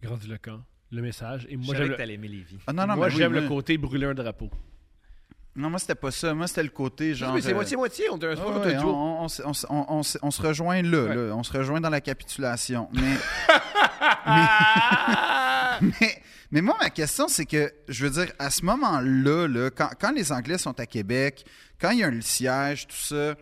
grandiloquent, le message. Et moi, je savais j'aime que le, t'allais aimer Lévi. Ah, non, non, moi, mais oui, j'aime moi- le côté brûler un drapeau. Non, moi, c'était pas ça. Moi, c'était le côté genre. euh, moitié. On te ouais, ouais, hein. on, on s- on s- on- on s- on se rejoint là, Ouais. là. On se rejoint dans la capitulation. Mais. mais, mais moi, ma question, c'est que, je veux dire, à ce moment-là, là, quand, quand les Anglais sont à Québec, quand il y a un siège, tout ça,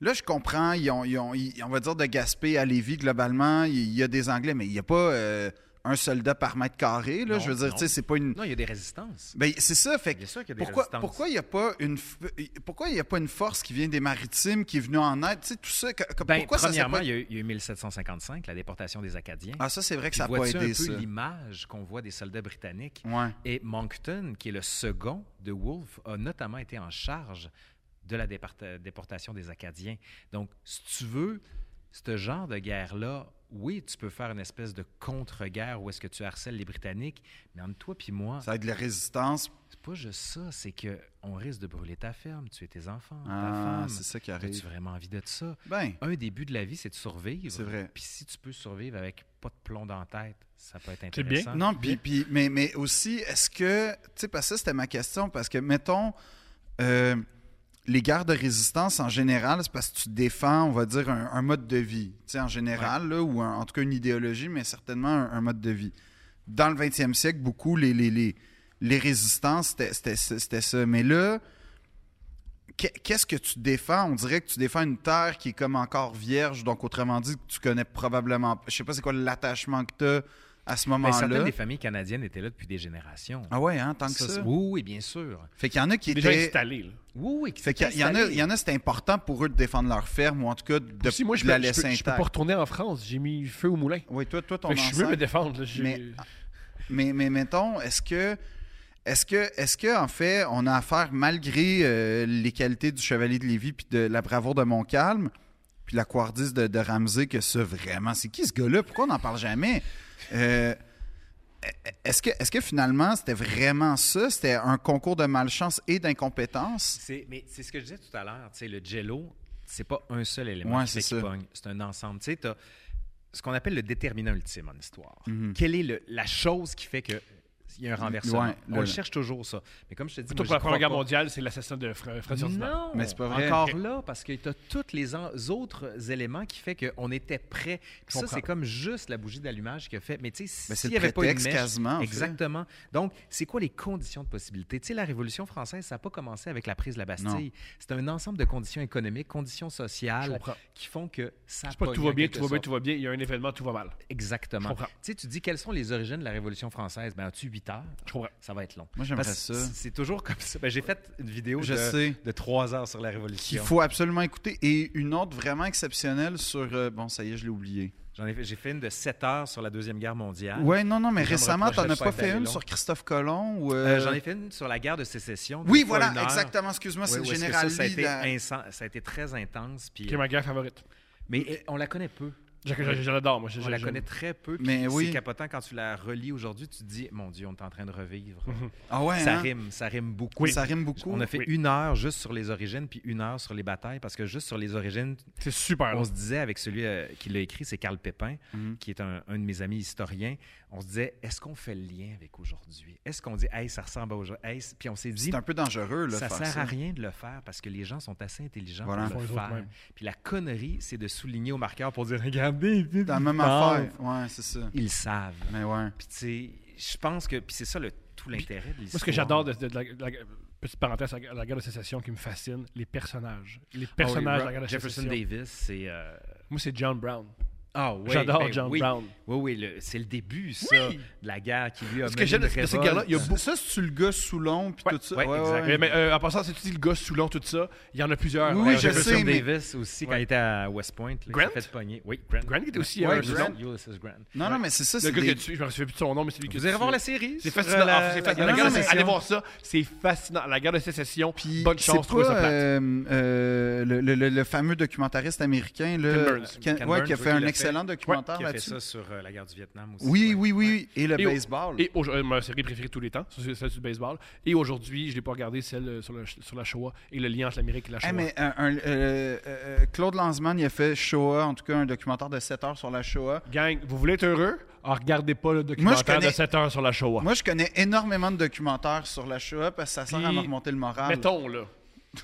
là, je comprends, ils ont, ils ont- ils- on va dire de Gaspé à Lévis, globalement, il y a des Anglais, mais il n'y a pas euh, un soldat par mètre carré, là. Non, je veux dire, non. tu sais, c'est pas une. Non, il y a des résistances. Ben, c'est ça, fait que. Bien sûr qu'il y a des Pourquoi, résistances. pourquoi il n'y a pas une f- pourquoi il y a pas une force qui vient des maritimes qui est venue en aide, tu sais tout ça que- que- Ben, pourquoi ça s'est premièrement, pas- il y a eu- il y a eu 1755, la déportation des Acadiens. Ah ça c'est vrai que Puis ça a pas vois-tu aidé un ça. peu l'image qu'on voit des soldats britanniques? Ouais. Et Moncton, qui est le second de Wolfe, a notamment été en charge de la départa- déportation des Acadiens. Donc, si tu veux, ce genre de guerre-là, oui, tu peux faire une espèce de contre-guerre où est-ce que tu harcèles les Britanniques, mais entre toi puis moi, Ça aide la résistance. c'est pas juste ça, c'est que on risque de brûler ta ferme, tuer tes enfants, Ah, ta c'est femme. ça qui As-tu arrive. vraiment envie de ça? Ben, Un début de la vie, c'est de survivre. C'est vrai. Puis si tu peux survivre avec pas de plomb dans la tête, ça peut être C'est bien. intéressant. non puis puis- mais mais aussi est-ce que tu sais parce que ça, c'était ma question parce que mettons euh, les guerres de résistance en général, c'est parce que tu défends, on va dire, un, un mode de vie, tu sais, en général, là, ou un- en tout cas une idéologie, mais certainement un, un mode de vie. Dans le 20e siècle, beaucoup, les, les, les, les résistances, c'était- c'était ça- c'était ça. Mais là, qu'e- qu'est-ce que tu défends? On dirait que tu défends une terre qui est comme encore vierge, donc autrement dit, que tu connais probablement, je sais pas c'est quoi l'attachement que tu as à ce Ben, Mais Ben, certaines moment-là. des familles canadiennes étaient là depuis des générations. Ah ouais, hein, tant que ça. Ça, c'est- Oui, oui, bien sûr. Fait qu'il y en a qui Déjà étaient... installé. Là. Oui, oui. qui Fait qu'il y, s'étaient y en a, installés. il y en a, c'est important pour eux de défendre leur ferme ou en tout cas de, si moi, je de peux, la je laisser peux- je peux pas intacte. retourner en France. J'ai mis feu au moulin. Oui, toi, toi ton Fait que je suis mieux me ancêtre. défendre. là. J'ai- Mais- Mais, mais mettons, est-ce que, est-ce que, est-ce que en fait, on a affaire malgré euh, les qualités du chevalier de Lévis puis de la bravoure de Montcalm, puis la couardise de, de Ramsey que ça vraiment, c'est qui ce gars-là Pourquoi on n'en parle jamais Euh, Est-ce que, est-ce que finalement, c'était vraiment ça C'était un concours de malchance et d'incompétence C'est- mais c'est ce que je disais tout à l'heure, tu sais, le jello, c'est pas un seul élément Ouais, qui fait c'est qu'il ça. pogne, c'est un ensemble. Tu sais, t'as ce qu'on appelle le déterminant ultime en histoire. Quelle est le- la chose qui fait que il y a un renversement? Mhm. Ouais, On le- le cherche toujours, ça. Mais comme je te dis, Plutôt moi, pour j'y la Première crois Guerre pas. mondiale, c'est l'assassin de Fra- Fred Ferdinand. Non, Ah, Mais c'est pas vrai. encore là, parce que tu as tous les en- autres éléments qui fait qu'on était prêt. Puis Ça, comprends. c'est comme juste la bougie d'allumage qui a fait. Mais tu sais, Ben, c'est s'il n'y le avait pas une prétexte mèche, quasiment, en fait. exactement. Donc, c'est quoi les conditions de possibilité? Tu sais, la Révolution française, ça n'a pas commencé avec la prise de la Bastille. C'est un ensemble de conditions économiques, conditions Je sociales comprends. qui font que ça C'est pas pogne tout va en bien, quelque tout va bien, sorte. tout va bien. Il y a un événement, tout va mal. Je Exactement. Tu comprends. sais, tu dis quelles sont les origines de la Révolution française? Ben, as-tu 8 heures? Je comprends. Ça va être long. Moi, j'aimerais Parce ça. que c'est- C'est toujours comme ça. Ben, J'ai fait une vidéo Je de, sais. de 3 heures sur la qu'il Révolution. faut absolument écouter et une autre vraiment exceptionnelle sur euh, bon ça y est je l'ai oublié J'en ai fait- j'ai fait une de 7 heures sur la Deuxième Guerre mondiale. Ouais, non, non, mais Les gens me récemment, reprochent t'en de as Ah. pas pas être fait allé une long. sur Christophe Colomb ou. euh, Euh, J'en ai fait une sur la guerre de sécession. deux Oui, fois voilà, une heure. exactement, excuse-moi, Ouais, c'est le où est-ce que général ça, ça, a Lee, été la- insen- ça a été très intense. puis- Qui est ma guerre favorite. mais euh, on la connaît peu. Je, je- je- je l'adore, moi. Je, On je- la je- connaît très peu. puis Mais oui. C'est capotant quand tu la relis aujourd'hui, tu te dis, mon Dieu, on est en train de revivre. Ah ouais, Ça hein? rime, ça rime beaucoup. Ça rime beaucoup. On a fait Oui. une heure juste sur les origines, puis une heure sur les batailles, parce que juste sur les origines, C'est super. on long. se disait avec celui euh, qui l'a écrit, c'est Carl Pépin, Mm-hmm. Mhm. qui est un, un de mes amis historiens. On se disait, est-ce qu'on fait le lien avec aujourd'hui? Est-ce qu'on dit, hey, ça ressemble à aujourd'hui? Hey, c'est- puis on s'est dit, C'est un peu dangereux, là, ça faire sert ça. à rien de le faire parce que les gens sont assez intelligents Voilà. pour Ils le font les autres faire. mêmes. Puis la connerie, c'est de souligner au marqueur pour dire, regardez, ils C'est la même savent. affaire. Ouais, c'est ça. Ils savent. Mais ouais. Puis tu sais, je pense que puis c'est ça le, tout l'intérêt de l'histoire. Moi, ce que j'adore de, de- de la, de la- petite parenthèse à la guerre de sécession qui me fascine, les personnages. Les personnages de la guerre de Oh, Jefferson sécession. Davis, c'est euh, Moi, c'est John Brown. Ah oui, J'adore ben John oui. Brown. Oui, oui, le- c'est le début, ça, de la guerre qui lui a Ce que mené j'aime une de cette révolte. guerre-là, il y a Ça, c'est-tu le gars sous l'ombre puis Ouais, tout ça? ouais, exact. Mais, mais, euh, en passant, c'est tu dis le gars sous long, tout ça, il y en a plusieurs. Oui, Ouais, je Jefferson- sais, mais- Davis aussi, quand Ouais. il était à West Point, là, il s'est Grant? fait pogner. Oui, Grant. Grant qui était aussi Ouais, euh, un Grant. Grant. Ulysses Grant. Non, non, mais c'est ça, Le c'est gars des- que tu, je me souviens plus de son nom, mais c'est lui que Vous irez tu- voir la série. C'est sur, fascinant. euh, Ah, c'est fascinant. La guerre guerre de de sé- sécession. Allez voir ça, c'est fascinant. La guerre de sécession, Puis, bonne chance, c'est trouvez ça pas, plate. euh, euh, le, le- le- le fameux documentariste américain, là, Ken Burns. Ken- Ken ouais, Burns, qui a oui, fait qui un l'a fait, excellent documentaire Qui a fait là-dessus. ça sur euh, la guerre du Vietnam aussi. Oui, oui, ouais. oui. Et le Et au- baseball. Eh, Et aujourd'hui, ma série préférée de tous les temps, c'est celle du baseball. Et aujourd'hui, je l'ai pas regardée, celle euh, sur, le- sur la Shoah et le lien entre l'Amérique et la Shoah. Ah, mais un- un- euh, euh, Claude Lanzmann, il a fait Shoah, en tout cas un documentaire de 7 heures sur la Shoah. Gang, vous voulez être heureux? Ah, regardez pas le documentaire connais- de 7 heures sur la Shoah. Moi, je connais énormément de documentaires sur la Shoah parce que ça sert à Puis, me remonter le moral. Mettons, là.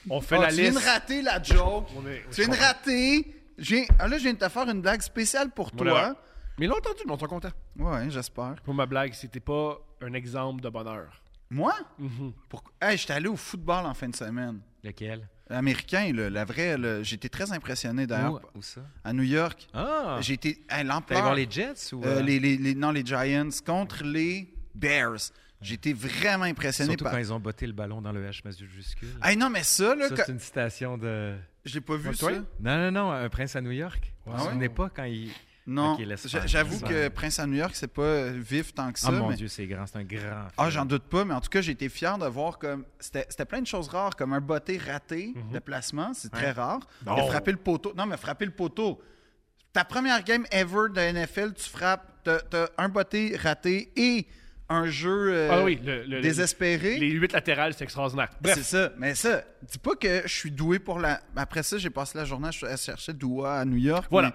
On fait Ah, la tu liste. viens de rater la joke. On est- Tu viens de rater. J'ai- ah, là, je viens de te faire une blague spéciale pour Voilà. toi. hein? Mais ils l'ont entendu, mais on sont contents. Ouais, j'espère. Pour ma blague, c'était pas un exemple de bonheur. Moi? Mhm. Pourquoi? Hey, j'étais allé au football en fin de semaine. Lequel? Américain, là, la vraie. là, J'étais très impressionné d'ailleurs. Où, où ça? À New York, Ah! j'ai été. Hey, T'es allé L'ampleur. voir les Jets ou... euh, euh, les, les- les- non, les Giants contre les Bears. J'étais vraiment impressionné Surtout par. quand ils ont botté le ballon dans le H majuscule. Hey, non, mais ça, là, ça, quand- c'est une citation de... je l'ai pas vu, ça. Toi? Non, non, non, un prince à New York. Vous Ah vous ouais? souvenez pas quand il... Non, Ok, laisse j'a- faire, j'avoue laisse que faire. Prince à New York, c'est pas euh, vif tant que ça. Ah mon mais- Dieu, c'est grand, c'est un grand. Ah, film. j'en doute pas, mais en tout cas, j'ai été fier de voir comme. C'était c'était plein de choses rares, comme un botté raté Mhm. de placement, c'est très rare. Non. De frapper le poteau. Non, mais frapper le poteau. Ta première game ever de NFL, tu frappes, t'as t'as un botté raté et un jeu euh, ah oui, le, le- désespéré. Les huit latérales, c'est extraordinaire. C'est Bref, ça. Mais ça, dis pas que je suis doué pour la. Après ça, j'ai passé la journée à chercher Doua à New York. voilà. mais-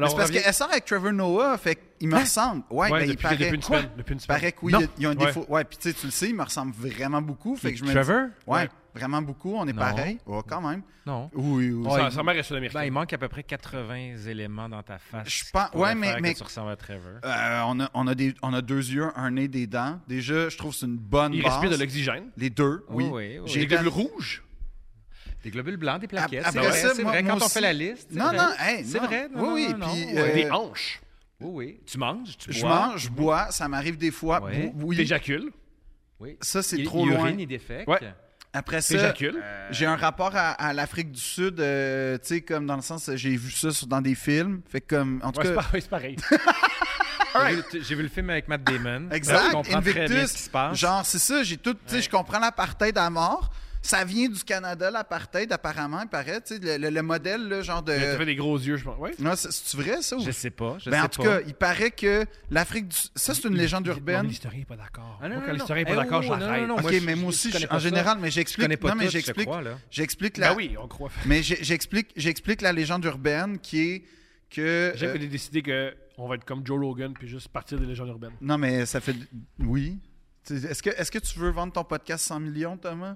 Alors, mais on c'est parce revient- qu'elle sort avec Trevor Noah, fait qu'il me ressemble. Ouais, Ouais, ben, il depuis, paraît. depuis une Quoi? semaine. Depuis une Il semaine. paraît que oui, Non. il y a- il y a un Ouais. défaut. Ouais, puis tu sais, tu le sais, il me ressemble vraiment beaucoup. Fait que je me Trevor? dis- ouais, Ouais. vraiment beaucoup. On est Non. pareil. Ouais, quand même. Non. Oui, oui. Sa, sa mère est sud-américaine. Ben, il manque à peu près 80 éléments dans ta face. Je qui pense- pourraient ouais, mais- faire que mais- tu ressembles à Trevor. Euh, on, a, on, a des, on a deux yeux, un nez, des dents. Déjà, je trouve que c'est une bonne il base. respire de l'oxygène. Les deux, oui. Oh, oui, oui. J'ai J'ai des été- globules rouges. Des globules blancs, des plaquettes. Après c'est vrai, ça, c'est moi- vrai. moi Quand on aussi- fait la liste. Non, c'est non, vrai. hey, C'est non. vrai. non, Oui, non, oui, non, puis, ouais. euh, Des hanches. Oui, oui. Tu manges, tu Je bois. mange, je bois, ça m'arrive des fois. Ouais. Oui. T'éjacules. Oui. Ça, c'est Il- trop il loin. urine, il défecte. Ouais. Après ça, T'éjacules. Euh, j'ai un rapport à, à l'Afrique du Sud, euh, tu sais, comme dans le sens, j'ai vu ça sur- dans des films. Fait que comme, en tout Ouais, c'est cas, pareil, c'est pareil. J'ai vu- J'ai vu le film avec Matt Damon. Ben Je exact, comprends très bien ce qui Invictus. se passe. Genre, c'est ça, j'ai tout, tu sais, je comprends l'apartheid à mort. Ça vient du Canada, l'apartheid, apparemment, il paraît, tu sais, le, le- le modèle, là, genre de. T'as fait des gros yeux, je pense. Ouais. Non, c'est- c'est-tu vrai, ça? ou- Je sais pas. Je Ben, sais en tout pas. cas, il paraît que l'Afrique du Ça, c'est une légende Non, mais urbaine. L'historien n'est pas d'accord. Ah, non, Moi, non, quand non. l'historien n'est Eh, pas d'accord, oh, non, non, j'arrête. non, OK, moi, je- mais je moi aussi, connais je- pas en ça. général, mais Je connais j'explique. pas Non, mais tout, je te j'explique. crois, là. J'explique la. Ben oui, on croit. Mais j'ai- j'explique, j'explique la légende urbaine qui est que. J'aime euh, que t'aies décidé qu'on va être comme Joe Rogan puis juste partir des légendes urbaines. non, mais ça fait. Oui. Tu- Est-ce que, est-ce que tu veux vendre ton podcast 100 millions, Thomas?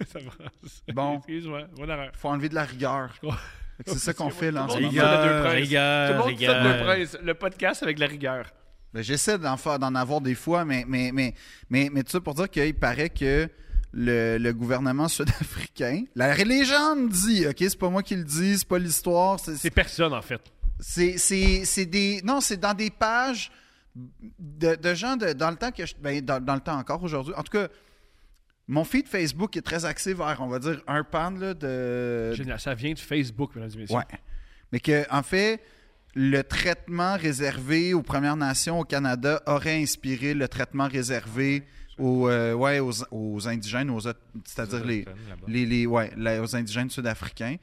ça va. Bon. Excuse-moi, bonne erreur. Faut enlever de la rigueur. Ouais. Fait que C'est ça qu'on fait là en ce Tout le monde moment. fait de deux princes. Tout Euh, le rigueur, monde fait de deux princes. Le podcast avec la rigueur. Ben, j'essaie d'en, faire, d'en avoir des fois, mais, mais, mais, mais, mais tout ça pour dire qu'il paraît que le, le gouvernement sud-africain, la légende dit, OK, c'est pas moi qui le dis, c'est pas l'histoire, c'est, C'est personne, en fait. C'est, c'est, c'est des. Non, c'est dans des pages de, de gens de- dans le temps que je. ben, dans, dans le temps encore aujourd'hui. En tout cas, mon feed Facebook est très axé vers, on va dire, un pan là, de. Génial. Ça vient de Facebook, mesdames et messieurs. Euh, Ouais. Mais que, en fait, le traitement réservé aux Premières Nations au Canada aurait inspiré le traitement réservé aux, euh, ouais, aux, aux indigènes, aux autres- c'est-à-dire les, les, les- ouais, la- aux indigènes sud-africains.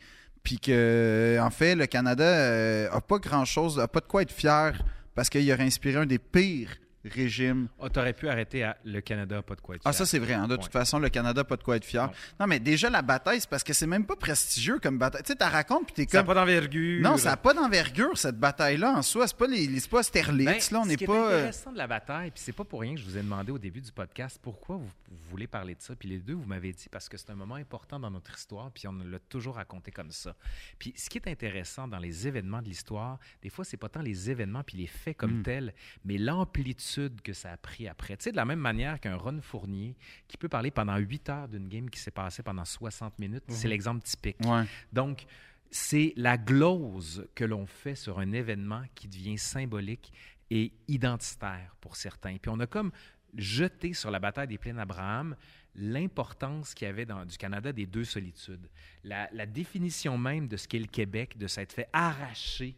Puis que, en fait, le Canada euh, a pas grand-chose, a pas de quoi être fier parce qu'il aurait inspiré un des pires régimes. Oh, t'aurais pu arrêter à le Canada, pas de quoi être Ah, fier. ça, c'est vrai. hein. De toute Ouais. façon, le Canada a pas de quoi être fier. Ouais. Non, mais déjà, la bataille, c'est parce que c'est même pas prestigieux comme bataille. Tu sais, t'as raconte, puis t'es Ça n'a comme... pas euh, d'envergure. Non, ça n'a pas d'envergure, cette bataille-là, en soi. C'est pas les, les- c'est pas Sterlitz, Ben, là. On ce n'est qui est pas... euh, intéressant de la bataille, puis c'est pas pour rien que je vous ai demandé au début du podcast pourquoi vous, vous voulez parler de ça. Puis les deux, vous m'avez dit parce que c'est un moment important dans notre histoire, puis on l'a toujours raconté comme ça. Puis ce qui est intéressant dans les événements de l'histoire, des fois, c'est pas tant les événements puis les faits Hmm. comme tels, mais l'amplitude que ça a pris après. Tu sais, de la même manière qu'un Ron Fournier qui peut parler pendant 8 heures d'une game qui s'est passée pendant 60 minutes, c'est l'exemple typique. Ouais. Donc, c'est la glose que l'on fait sur un événement qui devient symbolique et identitaire pour certains. Puis on a comme jeté sur la bataille des plaines Abraham l'importance qu'il y avait dans, du Canada des deux solitudes, la, la définition même de ce qu'est le Québec, de s'être fait arracher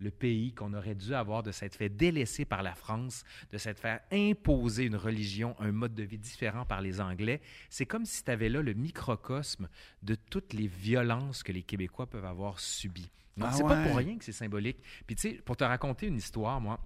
le pays qu'on aurait dû avoir de s'être fait délaisser par la France, de s'être fait imposer une religion, un mode de vie différent par les Anglais. C'est comme si tu avais là le microcosme de toutes les violences que les Québécois peuvent avoir subies. Donc, Ah c'est pas ouais. pour rien que c'est symbolique. Puis, tu sais, pour te raconter une histoire, moi,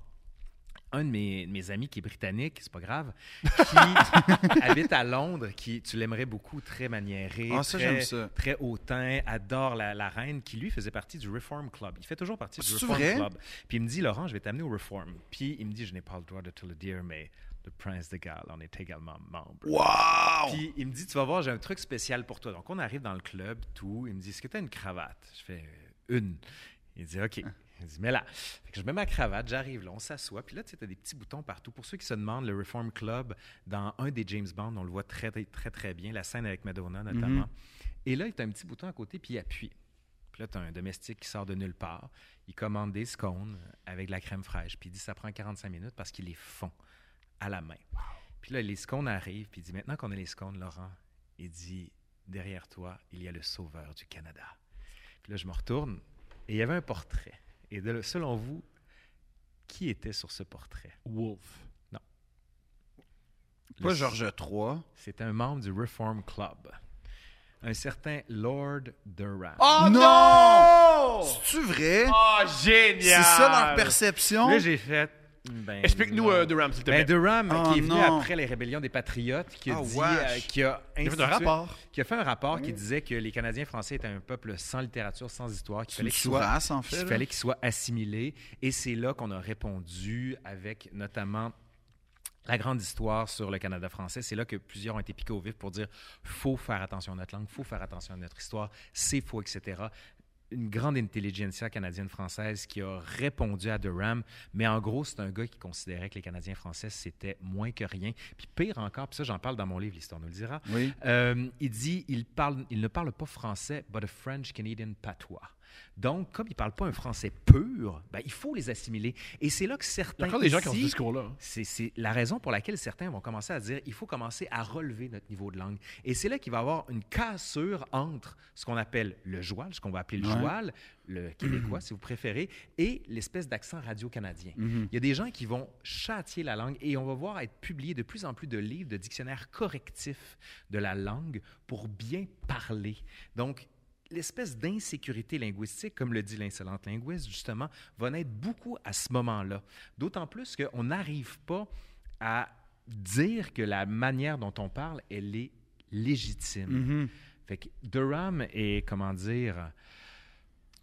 un de mes, de mes amis qui est britannique, c'est pas grave, qui habite à Londres, qui, tu l'aimerais beaucoup, très maniéré, Ah, ça, très, j'aime ça. très hautain, adore la, la reine, qui lui faisait partie du Reform Club. Il fait toujours partie du C'est Reform vrai? Club. Puis il me dit, Laurent, je vais t'amener au Reform. Puis il me dit, je n'ai pas le droit de te le dire, mais le prince de Galles en est également membre. Wow! Puis il me dit, tu vas voir, j'ai un truc spécial pour toi. Donc on arrive dans le club, tout. Il me dit, est-ce que tu as une cravate? Je fais euh, une. Il dit, OK. Hein. Il dit, mets-la. Fait que je mets ma cravate, j'arrive là, on s'assoit. Puis là, tu sais, t'as des petits boutons partout. Pour ceux qui se demandent, le Reform Club, dans un des James Bond, on le voit très, très, très, très bien, la scène avec Madonna notamment. Et là, il a un petit bouton à côté, puis il appuie. Puis là, tu as un domestique qui sort de nulle part. Il commande des scones avec de la crème fraîche. Puis il dit ça prend 45 minutes parce qu'il les fond à la main. Puis là, les scones arrivent. Puis il dit maintenant qu'on a les scones, Laurent, il dit derrière toi, il y a le sauveur du Canada. Puis là, je me retourne et il y avait un portrait. Et de- selon vous, qui était sur ce portrait? Wolf. Pas Le- Georges III. C'est un membre du Reform Club. Un certain Lord Durham. Oh non! C'est-tu vrai? Oh, génial! C'est ça leur perception? Là, j'ai fait. ben, Explique-nous non. euh, Ah, Durham, s'il te plaît. Ben, Durham, Oh qui est venu non. après les rébellions des Patriotes, qui a Ah, dit, wesh. euh, qui a Il y avait un institué- rapport. qui a fait un rapport qui disait que les Canadiens français étaient un peuple sans littérature, sans histoire, qu'il C'est une fallait qu'ils soient sous-race, en qu'il fait. là. fallait qu'ils soient assimilés. Et c'est là qu'on a répondu avec notamment la grande histoire sur le Canada français. C'est là que plusieurs ont été piqués au vif pour dire faut faire attention à notre langue, faut faire attention à notre histoire, c'est faux, etc. Une grande intelligentsia canadienne-française qui a répondu à Durham. Mais en gros, c'est un gars qui considérait que les Canadiens français, c'était moins que rien. Puis pire encore, puis ça, j'en parle dans mon livre, l'histoire nous le dira. Oui. Euh, il dit il, parle, il ne parle pas français, but a French Canadian patois. Donc, comme il ne parle pas un français pur, ben, il faut les assimiler. Et c'est là que Il y certains. a encore des gens qui ont ce ici- discours-là. hein. c'est, c'est la raison pour laquelle certains vont commencer à dire il faut commencer à relever notre niveau de langue. Et c'est là qu'il va y avoir une cassure entre ce qu'on appelle le joual, ce qu'on va appeler le Ouais. joual, le québécois si vous préférez, et l'espèce d'accent radio-canadien. Mhm. Il y a des gens qui vont châtier la langue et on va voir être publié de plus en plus de livres, de dictionnaires correctifs de la langue pour bien parler. Donc, l'espèce d'insécurité linguistique, comme le dit l'insolente linguiste, justement, va naître beaucoup à ce moment-là. D'autant plus qu'on n'arrive pas à dire que la manière dont on parle, elle est légitime. Mm-hmm. Mhm. Fait que Durham est, comment dire,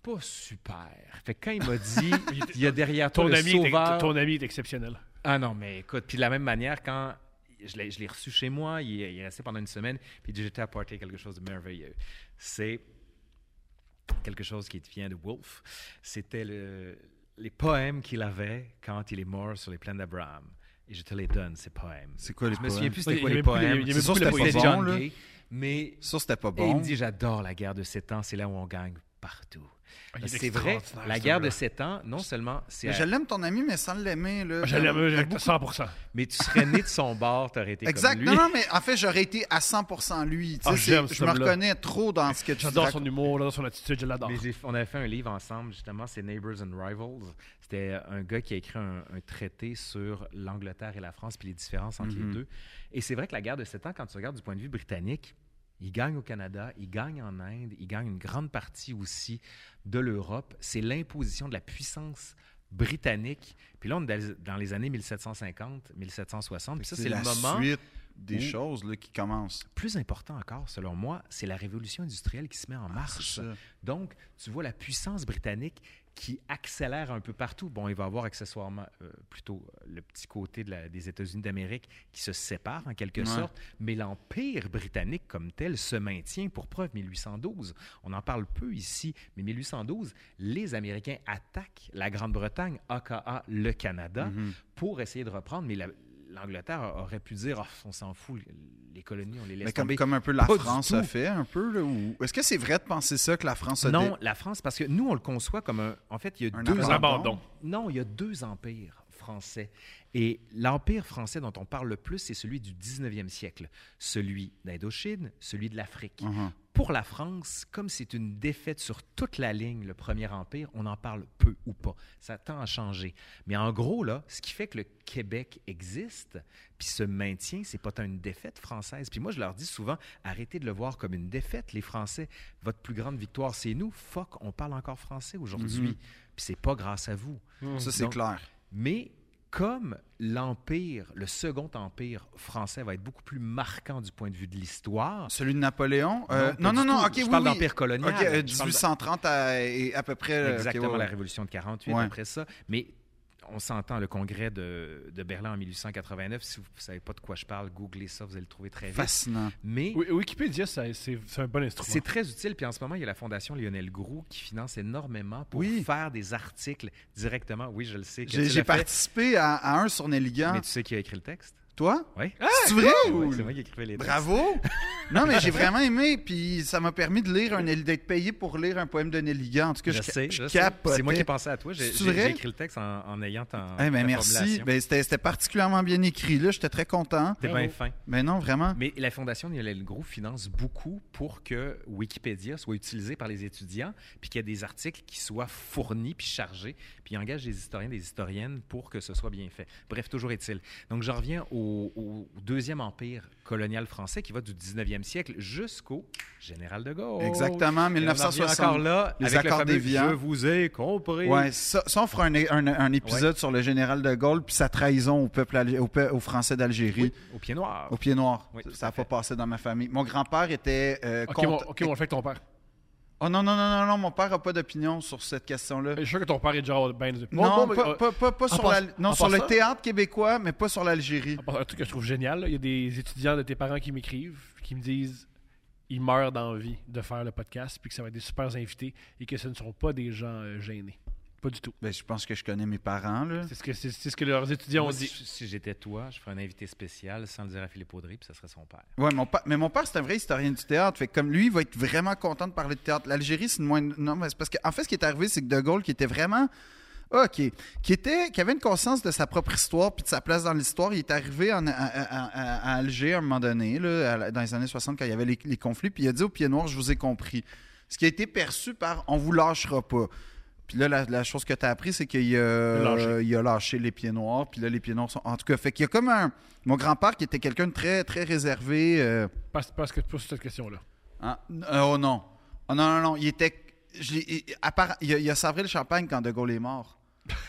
pas super. Fait que quand il m'a dit, il y a derrière toi Ton le ami, est, sauveur... ton ami est exceptionnel. Euh, Ah non, mais écoute, puis de la même manière, quand je l'ai, je l'ai reçu chez moi, il, est- il est resté pendant une semaine, puis il dit, j'étais apporté quelque chose de merveilleux. C'est quelque chose qui vient de Wolfe. C'était le- les poèmes qu'il avait quand il est mort sur les plaines d'Abraham. Et je te les donne, ces poèmes. C'est quoi les Je me souviens poèmes? plus Ouais, c'était il quoi y les avait plus les- poèmes. il y avait C'est sûr plus que les c'était poèmes. pas bon, John là. Gay, mais Ça, c'était pas et il bon. me dit J'adore la guerre de sept ans, c'est là où on gagne partout. Ah, Il est C'est vrai, extraordinaire, la ce guerre de gars-là. sept ans, non seulement c'est. Mais Je l'aime, ton ami, mais sans l'aimer. là. Je l'aime, je l'aime 100%. Mais tu serais né de son bord, t'aurais été Exact. comme lui. Non, non, mais en fait, j'aurais été à 100 lui. Tu sais, Ah, c'est- j'aime ce je me homme-là. reconnais trop dans ce que tu J'adore racontes. son humour, j'adore son attitude, je l'adore. Mais j'ai- on avait fait un livre ensemble, justement, c'est Neighbors and Rivals. C'était un gars qui a écrit un, un traité sur l'Angleterre et la France, puis les différences entre Mm-hmm. les deux. Et c'est vrai que la guerre de sept ans, quand tu regardes du point de vue britannique, il gagne au Canada, il gagne en Inde, il gagne une grande partie aussi de l'Europe. C'est l'imposition de la puissance britannique. Puis là, on est dans- dans les années 1750, 1760. Puis ça, c'est le la moment suite des où- choses là, qui commencent. plus important encore, selon moi, c'est la révolution industrielle qui se met en marche. Ah, ça. Donc, tu vois la puissance britannique qui accélère un peu partout. Bon, il va avoir accessoirement euh, plutôt euh, le petit côté de la- des États-Unis d'Amérique qui se sépare en quelque Ouais. sorte, mais l'empire britannique comme tel se maintient. Pour preuve, 1812, on en parle peu ici, mais 1812, les Américains attaquent la Grande-Bretagne, aka le Canada, Mm-hmm. pour essayer de reprendre, mais la- L'Angleterre aurait pu dire, Ah, on s'en fout, les colonies, on les laisse Mais comme, tomber. comme un peu la Pas du France tout. a fait, un peu. là, ou- Est-ce que c'est vrai de penser ça que la France a Non, dé- la France, parce que nous, on le conçoit comme un. En fait, il y a Un deux. Un abandon. abandon. Non, il y a deux empires français. Et l'empire français dont on parle le plus, c'est celui du 19e siècle. Celui d'Indochine, celui de l'Afrique. Mhm. pour la France, comme c'est une défaite sur toute la ligne, le Premier Empire, on en parle peu ou pas. Ça tend à changer. Mais en gros, là, ce qui fait que le Québec existe, puis se maintient, c'est pas tant une défaite française. Puis moi, je leur dis souvent, arrêtez de le voir comme une défaite, les Français. Votre plus grande victoire, c'est nous. Fuck, on parle encore français aujourd'hui. Puis c'est pas grâce à vous. Ça, c'est Donc, clair. Mais comme l'Empire, le Second Empire français va être beaucoup plus marquant du point de vue de l'histoire. Celui de Napoléon. euh, Ah. pas non, non, du non, tout. ok, Je oui, parle oui. d'Empire colonial. Ok, euh, Je parle de- 1830 à, et à peu près. euh, ok, Exactement, ouais, ouais. la Révolution de 48, Ouais. après ça. Mais on s'entend, le congrès de, de Berlin en 1889, si vous ne savez pas de quoi je parle, googlez ça, vous allez le trouver très vite. Fascinant. Mais Oui, Wikipédia, ça- c'est c'est un bon instrument. c'est très utile. Puis en ce moment, il y a la Fondation Lionel Groux qui finance énormément pour Oui. faire des articles directement. Oui, je le sais. que tu J'ai l'as j'ai hein. fait, participé à, à un sur Nelligan. Mais tu sais qui a écrit le texte? Toi? Oui. C'est vrai? Ouais, c'est moi qui écrivais les textes. Bravo! non, mais j'ai vraiment aimé, puis ça m'a permis de lire un d'être payé pour lire un poème de Nelligan. En tout cas, je, je, sais, je je sais. capotais. C'est moi qui ai pensé à toi. J'ai C'est j'ai- vrai? j'ai écrit le texte en, en ayant ta, Eh ben, ta merci. formulation. Ben, C'était c'était particulièrement bien écrit, là. J'étais très content. T'es bien Bravo. fin. Ben non, vraiment. Mais la Fondation Lionel Groux finance beaucoup pour que Wikipédia soit utilisé par les étudiants, puis qu'il y ait des articles qui soient fournis, puis chargés, puis il engage des historiens, des historiennes pour que ce soit bien fait. Bref, toujours est-il. Donc, je reviens au, au deuxième empire colonial français qui va du 19e siècle jusqu'au général de Gaulle. Exactement, Et Oh, on en revient 1960. encore là, les avec le accords fameux d'Évian. Je vous ai compris. Ouais, ça, ça, on fera un, un- un épisode sur le général de Gaulle puis sa trahison au peuple, alg- au peu- aux Français d'Algérie, Oui, au pied noir. au pied noir. Oui, tout ça n'a à fait. pas passé dans ma famille. Mon grand-père était euh, Ok, contre- bon, ok, on le fait avec ton père. Oh non, non, non, non, non, mon père n'a pas d'opinion sur cette question-là. Je suis sûr que ton père est déjà bien des opinions. non, Bon, bon, pas, euh, pas- pas- pas en sur, passe- la- non, en sur le passant- théâtre québécois, mais pas sur l'Algérie. À part Un truc que je trouve génial, là, il y a des étudiants de tes parents qui m'écrivent, qui me disent ils meurent d'envie de faire le podcast, puis que ça va être des super invités et que ce ne seront pas des gens euh, gênés. Pas du tout. Ben, je pense que je connais mes parents, là. C'est ce que, c'est, c'est ce que leurs étudiants Moi, ont dit. si, si j'étais toi, je ferais un invité spécial sans le dire à Philippe Audry, puis ce serait son père. Ouais, mon pa- mais mon père, c'est un vrai historien du théâtre. Fait que comme lui, il va être vraiment content de parler de théâtre. L'Algérie, c'est une moins. Non, mais c'est parce qu'en fait, ce qui est arrivé, c'est que De Gaulle, qui était vraiment. OK. Qui, était, qui avait une conscience de sa propre histoire puis de sa place dans l'histoire. Il est arrivé en- à, à- à- à Alger à un moment donné, là, à la- dans les années 60, quand il y avait les, les conflits, puis il a dit au Pied Noir Je vous ai compris. Ce qui a été perçu par On vous lâchera pas. Puis là, la, la chose que tu as appris, c'est qu'il a Lâché. il a lâché les pieds noirs. Puis là, les pieds noirs sont. En tout cas, fait qu'il y a comme un. Mon grand-père qui était quelqu'un de très, très réservé. euh, Parce, parce que pour cette question-là. ah, n- euh, oh non. Oh non, non, non. Il était. je l'ai- il- à part- il, a, il a savré le champagne quand De Gaulle est mort.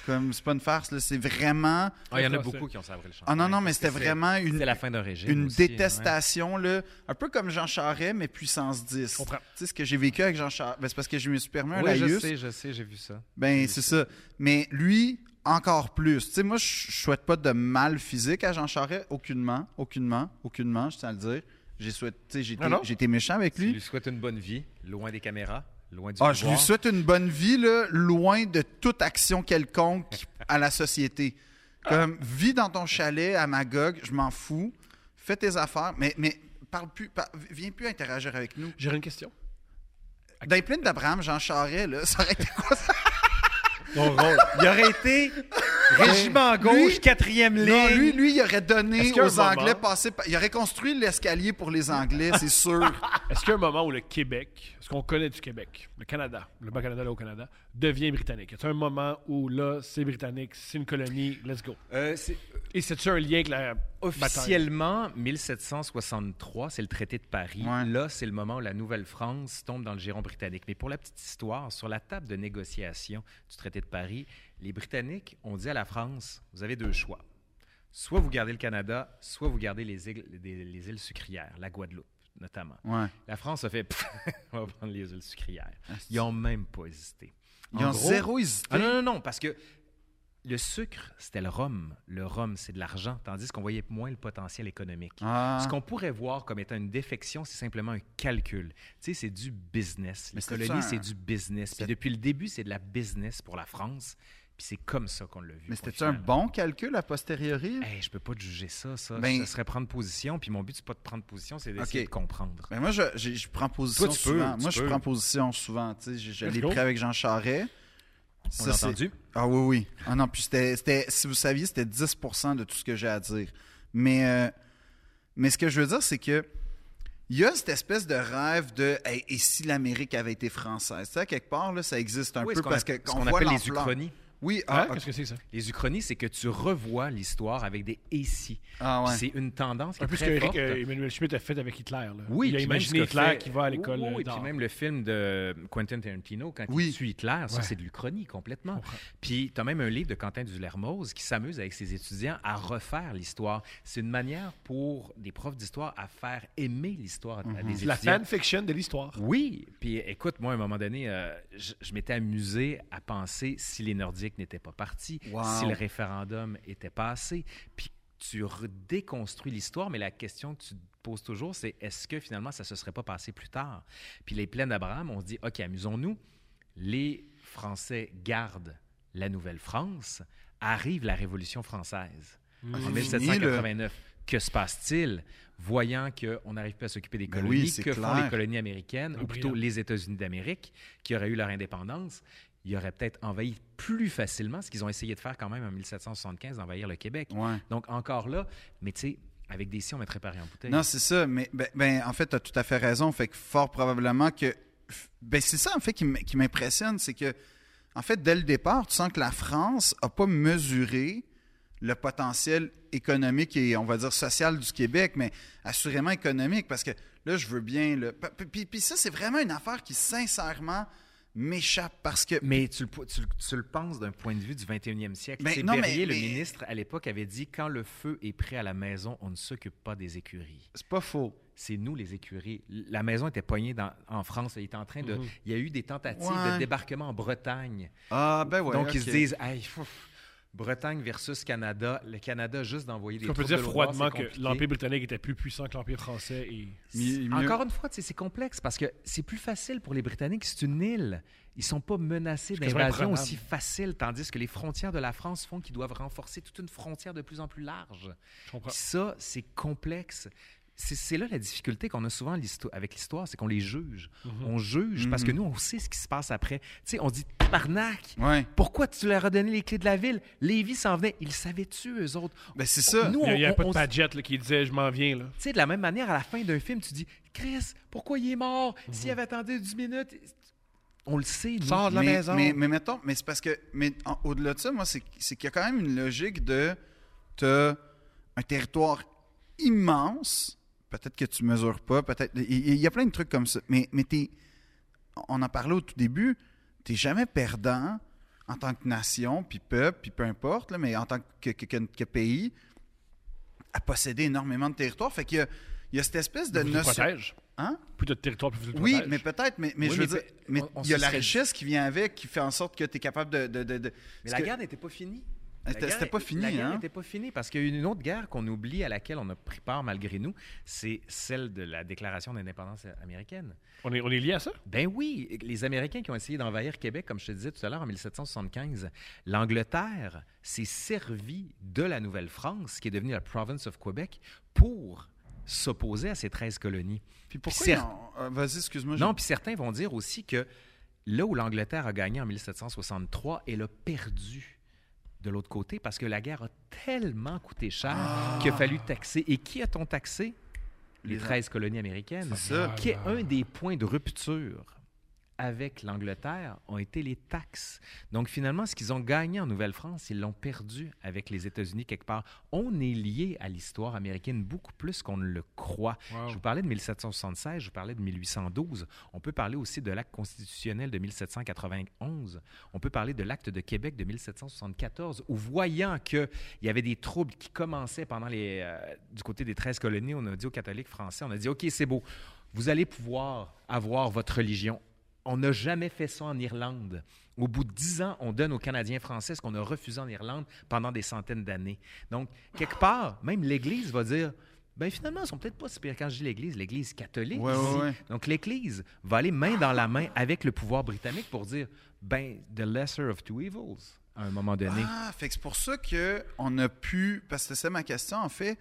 Comme c'est pas une farce, là, c'est vraiment. Ah, il y en a Français. beaucoup qui ont sabré le champ. Ah non, non, mais c'était vraiment une, C'était la fin d'un régime. une aussi, hein, ouais. détestation, là, un peu comme Jean Charest, mais puissance 10. Je comprends. Tu sais, ce que j'ai vécu avec Jean Charest, ben, c'est parce que je me suis permis un Oui, je laïus. sais, je sais, j'ai vu ça. Ben, c'est ça. Mais lui, encore plus. Tu sais, moi, je je souhaite pas de mal physique à Jean Charest, aucunement, aucunement, aucunement, je tiens à le dire. J'ai souhaité, tu sais, j'ai été- Non, non. j'ai été méchant avec Je lui. lui souhaite une bonne vie, loin des caméras, loin du Ah, je lui pouvoir. souhaite une bonne vie, là, loin de toute action quelconque à la société. Comme, vis dans ton chalet à Magog, je m'en fous. Fais tes affaires, mais, mais parle plus, par- viens plus interagir avec nous. J'ai une question. Dans les plaines d'Abraham, Jean Charest, là, ça aurait été quoi ça? Il aurait été régiment gauche, Lui- quatrième ligne. Non, lui, lui, il aurait donné Est-ce qu'il y a un aux Anglais moment- passer par- Il aurait construit l'escalier pour les Anglais, c'est sûr. Est-ce qu'il y a un moment où le Québec, ce qu'on connaît du Québec, le Canada, le Bas-Canada, le Haut-Canada, devient britannique? Est-ce un moment où là, c'est britannique, c'est une colonie, let's go? Euh, c'est- Et c'est-tu un lien avec la bataille? Officiellement, 1763, c'est le traité de Paris. Ouais. Là, c'est le moment où la Nouvelle-France tombe dans le giron britannique. Mais pour la petite histoire, sur la table de négociation du traité de Paris, les Britanniques ont dit à la France, vous avez deux choix. Soit vous gardez le Canada, soit vous gardez les îles, des- les îles sucrières, la Guadeloupe notamment. Ouais. La France a fait, Pff, on va prendre les îles sucrières. Ils n'ont même pas hésité. Ils En ont gros- zéro hésité. ah non, non, non, parce que le sucre, c'était le rhum. Le rhum, c'est de l'argent, tandis qu'on voyait moins le potentiel économique. Ah. Ce qu'on pourrait voir comme étant une défection, c'est simplement un calcul. Tu sais, c'est du business. Mais Les c'est colonies, ça, c'est un- du business. Puis depuis le début, c'est de la business pour la France. Puis c'est comme ça qu'on l'a vu. Mais au c'était-tu un final. bon calcul a posteriori? Hey, je peux pas te juger ça, ça. Ben- Ça serait prendre position, puis mon but, c'est pas de prendre position, c'est d'essayer Ok. de comprendre. Ben moi, je, j'ai- je prends position Toi, tu peux, souvent. tu moi, je peux. prends position souvent. tu sais, Je, je Let's l'ai go. pris avec Jean Charest. On Ça, l'a c'est- entendu? Ah oui, oui. Ah non, puis c'était, c'était- si vous saviez, c'était 10 de tout ce que j'ai à dire. Mais, euh, mais ce que je veux dire, c'est que il y a cette espèce de rêve de Hey, et si l'Amérique avait été française? Ça, quelque part, là, ça existe un Oui, peu ce qu'on parce app- que ce quand qu'on on voit appelle les l'ampleur- uchronies. Oui, ah, Hein? ok. Qu'est-ce que c'est ça? Les uchronies, c'est que tu revois l'histoire avec des et si. Ah, ouais. Puis C'est une tendance qui Un est peu ce très qu'Éric forte. euh, Emmanuel Schmitt a fait avec Hitler. Là. Oui, il a puis même imaginé ce que Hitler fait- qui va à l'école. Oui, oui, euh, oui, d'art. puis même le film de euh, Quentin Tarantino, quand Oui. il tue Hitler, ça, Ouais. c'est de l'Uchronie complètement. comprends. Puis tu as même un livre de Quentin Dulermoz qui s'amuse avec ses étudiants à refaire l'histoire. C'est une manière pour des profs d'histoire à faire aimer l'histoire à- Mhm. à des C'est la étudiants. fanfiction de l'histoire. Oui, puis écoute, moi, à un moment donné, euh, je, je m'étais amusé à penser si les Nordiques n'étaient pas partis, Wow. si le référendum était passé, puis tu redéconstruis l'histoire, mais la question que tu te poses toujours, c'est est-ce que finalement ça se serait pas passé plus tard? Puis les plaines d'Abraham, on se dit, OK, amusons-nous, les Français gardent la Nouvelle-France, arrive la Révolution française en Hmm. Fini, 1789. Que se passe-t-il? Voyant qu'on n'arrive plus à s'occuper des Ben oui, colonies, c'est que font clair. les colonies américaines, Ah, ou hein. plutôt brillant. les États-Unis d'Amérique, qui auraient eu leur indépendance, ils auraient peut-être envahi plus facilement ce qu'ils ont essayé de faire quand même en 1775, d'envahir le Québec. Ouais. Donc encore là, mais tu sais, avec des si, on mettrait Paris en bouteille. Non, c'est ça. Mais ben, ben, en fait, tu as tout à fait raison. Fait que fort probablement que. Ben, c'est ça, en fait, qui m- qui m'impressionne. C'est que, en fait, dès le départ, tu sens que la France n'a pas mesuré le potentiel économique et, on va dire, social du Québec, mais assurément économique, parce que là, je veux bien. Là, pa- puis, puis- puis ça, c'est vraiment une affaire qui, sincèrement, m'échappe parce que. Mais tu le, po- tu le- tu le penses d'un point de vue du 21e siècle. Ben, C'est non, mais- Berryer, le mais- ministre, à l'époque, avait dit « Quand le feu est prêt à la maison, on ne s'occupe pas des écuries ». C'est pas faux. c'est nous les écuries. La maison était poignée dans- en France. Il, était en train de, Mhm. il y a eu des tentatives Mm-hmm. Ouais. de débarquement en Bretagne. Ah, ben ouais. Donc, ils se ok. disent, Hey, fou, Bretagne versus Canada. Le Canada, juste d'envoyer des On peut troupes dire de l'Ouest, froidement c'est que compliqué. l'Empire britannique était plus puissant que l'Empire français. Et... Mi- mieux- Encore une fois, tu sais, c'est complexe parce que c'est plus facile pour les Britanniques. C'est une île. Ils sont pas menacés C'est quasiment d'invasion imprenable. aussi facile, tandis que les frontières de la France font qu'ils doivent renforcer toute une frontière de plus en plus large. Je comprends. Puis ça, c'est complexe. C'est- C'est là la difficulté qu'on a souvent l'histo- avec l'histoire, c'est qu'on les juge. Mm-hmm. On juge parce que nous, on sait ce qui se passe après. Tu sais, on dit tabarnak, Ouais. pourquoi tu leur as donné les clés de la ville Lévis s'en venait, ils savaient-tu, eux autres Ben, c'est ça. Nous, Il n'y a, il y a on- pas de on- Padgett là, qui disait je m'en viens. Là. Tu sais, de la même manière, à la fin d'un film, tu dis Chris, pourquoi il est mort S'il avait attendu 10 minutes, on le sait. nous. Sors de la mais, maison. Mais, mais mettons, mais c'est parce que, mais en- au-delà de ça, moi, c'est c'est qu'il y a quand même une logique de, t'as un territoire immense, peut-être que tu mesures pas, peut-être, il- il il y a plein de trucs comme ça, mais, mais t'es, on en parlait au tout début, t'es jamais perdant en tant que nation, puis peuple, puis peu importe, là, mais en tant que, que- que- que pays, à posséder énormément de territoire, fait qu'il y a, il y a cette espèce de Plus tu te notion... protèges. Hein? Plus tu de territoire, plus tu te Oui, protèges. mais peut-être, mais, mais Oui, je veux mais dire, pe- mais on- on il y a se la serait- richesse qui vient avec, qui fait en sorte que tu es capable de. de, de- de- Mais parce la que- guerre n'était pas finie. La C'était- guerre- c'était pas fini, La guerre hein? n'était pas finie parce qu'il y a eu une autre guerre qu'on oublie à laquelle on a pris part malgré nous, c'est celle de la déclaration d'indépendance américaine. On est, on est lié à ça. Ben oui, les Américains qui ont essayé d'envahir Québec, comme je te disais tout à l'heure, en 1775, l'Angleterre s'est servie de la Nouvelle-France, qui est devenue la province of Québec, pour s'opposer à ces 13 colonies. Puis pourquoi Puis ils cer- ont- euh, Vas-y, excuse-moi. j'ai- Non, puis certains vont dire aussi que là où l'Angleterre a gagné en 1763, elle a perdu de l'autre côté parce que la guerre a tellement coûté cher qu'il a fallu taxer. Et qui a-t-on taxé? Les Ah. Les- 13 colonies américaines. C'est ça. Qui est un des points de rupture avec l'Angleterre ont été les taxes. Donc finalement, ce qu'ils ont gagné en Nouvelle-France, ils l'ont perdu avec les États-Unis quelque part. On est lié à l'histoire américaine beaucoup plus qu'on ne le croit. Je vous parlais de 1776, je vous parlais de 1812. On peut parler aussi de l'acte constitutionnel de 1791. On peut parler de l'acte de Québec de 1774, où voyant qu'il y avait des troubles qui commençaient pendant les, euh, du côté des 13 colonies, on a dit aux catholiques français, on a dit, OK, c'est beau, vous allez pouvoir avoir votre religion. On n'a jamais fait ça en Irlande. Au bout de dix ans, on donne aux Canadiens français ce qu'on a refusé en Irlande pendant des centaines d'années. Donc, quelque part, même l'Église va dire, ben finalement, ils sont peut-être pas si pires. Quand je dis l'Église, l'Église catholique Ouais, ouais, ici. ouais. Donc, l'Église va aller main dans la main avec le pouvoir britannique pour dire, ben, the lesser of two evils, à un moment donné. Ah, fait que c'est pour ça que on a pu. Parce que c'est ma question, en fait.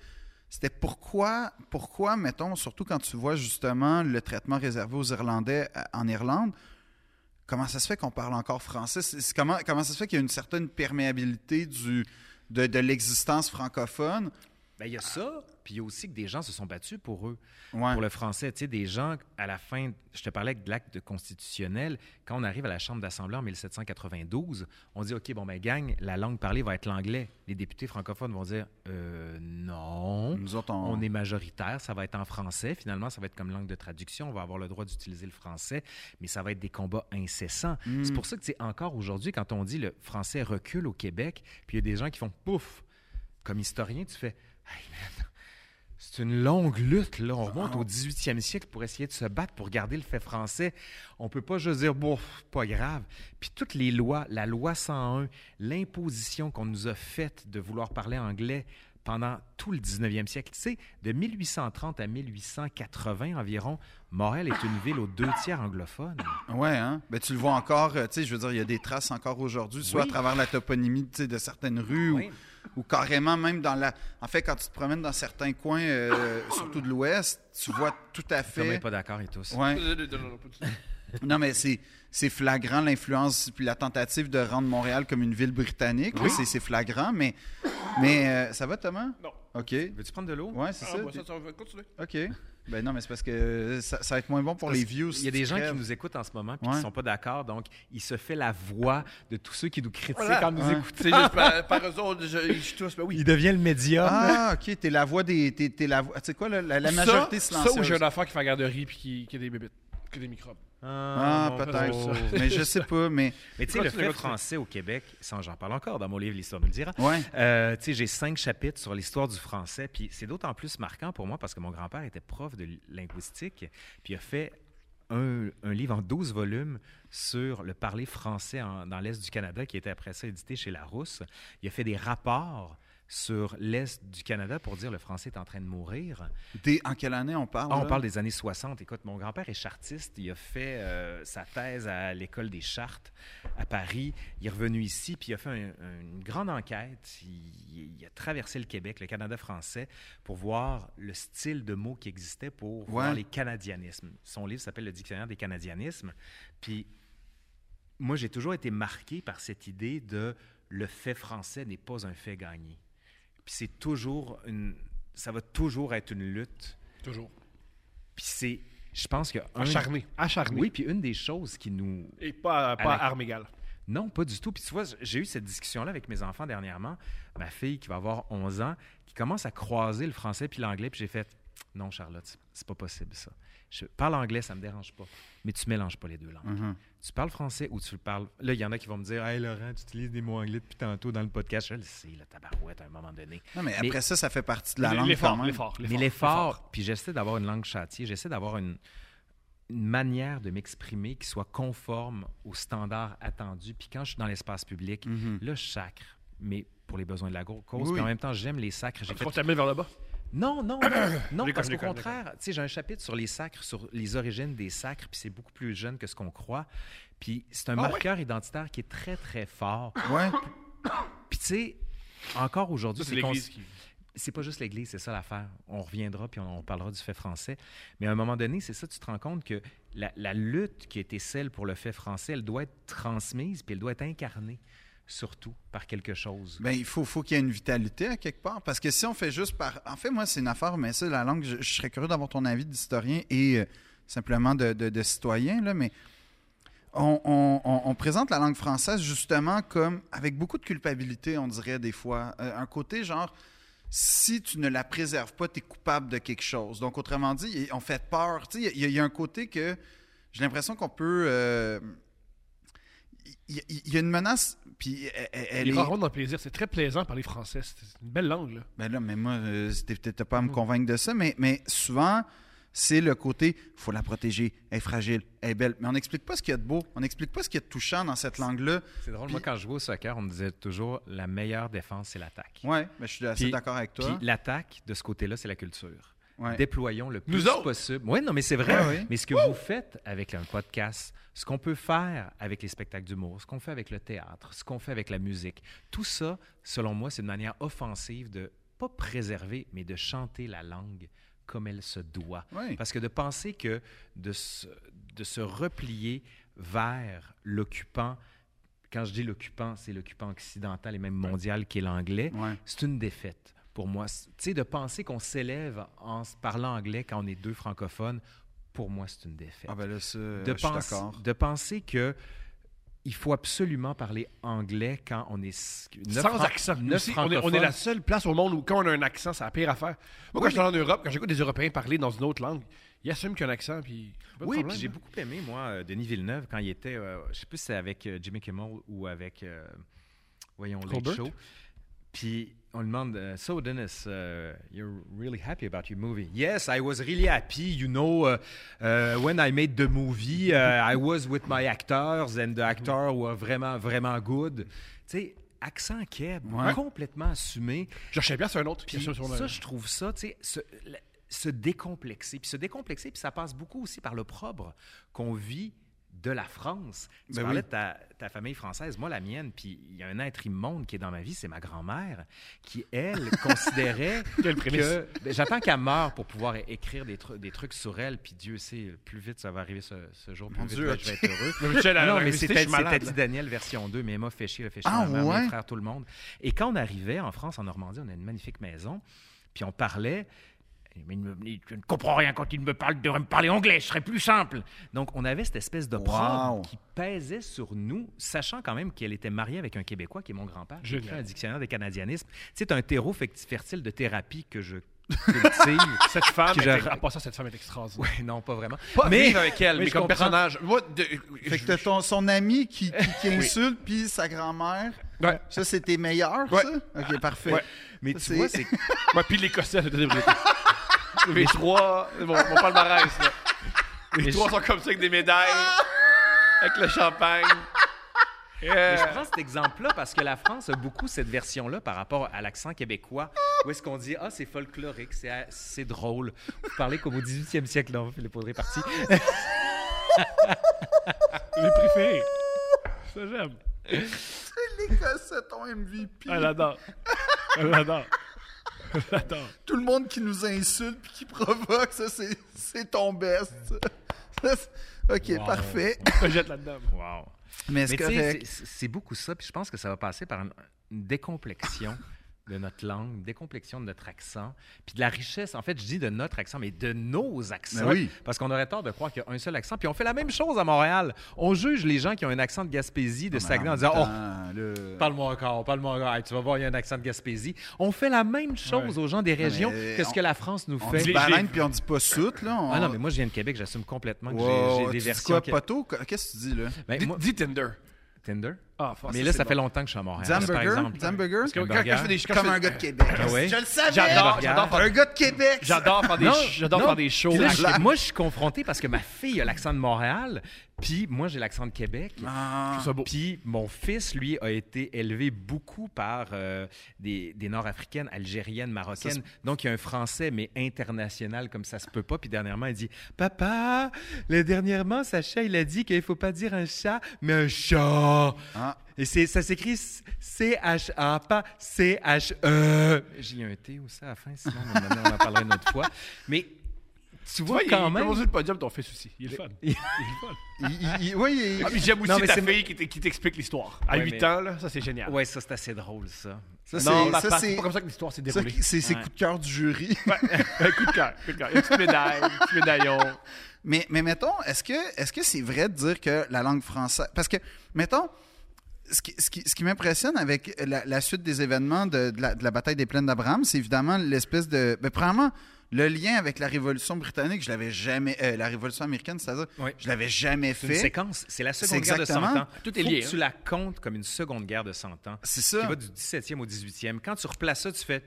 C'était pourquoi, pourquoi, mettons, surtout quand tu vois justement le traitement réservé aux Irlandais euh, en Irlande, comment ça se fait qu'on parle encore français? C'est- c'est comment, comment ça se fait qu'il y a une certaine perméabilité du, de, de l'existence francophone Ben, il y a ça, puis il y a aussi que des gens se sont battus pour eux, Ouais. pour le français. Tu sais, des gens, à la fin, je te parlais de l'acte constitutionnel, quand on arrive à la Chambre d'Assemblée en 1792, on dit, OK, bon, ben, gang, la langue parlée va être l'anglais. Les députés francophones vont dire, euh, non. Nous autres, on, On est majoritaire, ça va être en français. Finalement, ça va être comme langue de traduction. On va avoir le droit d'utiliser le français, mais ça va être des combats incessants. C'est pour ça que, tu sais, encore aujourd'hui, quand on dit le français recule au Québec, puis il y a des gens qui font pouf. Comme historien, tu fais Hey, man, c'est une longue lutte, là. On Ah. remonte au 18e siècle pour essayer de se battre pour garder le fait français. On peut pas juste dire, bon, pff, pas grave. Puis toutes les lois, la loi 101, l'imposition qu'on nous a faite de vouloir parler anglais pendant tout le 19e siècle. Tu sais, de 1830 à 1880 environ, Montréal est une ville aux deux tiers anglophones. Ouais, hein? Ben, tu le vois encore, euh, tu sais, je veux dire, il y a des traces encore aujourd'hui, soit à Oui. travers la toponymie tu sais, de certaines rues ou- Oui. ou, carrément même dans la. En fait, quand tu te promènes dans certains coins, euh, surtout de l'Ouest, tu vois tout à Comme on est fait. pas d'accord et tous. Ouais. Non, non, non, non, pas du tout. Non, mais c'est, c'est flagrant l'influence puis la tentative de rendre Montréal comme une ville britannique. là, c'est, c'est flagrant, mais, mais euh, ça va, Thomas? Non. OK. Veux-tu prendre de l'eau? Ouais, c'est Ah, ça. bah, ça, ça, on va continuer. OK. Ben non, mais c'est parce que euh, ça, ça va être moins bon pour les views. Il y a des gens qui nous nous écoutent en ce moment puis qui Ouais. ne sont pas d'accord, donc il se fait la voix de tous ceux qui nous critiquent Voilà. en nous Ouais. écoutant. C'est juste par, par eux autres, je, je tousse, ben oui. Il devient le médium. Ah, ok, t'es la voix des. T'es, t'es la voix. Tu sais quoi, la, la- la Ça- majorité Ça, ou silencieuse. j'ai un enfant qui fait la garderie puis qui, qui a des bébites, qui a des microbes. Ah, mon peut-être. pauvre. mais je sais pas, mais. Mais tu sais, le Continue, fait continue. français au Québec, ça j'en parle encore dans mon livre, l'histoire nous le dira. Ouais. Euh, tu sais, j'ai cinq chapitres sur l'histoire du français, puis c'est d'autant plus marquant pour moi parce que mon grand-père était prof de linguistique, puis il a fait un, un livre en 12 volumes sur le parler français en- dans l'Est du Canada, qui était après ça édité chez Larousse. Il a fait des rapports sur l'Est du Canada pour dire le français est en train de mourir. Dès- en quelle année on parle? Ah, on là? parle des années 60. Écoute, mon grand-père est chartiste. Il a fait euh, sa thèse à l'école des chartes à Paris. Il est revenu ici, puis il a fait un- un- une grande enquête. Il, il a traversé le Québec, le Canada français, pour voir le style de mots qui existait pour voir Ouais. les canadianismes. Son livre s'appelle Le dictionnaire des canadianismes. Puis moi, j'ai toujours été marqué par cette idée de le fait français n'est pas un fait gagné. Puis c'est toujours une... Ça va toujours être une lutte Toujours. puis c'est, je pense que... un- Acharné. Acharné. Oui, puis une des choses qui nous... Et pas, pas À à la- armes égales. Non, pas du tout. Puis tu vois, j'ai eu cette discussion-là avec mes enfants dernièrement. Ma fille qui va avoir 11 ans, qui commence à croiser le français puis l'anglais, puis j'ai fait, non, Charlotte, c'est- c'est pas possible ça. Je parle anglais, ça me dérange pas. Mais tu mélanges pas les deux langues. Mhm. Tu parles français ou tu le parles. Là, il y en a qui vont me dire, hey Laurent, tu utilises des mots anglais depuis tantôt dans le podcast. Je le sais, la tabarouette à un moment donné. Non, mais, Mais- après ça, ça fait partie de la langue quand l'effort, même. l'effort, l'effort. Mais l'effort, puis j'essaie d'avoir une langue châtiée, j'essaie d'avoir une, une manière de m'exprimer qui soit conforme aux standards attendus. Puis quand je suis dans l'espace public, Mhm. là, je sacre, mais pour les besoins de la gro- cause. Oui, Puis en oui. même temps, j'aime les sacres. J'ai Il fait... faut que Ah, tu amènes vers le bas. Non, non, non, Je parce qu'au déconne, je déconne, contraire, tu sais, j'ai un chapitre sur les sacres, sur les origines des sacres, puis c'est beaucoup plus jeune que ce qu'on croit. Puis c'est un Ah ouais? marqueur identitaire qui est très, très fort. Ouais. Puis tu sais, encore aujourd'hui, Ça, c'est c'est cons- l'église qui. c'est pas juste l'Église, c'est ça l'affaire. On reviendra puis on, on parlera du fait français. Mais à un moment donné, c'est ça, tu te rends compte que la, la lutte qui a été celle pour le fait français, elle doit être transmise puis elle doit être incarnée, surtout par quelque chose. Ben, il faut, faut qu'il y ait une vitalité à quelque part. Parce que si on fait juste par. En fait, moi, c'est une affaire, mais ça, la langue, je, je serais curieux d'avoir ton avis d'historien et euh, simplement de, de, de citoyen, là, mais on, on- on- on présente la langue française justement comme. avec beaucoup de culpabilité, on dirait des fois. Euh, un côté genre. Si tu ne la préserves pas, tu es coupable de quelque chose. Donc, autrement dit, on fait peur. Tu sais, Il y, a- il y a un côté que j'ai l'impression qu'on peut. euh, Il y, il y a une menace, puis elle, elle- elle Les est- rarement dans le plaisir. C'est très plaisant de parler français. C'est c'est une belle langue, là. ben là, mais moi, euh, c'était peut-être pas à Mm. me convaincre de ça, mais, mais souvent, c'est le côté faut la protéger, elle est fragile, elle est belle. Mais on n'explique pas ce qu'il y a de beau, on n'explique pas ce qu'il y a de touchant dans cette langue-là. C'est drôle, Puis- moi quand je jouais au soccer, on me disait toujours la meilleure défense, c'est l'attaque. Ouais, ben, je suis assez Puis- d'accord avec toi. Puis l'attaque, de ce côté-là, c'est la culture. Ouais. Déployons le plus Nous autres! possible. Oui, non, mais c'est vrai. Ouais, ouais. Mais ce que vous faites avec un podcast, ce qu'on peut faire avec les spectacles d'humour, ce qu'on fait avec le théâtre, ce qu'on fait avec la musique, tout ça, selon moi, c'est une manière offensive de pas préserver, mais de chanter la langue comme elle se doit. Ouais. Parce que de penser que de se, de se replier vers l'occupant, quand je dis l'occupant, c'est l'occupant occidental et même mondial qui est l'anglais, Ouais. c'est une défaite. pour moi. C- Tu sais, de penser qu'on s'élève en s- parlant anglais quand on est deux francophones, pour moi, c'est une défaite. Ah ben là, ça, de, je suis penser- d'accord. de penser que il faut absolument parler anglais quand on est s- neuf Sans fran- accent. neuf Aussi, on, est, on est francophones. la seule place au monde où, quand on a un accent, c'est la pire affaire. Moi, quand je suis allé en Europe, quand j'écoute des Européens parler dans une autre langue, ils assument qu'il y a un accent, puis. pas de Oui, problème, puis j'ai là. beaucoup aimé, moi, euh, Denis Villeneuve, quand il était, euh, je sais plus si c'est avec euh, Jimmy Kimmel ou avec, euh, voyons, Late Colbert? Show. Puis on lui demande, euh, So Dennis, uh, you're really happy about your movie. Yes, I was really happy, you know, uh, uh, when I made the movie, uh, I was with my actors and the actors were vraiment, vraiment good. Tu sais, accent keb, Ouais. complètement assumé. Georges Saint-Pierre, c'est un autre qui Puis assume son ça, je trouve ça, tu sais, se, la- se décomplexer. Puis se décomplexer, puis ça passe beaucoup aussi par l'opprobre qu'on vit de la France. Tu Ben parlais oui. de ta, ta famille française, moi la mienne, puis il y a un être immonde qui est dans ma vie, c'est ma grand-mère, qui, elle, considérait Quelle prémisse. que... Ben, J'attends qu'elle meure pour pouvoir é- écrire des, tru- des trucs sur elle, puis Dieu sait, plus vite ça va arriver ce, ce jour, plus Mon vite Dieu, va- je vais être heureux. Mais Michel, à Ah la non, mais réalité, c'était je suis malade, c'était là. Titi Daniel version 2, mais Emma fait chier, elle fait chier Ah, ma mère, ouais? mon frère, tout le monde. Et quand on arrivait en France, en Normandie, on a une magnifique maison, puis on parlait. Mais il me- il- je ne comprends rien quand il me parle, il devrait me parler anglais, ce serait plus simple. Donc, on avait cette espèce de Wow. qui pesait sur nous, sachant quand même qu'elle était mariée avec un Québécois qui est mon grand-père. J'ai Génial. écrit un dictionnaire des canadianismes. C'est un terreau fecti- fertile de thérapie que je cultive. Cette femme, Qui était- gère- en passant, cette femme est extraordinaire. ouais, non, pas vraiment. Pas mais vivre avec elle, mais, mais je comme comprends. personnage. Moi, de- Fait que je- t'as ton- son ami qui, qui, qui insulte, puis sa grand-mère. Ouais. Ça, c'est tes meilleurs, Ouais. ça? OK, parfait. Ouais. mais tu C'est- vois, c'est Moi, puis l'Écossais de Denis Britain. Les trois, mon, mon palmarès, là. Les Mais trois je- sont comme ça avec des médailles, avec le champagne. Yeah. Mais je prends cet exemple-là parce que la France a beaucoup cette version-là par rapport à l'accent québécois, où est-ce qu'on dit « Ah, c'est folklorique, c'est, ah, c'est drôle. » Vous parlez comme au 18e siècle, non, Philippe Audrey est parti. Mes préférés. Ça, j'aime. L'Écossais, ton Ah, MVP. Elle adore. Elle adore. Elle adore. Tout le monde qui nous insulte puis qui provoque, ça, c'est, c'est ton best. Ça, c'est- OK, Wow. parfait. Je jette là-dedans. moi. Wow. Mais est-ce Mais tu que sais, c'est, c'est beaucoup ça, puis je pense que ça va passer par une, une décomplexion de notre langue, une décomplexion de notre accent, puis de la richesse, en fait, je dis de notre accent, mais de nos accents. Ben oui. Parce qu'on aurait tort de croire qu'il y a un seul accent, puis on fait la même chose à Montréal. On juge les gens qui ont un accent de Gaspésie, de Saguenay, en disant « Oh, Parle-moi encore, parle-moi encore. Hey, tu vas voir, il y a un accent de Gaspésie. On fait la même chose aux gens des régions mais que ce on- que la France nous on fait. Bah, dit les- baleine j'ai- puis on dit pas soute, là. on- Ah non, mais moi, je viens de Québec, j'assume complètement que j'ai- Wow, j'ai des tu dis versions. quoi, que- poteau? Qu'est-ce que tu dis, là? Ben, Dis- moi- Dis Tinder. Tinder. Ah, fuck, Mais là, c'est ça fait bon. longtemps que je suis à Montréal. par Zamburger? exemple. Zamburger? Parce que Un quand, quand je fais des quand je Comme fais- un gars de Québec. Ah ouais? Je le savais! J'adore, Burger. j'adore faire- Un gars de Québec! J'adore faire des Non, j'adore non. faire des shows. Ah, Puis là, à- je- moi, je suis confronté parce que ma fille a l'accent de Montréal, puis moi, j'ai l'accent de Québec. Ah, Ça beau. Puis mon fils, lui, a été élevé beaucoup par euh, des, des Nord-Africaines, Algériennes, Marocaines. Donc, il y a un français, mais international, comme ça se peut pas. Puis dernièrement, il dit Papa, le dernièrement, Sacha, il a dit qu'il faut pas dire un chat, mais un chat. Ah. Et c'est, ça s'écrit C-H-A, pas E. C-H-E. J'ai un T aussi à la fin, sinon maintenant, on en parlera une autre fois. Mais tu Tu vois, vois, il- quand il même. commence le podium, ton fils aussi. Il est le fun. Il est le fun. il- il- il- oui, il- Ah, mais j'aime aussi Non, mais ta c'est- fille qui t- qui t'explique l'histoire. À Ouais, 8 mais- ans, là, ça, c'est génial. Ouais, ça, c'est assez drôle, ça. ça, c'est- Non, papa, ça, c'est c'est- pas comme ça que l'histoire s'est ça, déroulée. c'est ses Ouais. coups de cœur du jury. Ouais. Un coup de cœur. coup de cœur. Une petite médaille, un petit médaillon. Mais, mais mettons, est-ce que est-ce que c'est vrai de dire que la langue française. Parce que, mettons, ce qui, ce qui- ce qui m'impressionne avec la, la suite des événements de, de la, de la bataille des plaines d'Abraham, c'est évidemment l'espèce de. Ben, premièrement, le lien avec la Révolution britannique, je l'avais jamais. euh, la Révolution américaine, c'est-à-dire, Ouais. je l'avais jamais C'est une fait. séquence. C'est la C'est seconde guerre de 100 exactement- ans. Tout est Faut lié, que hein. tu la comptes comme une seconde guerre de 100 ans. C'est Qui ça. va du 17e au 18e. Quand tu replaces ça, tu fais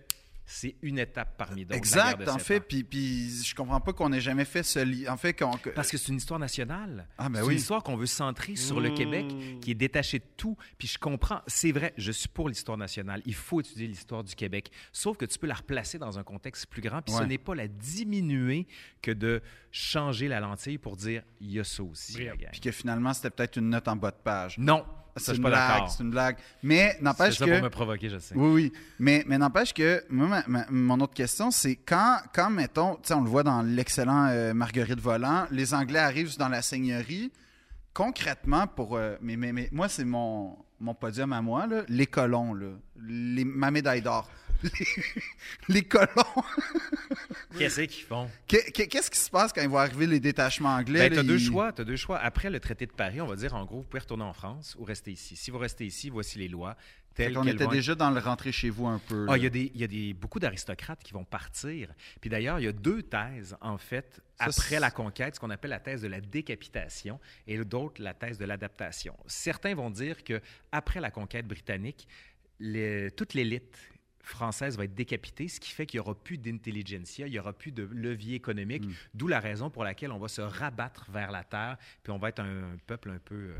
c'est une étape parmi d'autres. la guerre Exact, de en sept fait. ans. Puis, puis je comprends pas qu'on ait jamais fait ce lien. En fait, qu'on. que- Parce que c'est une histoire nationale. euh, Ah, ben c'est oui. une histoire qu'on veut centrer sur le Mmh. Québec, qui est détachée de tout. Puis je comprends, c'est vrai, je suis pour l'histoire nationale. Il faut étudier l'histoire du Québec. Sauf que tu peux la replacer dans un contexte plus grand. Puis ce Ouais. n'est pas la diminuer que de changer la lentille pour dire il y a ça aussi. la Brillant. gang. Puis que finalement, c'était peut-être une note en bas de page. Non, C'est ça, je une suis pas blague, d'accord. c'est une blague. Mais C'est n'empêche ça que. pour me provoquer, je sais. Oui, oui. Mais, mais n'empêche que, moi, ma- ma- mon autre question, c'est quand, quand mettons, tu sais, on le voit dans l'excellent euh, Marguerite Volant, les Anglais arrivent dans la seigneurie, concrètement, pour. euh, mais, mais, mais moi, c'est mon, mon podium à moi, là, les colons, là, les, ma médaille d'or. Les, les colons. Qu'est-ce qu'ils font? Qu'est- qu'est- Qu'est-ce qui se passe quand ils vont arriver les détachements anglais? Ben, là, t'as deux ils- choix, t'as deux choix. Après le traité de Paris, on va dire en gros, vous pouvez retourner en France ou rester ici. Si vous restez ici, voici les lois Fait telles qu'on qu'elles était vont être- déjà dans le rentrer chez vous un peu. Ah, là. il y a, des, il y a des, beaucoup d'aristocrates qui vont partir. Puis d'ailleurs, il y a deux thèses, en fait, Ça, c'est- après la conquête, ce qu'on appelle la thèse de la décapitation et d'autres, la thèse de l'adaptation. Certains vont dire que après la conquête britannique, les- toute l'élite française va être décapitée, ce qui fait qu'il n'y aura plus d'intelligentsia, il n'y aura plus de levier économique, d'où la raison pour laquelle on va se rabattre vers la terre, puis on va être un peuple un peu, euh,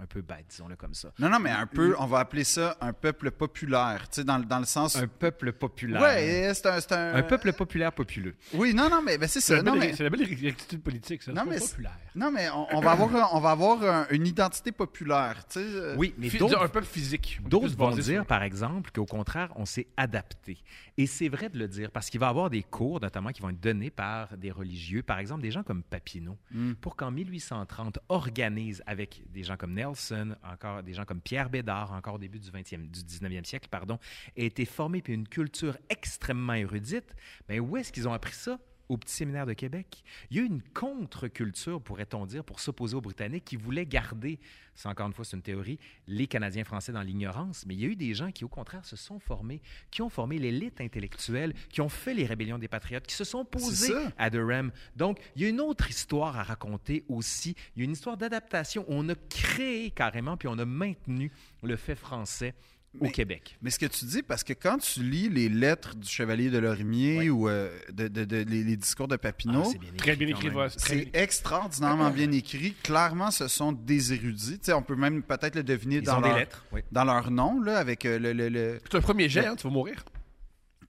un peu bête, disons-le comme ça. Non, non, mais un peu, on va appeler ça un peuple populaire, tu sais, dans, le- dans le sens. Un peuple populaire. Ouais, c'est un, c'est un- Un peuple populaire populeux. Oui, non, non, mais ben, c'est C'est ça. la Non belle mais, ré- c'est la belle rectitude politique, ça. Non, Non, mais mais c'est- populaire. non, mais on, on va avoir, un- on va avoir un- une identité populaire, tu sais. euh, Oui, mais Fi- d'autres Un peuple physique. D'autres Plus vont basé sur- dire, par exemple, qu'au contraire, on s'est adapté. Et c'est vrai de le dire, parce qu'il va y avoir des cours, notamment, qui vont être donnés par des religieux, par exemple, des gens comme Papineau, Hmm. pour qu'en 1830, organise avec des gens comme Nelson, encore des gens comme Pierre Bédard, encore au début du, 20e, du 19e siècle, pardon, a été formé, puis une culture extrêmement érudite. Mais où est-ce qu'ils ont appris ça? au petit séminaire de Québec. Il y a eu une contre-culture, pourrait-on dire, pour s'opposer aux Britanniques qui voulaient garder, c'est encore une fois c'est une théorie, les Canadiens français dans l'ignorance, mais il y a eu des gens qui, au contraire, se sont formés, qui ont formé l'élite intellectuelle, qui ont fait les rébellions des patriotes, qui se sont C'est posés ça. à Durham. Donc, il y a une autre histoire à raconter aussi. Il y a une histoire d'adaptation. On a créé carrément, puis on a maintenu le fait français Mais- au Québec. Mais ce que tu dis, parce que quand tu lis les lettres du Chevalier de Lorimier ou euh, de, de- de- les, les discours de Ah, Papineau, c'est bien Très bien quand écrit, même. voilà, c'est très c'est extraordinairement bien écrit. Clairement, ce sont des érudits. Tu sais, on peut même peut-être le deviner Ils dans, ont leur, des lettres. oui. dans leur nom, là, avec euh, le. le, le- C'est un premier jet, hein, tu vas mourir.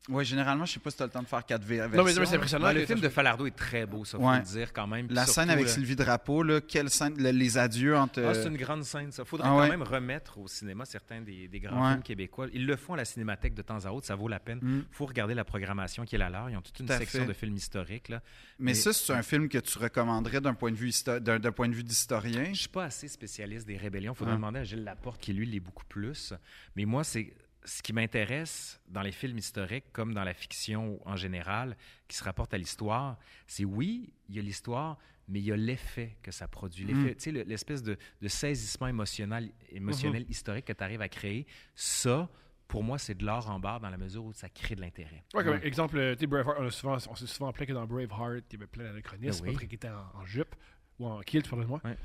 Ouais, généralement, je sais pas si tu as le temps de faire quatre ver- Non, mais, versions, mais c'est là. impressionnant. Ouais, Ben, le que- film de Falardeau est très beau, ça, faut Ouais. le dire quand même. Puis La surtout, scène avec là- Sylvie Drapeau, là, quelle scène, le- les adieux entre. Ah, c'est une grande scène, ça. Faudrait Ah quand ouais. même remettre au cinéma certains des, des grands Ouais. films québécois. Ils le font à la Cinémathèque de temps à autre, ça vaut la peine. Mm. faut regarder la programmation qui est la leur. Ils ont toute une Tout à section fait. de films historiques. Là. Mais Mais- ça, c'est un film que tu recommanderais d'un point de vue histo- d'un d'un point de vue d'historien. Je suis pas assez spécialiste des rébellions. faudrait Ah. demander à Gilles Laporte, qui lui l'est beaucoup plus. Mais moi, c'est ce qui m'intéresse dans les films historiques, comme dans la fiction en général, qui se rapporte à l'histoire, c'est oui, il y a l'histoire, mais il y a l'effet que ça produit. Hmm. L'effet, tu sais, le- l'espèce de, de saisissement émotionnel, émotionnel Mhm. historique que tu arrives à créer, ça, pour moi, c'est de l'art en barre dans la mesure où ça crée de l'intérêt. Ouais, comme exemple, euh, tu sais, Braveheart, on, a souvent- on s'est souvent plaint que dans Braveheart, il y avait plein d'anachronismes, Ben oui. Patrick qui était en, en jupe ou en kilt, pardonne-moi. Ouais.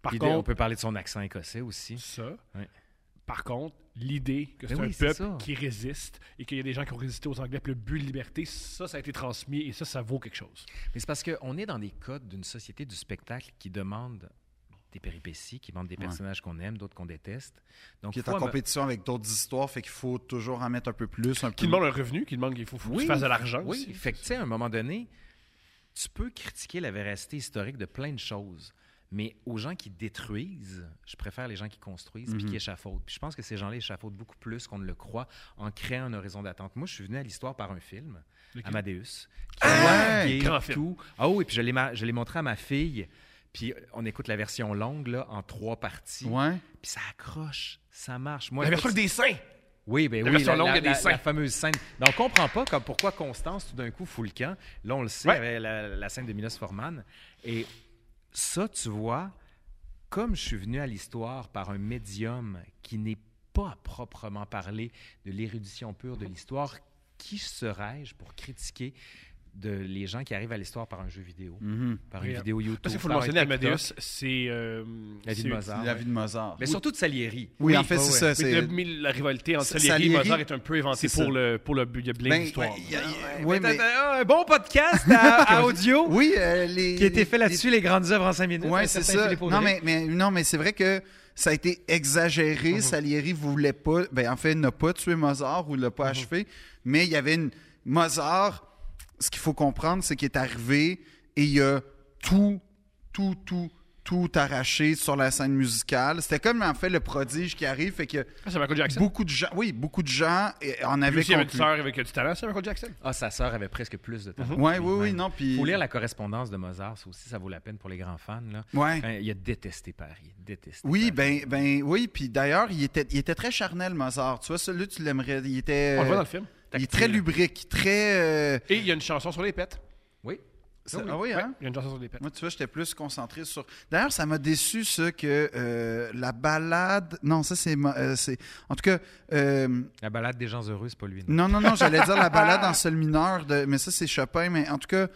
Par L'idée- on contre, peut parler de son accent écossais aussi. ça. Ouais. Par contre, l'idée que c'est Ben un oui, c'est peuple ça. qui résiste et qu'il y a des gens qui ont résisté aux Anglais, puis le but de liberté, ça, ça a été transmis et ça, ça vaut quelque chose. Mais c'est parce qu'on est dans des codes d'une société du spectacle qui demande des péripéties, qui demande des Ouais. personnages qu'on aime, d'autres qu'on déteste. Donc, Qui est faut en am- compétition avec d'autres histoires, fait qu'il faut toujours en mettre un peu plus, un peu Qui demande un revenu, qui demande qu'il faut, faut que tu fasses de l'argent Oui, aussi. hein, fait que, tu sais, à un moment donné, tu peux critiquer la véracité historique de plein de choses, mais aux gens qui détruisent, je préfère les gens qui construisent Mhm. puis qui échafaudent. Puis je pense que ces gens-là échafaudent beaucoup plus qu'on ne le croit en créant un horizon d'attente. Moi, je suis venu à l'histoire par un film, Lequel? Amadeus, qui Ah! a marqué Grand film. tout. Ah oui, puis je l'ai ma- je l'ai montré à ma fille. Puis euh, on écoute la version longue, là, en trois parties. Ouais. Puis ça accroche, ça marche. Moi, La écoute, version des saints! oui, ben La oui, version longue, il y a des la, scènes. la fameuse scène. Mais on comprend pas comme pourquoi Constance, tout d'un coup, fout le camp. Là, on le sait, Ouais. avec la, la scène de Milos Forman. Et ça, tu vois, comme je suis venu à l'histoire par un médium qui n'est pas à proprement parler de l'érudition pure de l'histoire, qui serais-je pour critiquer de les gens qui arrivent à l'histoire par un jeu vidéo, Mhm. par une Regarde. vidéo YouTube, Parce qu'il faut le par un mentionner, TikTok, Amadeus, c'est. euh, la vie c'est- de Mozart. La Ah ouais. vie de Mozart. Mais surtout de Salieri. oui, en fait, ouais, c'est ouais. ça. Mais c'est- Ben, le- mais la rivalité entre Sa- Salieri et Salieri, Mozart est un peu inventée c'est pour ça. le, pour le, il y a plein Ben, d'histoires. ouais, y a- y a- Ah Ouais, ouais, mais mais- t'as- t'as- un bon podcast à, à audio. Oui, euh, les. qui a été fait les- là-dessus, les grandes œuvres en cinq minutes. hein, Ouais, un c'est certain ça. Philippe Non Audrey. mais, mais- non, mais c'est vrai que ça a été exagéré. Mm-hmm. Salieri voulait pas, ben, en fait, n'a pas tué Mozart ou l'a pas Mm-hmm. achevé. Mais il y avait une. Mozart, ce qu'il faut comprendre, c'est qu'il est arrivé et il a tout, tout, tout, tout arraché sur la scène musicale. C'était comme en fait le prodige qui arrive, fait que Ah, c'est Michael Jackson. beaucoup de gens, oui, beaucoup de gens eh, en Lui avaient aussi, il avait une conclu. sœur avec du talent, c'est Michael Jackson. Ah, sa sœur avait presque plus de talent. Mhm. Ouais, oui, oui, Même. non, puis Faut lire la correspondance de Mozart, ça aussi, ça vaut la peine pour les grands fans. Là. Ouais. Hein, il a détesté Paris. Détesté Oui, Paris. ben, ben, oui, puis d'ailleurs, il était, il était très charnel, Mozart. Tu vois, celui-là, tu l'aimerais. Il était. On le voit euh, dans le film. il est Tactile. très lubrique, très. euh, Et il y a une chanson sur les pets. Oui. ça- oui. Ah oui, Ouais, hein? il y a une chanson sur les pets. Moi, tu vois, j'étais plus concentré sur. D'ailleurs, ça m'a déçu, ça, que euh, la balade. Non, ça, c'est. ma- euh, c'est- en tout cas, euh, La balade des gens heureux, c'est pas lui. non. non, non, non, j'allais dire la balade en sol mineur, de... mais ça, c'est Chopin, mais en tout cas.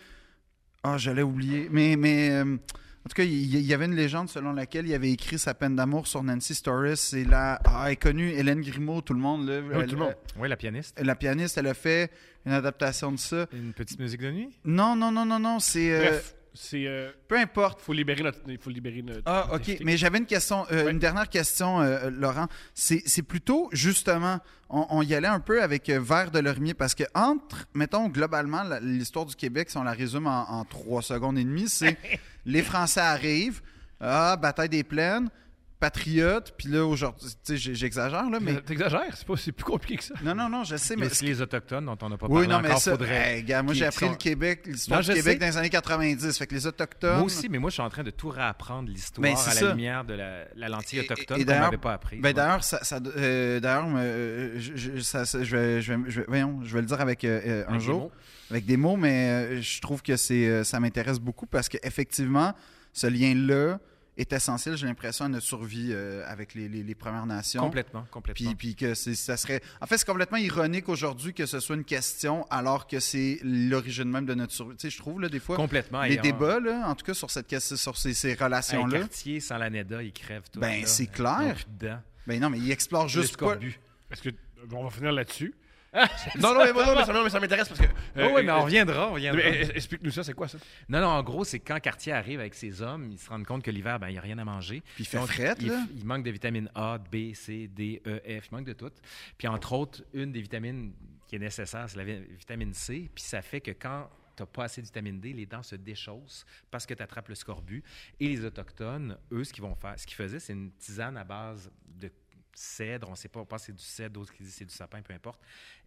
Ah, j'allais oublier. Mais. mais euh, En tout cas, il il y avait une légende selon laquelle il avait écrit sa peine d'amour sur Nancy Storis. Et là, ah, elle est connue, Hélène Grimaud, tout le monde. Là, Oui, Elle- euh, tout le monde. Oui, la pianiste. la pianiste, elle a fait une adaptation de ça. Une petite musique de nuit. Non, non, non, non, non, c'est... euh, Bref, c'est. euh, peu importe. faut libérer notre. Il faut libérer notre. Ah, OK. identité. Mais j'avais une question, euh, Ouais. une dernière question, euh, euh, Laurent. C'est c'est plutôt, justement, on, on y allait un peu avec euh, Vert de Lormier, parce que entre, mettons, globalement, la- l'histoire du Québec, si on la résume en, en trois secondes et demie, c'est les Français arrivent, ah, bataille des plaines, patriotes, puis là, aujourd'hui, tu sais, j'- j'exagère, là, mais... Mais T'exagères, c'est pas- c'est plus compliqué que ça. Non, non, non, je sais, mais... Mais les Autochtones dont on n'a pas parlé Oui, non, mais encore, ça, faudrait... hey, gars, moi, qui- j'ai qui appris sont- le Québec, l'histoire Non, du je Québec sais. dans les années 90. Fait que les Autochtones. Moi aussi, mais moi, je suis en train de tout réapprendre l'histoire mm. Ben, à c'est la ça. lumière de la, la lentille Et- et- autochtone et qu'on d'ailleurs- n'avait pas appris. Ben, d'ailleurs, ça, ça- euh, d'ailleurs, euh, je, je- ça- ça- je vais, je vais- je vais- voyons, je vais le dire avec euh, euh, un Avec des jour, mots. avec des mots, mais euh, je trouve que c'est, euh, ça m'intéresse beaucoup parce qu'effectivement, ce lien-là est essentiel, j'ai l'impression, à notre survie euh, avec les, les- les Premières Nations. Complètement, complètement. Puis, puis que c'est- ça serait. En fait, c'est complètement ironique aujourd'hui que ce soit une question alors que c'est l'origine même de notre survie. Tu sais, je trouve, là, des fois, complètement. les et en- débats, là, en tout cas, sur, cette, question- sur ces, ces Hey, relations-là. quartier sans l'ANEDA, ils crèvent tout. Ben, là. c'est Ils clair. ont plus de dents. Ben non, mais ils explorent Le juste pas. Oh, scorbut. Est-ce que. On va finir là-dessus. non, non, mais, non, mais ça, non, mais ça m'intéresse parce que. euh, Oh oui, mais euh, on reviendra, on mais, reviendra. euh, Explique-nous ça, c'est quoi ça? Non, non, en gros, c'est quand Cartier arrive avec ses hommes, ils se rendent compte que l'hiver, ben, il n'y a rien à manger. Puis il fait Donc, frette, il, là. il manque de vitamines A, B, C, D, E, F, il manque de toutes. Puis entre autres, une des vitamines qui est nécessaire, c'est la vi- vitamine C. Puis ça fait que quand tu n'as pas assez de vitamine D, les dents se déchaussent parce que tu attrapes le scorbut. Et les Autochtones, eux, ce qu'ils vont faire, ce qu'ils faisaient, c'est une tisane à base de cèdre, on ne sait pas, on pense que c'est du cèdre, d'autres qui disent que c'est du sapin, peu importe.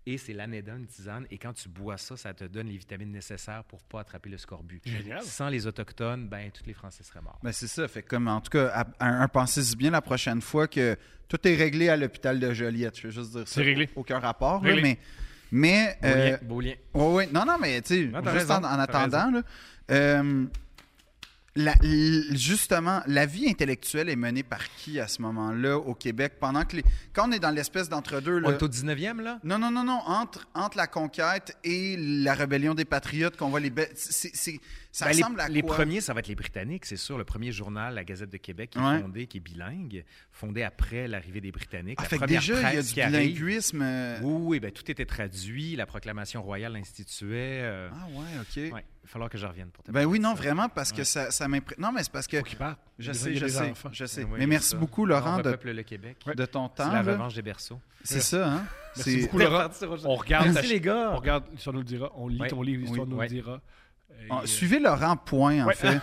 Et c'est l'anéda, une tisane. Et quand tu bois ça, ça te donne les vitamines nécessaires pour pas attraper le scorbut. Génial. Sans les Autochtones, ben, tous les Français seraient morts. Ben c'est ça. Fait que comme en tout cas, à- à- un pensez-y bien la prochaine fois que tout est réglé à l'hôpital de Joliette. Je veux juste dire ça. C'est réglé. Aucun rapport, là, Réglé. mais. Mais. Beau euh, lien, beau lien. ouais, ouais. non, non, mais tu Non, sais, t'as juste en, raison, en t'as attendant, là, euh, la- l- justement, la vie intellectuelle est menée par qui à ce moment-là au Québec? Pendant que les- Quand on est dans l'espèce d'entre-deux, On là. est au 19e, là? Non, non, non, non. Entre, entre la conquête et la rébellion des patriotes, qu'on voit les. be- c'est- c'est- ça Ben, les- ressemble à les, quoi? premiers, ça va être les Britanniques, c'est sûr. Le premier journal, la Gazette de Québec, qui Ouais. est fondé, qui est bilingue, fondé après l'arrivée des Britanniques. Ah, La fait que première déjà, il y a presse du qui arrive. bilinguisme. euh, Oui, oui, ben, tout était traduit. La proclamation royale l'instituait. euh, Ah ouais, ok. ouais, il va falloir que je revienne pour te Ben oui, parler de non, ça. vraiment, parce que Ouais. ça, ça m'impressionne. Non, mais c'est parce que Faut qu'il parte. je Il y a sais, des je sais, enfants. je sais. Ouais, Mais c'est merci ça. beaucoup, Laurent, On de, repeuple le Québec. de ton C'est temps. la là. revanche des berceaux. C'est ça, hein? Merci C'est- beaucoup, Laurent. Repartir aujourd'hui. On regarde, ta- Merci les on gars. regarde, l'histoire nous le dira. On lit Ouais. ton livre, l'histoire Oui, nous ouais. le dira. Et, Ah, euh, suivez Laurent, point, en Ouais. fait.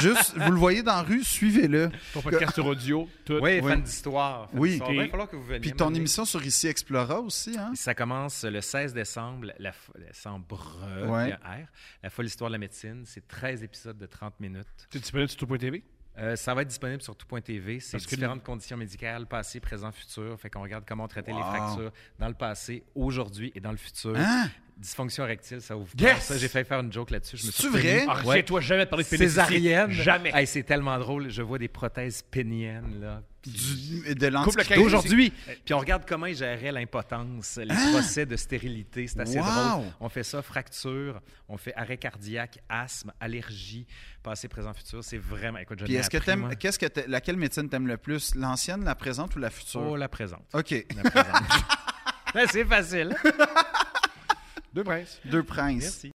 Juste, vous le voyez dans la rue, suivez-le. Ton podcast sur audio, tout. Oui, Oui. fan d'histoire. fan Oui. d'histoire. Et- Ben, Il va falloir que vous veniez. Puis ton m'amener. émission sur Ici Explora aussi, hein? Ça commence le 16 décembre, la, fo- la- sans breu- Ouais. R, la folle histoire de la médecine. C'est 13 épisodes de 30 minutes. C'est disponible sur tout.tv. Euh, ça va être disponible sur tout.tv. C'est Parce que différentes conditions médicales, passé, présent, futur. Fait qu'on regarde comment on traitait les Wow. fractures dans le passé, aujourd'hui et dans le futur. Hein? Dysfonction rectile, ça ouvre Yes! Ça, j'ai failli faire une joke là-dessus. Je me suis C'est retenu. vrai? Ah, Ouais. toi jamais de parler de pénis ici. Césarienne. Jamais. Hey, c'est tellement drôle. Je vois des prothèses péniennes, là. Puis- Du, de Coupe le l'antiquité. cahier. d'aujourd'hui. Puis on regarde comment ils géraient l'impotence, les procès de stérilité. C'est assez Hein? Wow! drôle. On fait ça, fracture, on fait arrêt cardiaque, asthme, allergie, passé, présent, futur. C'est vraiment. Écoute, je Puis l'ai est-ce que appris, t'aimes, moi. qu'est-ce que t'a- laquelle médecine t'aimes le plus? L'ancienne, la présente ou la Oh, future? la présente. OK. La présente. Ben, c'est facile. Deux princes. Deux princes. Merci.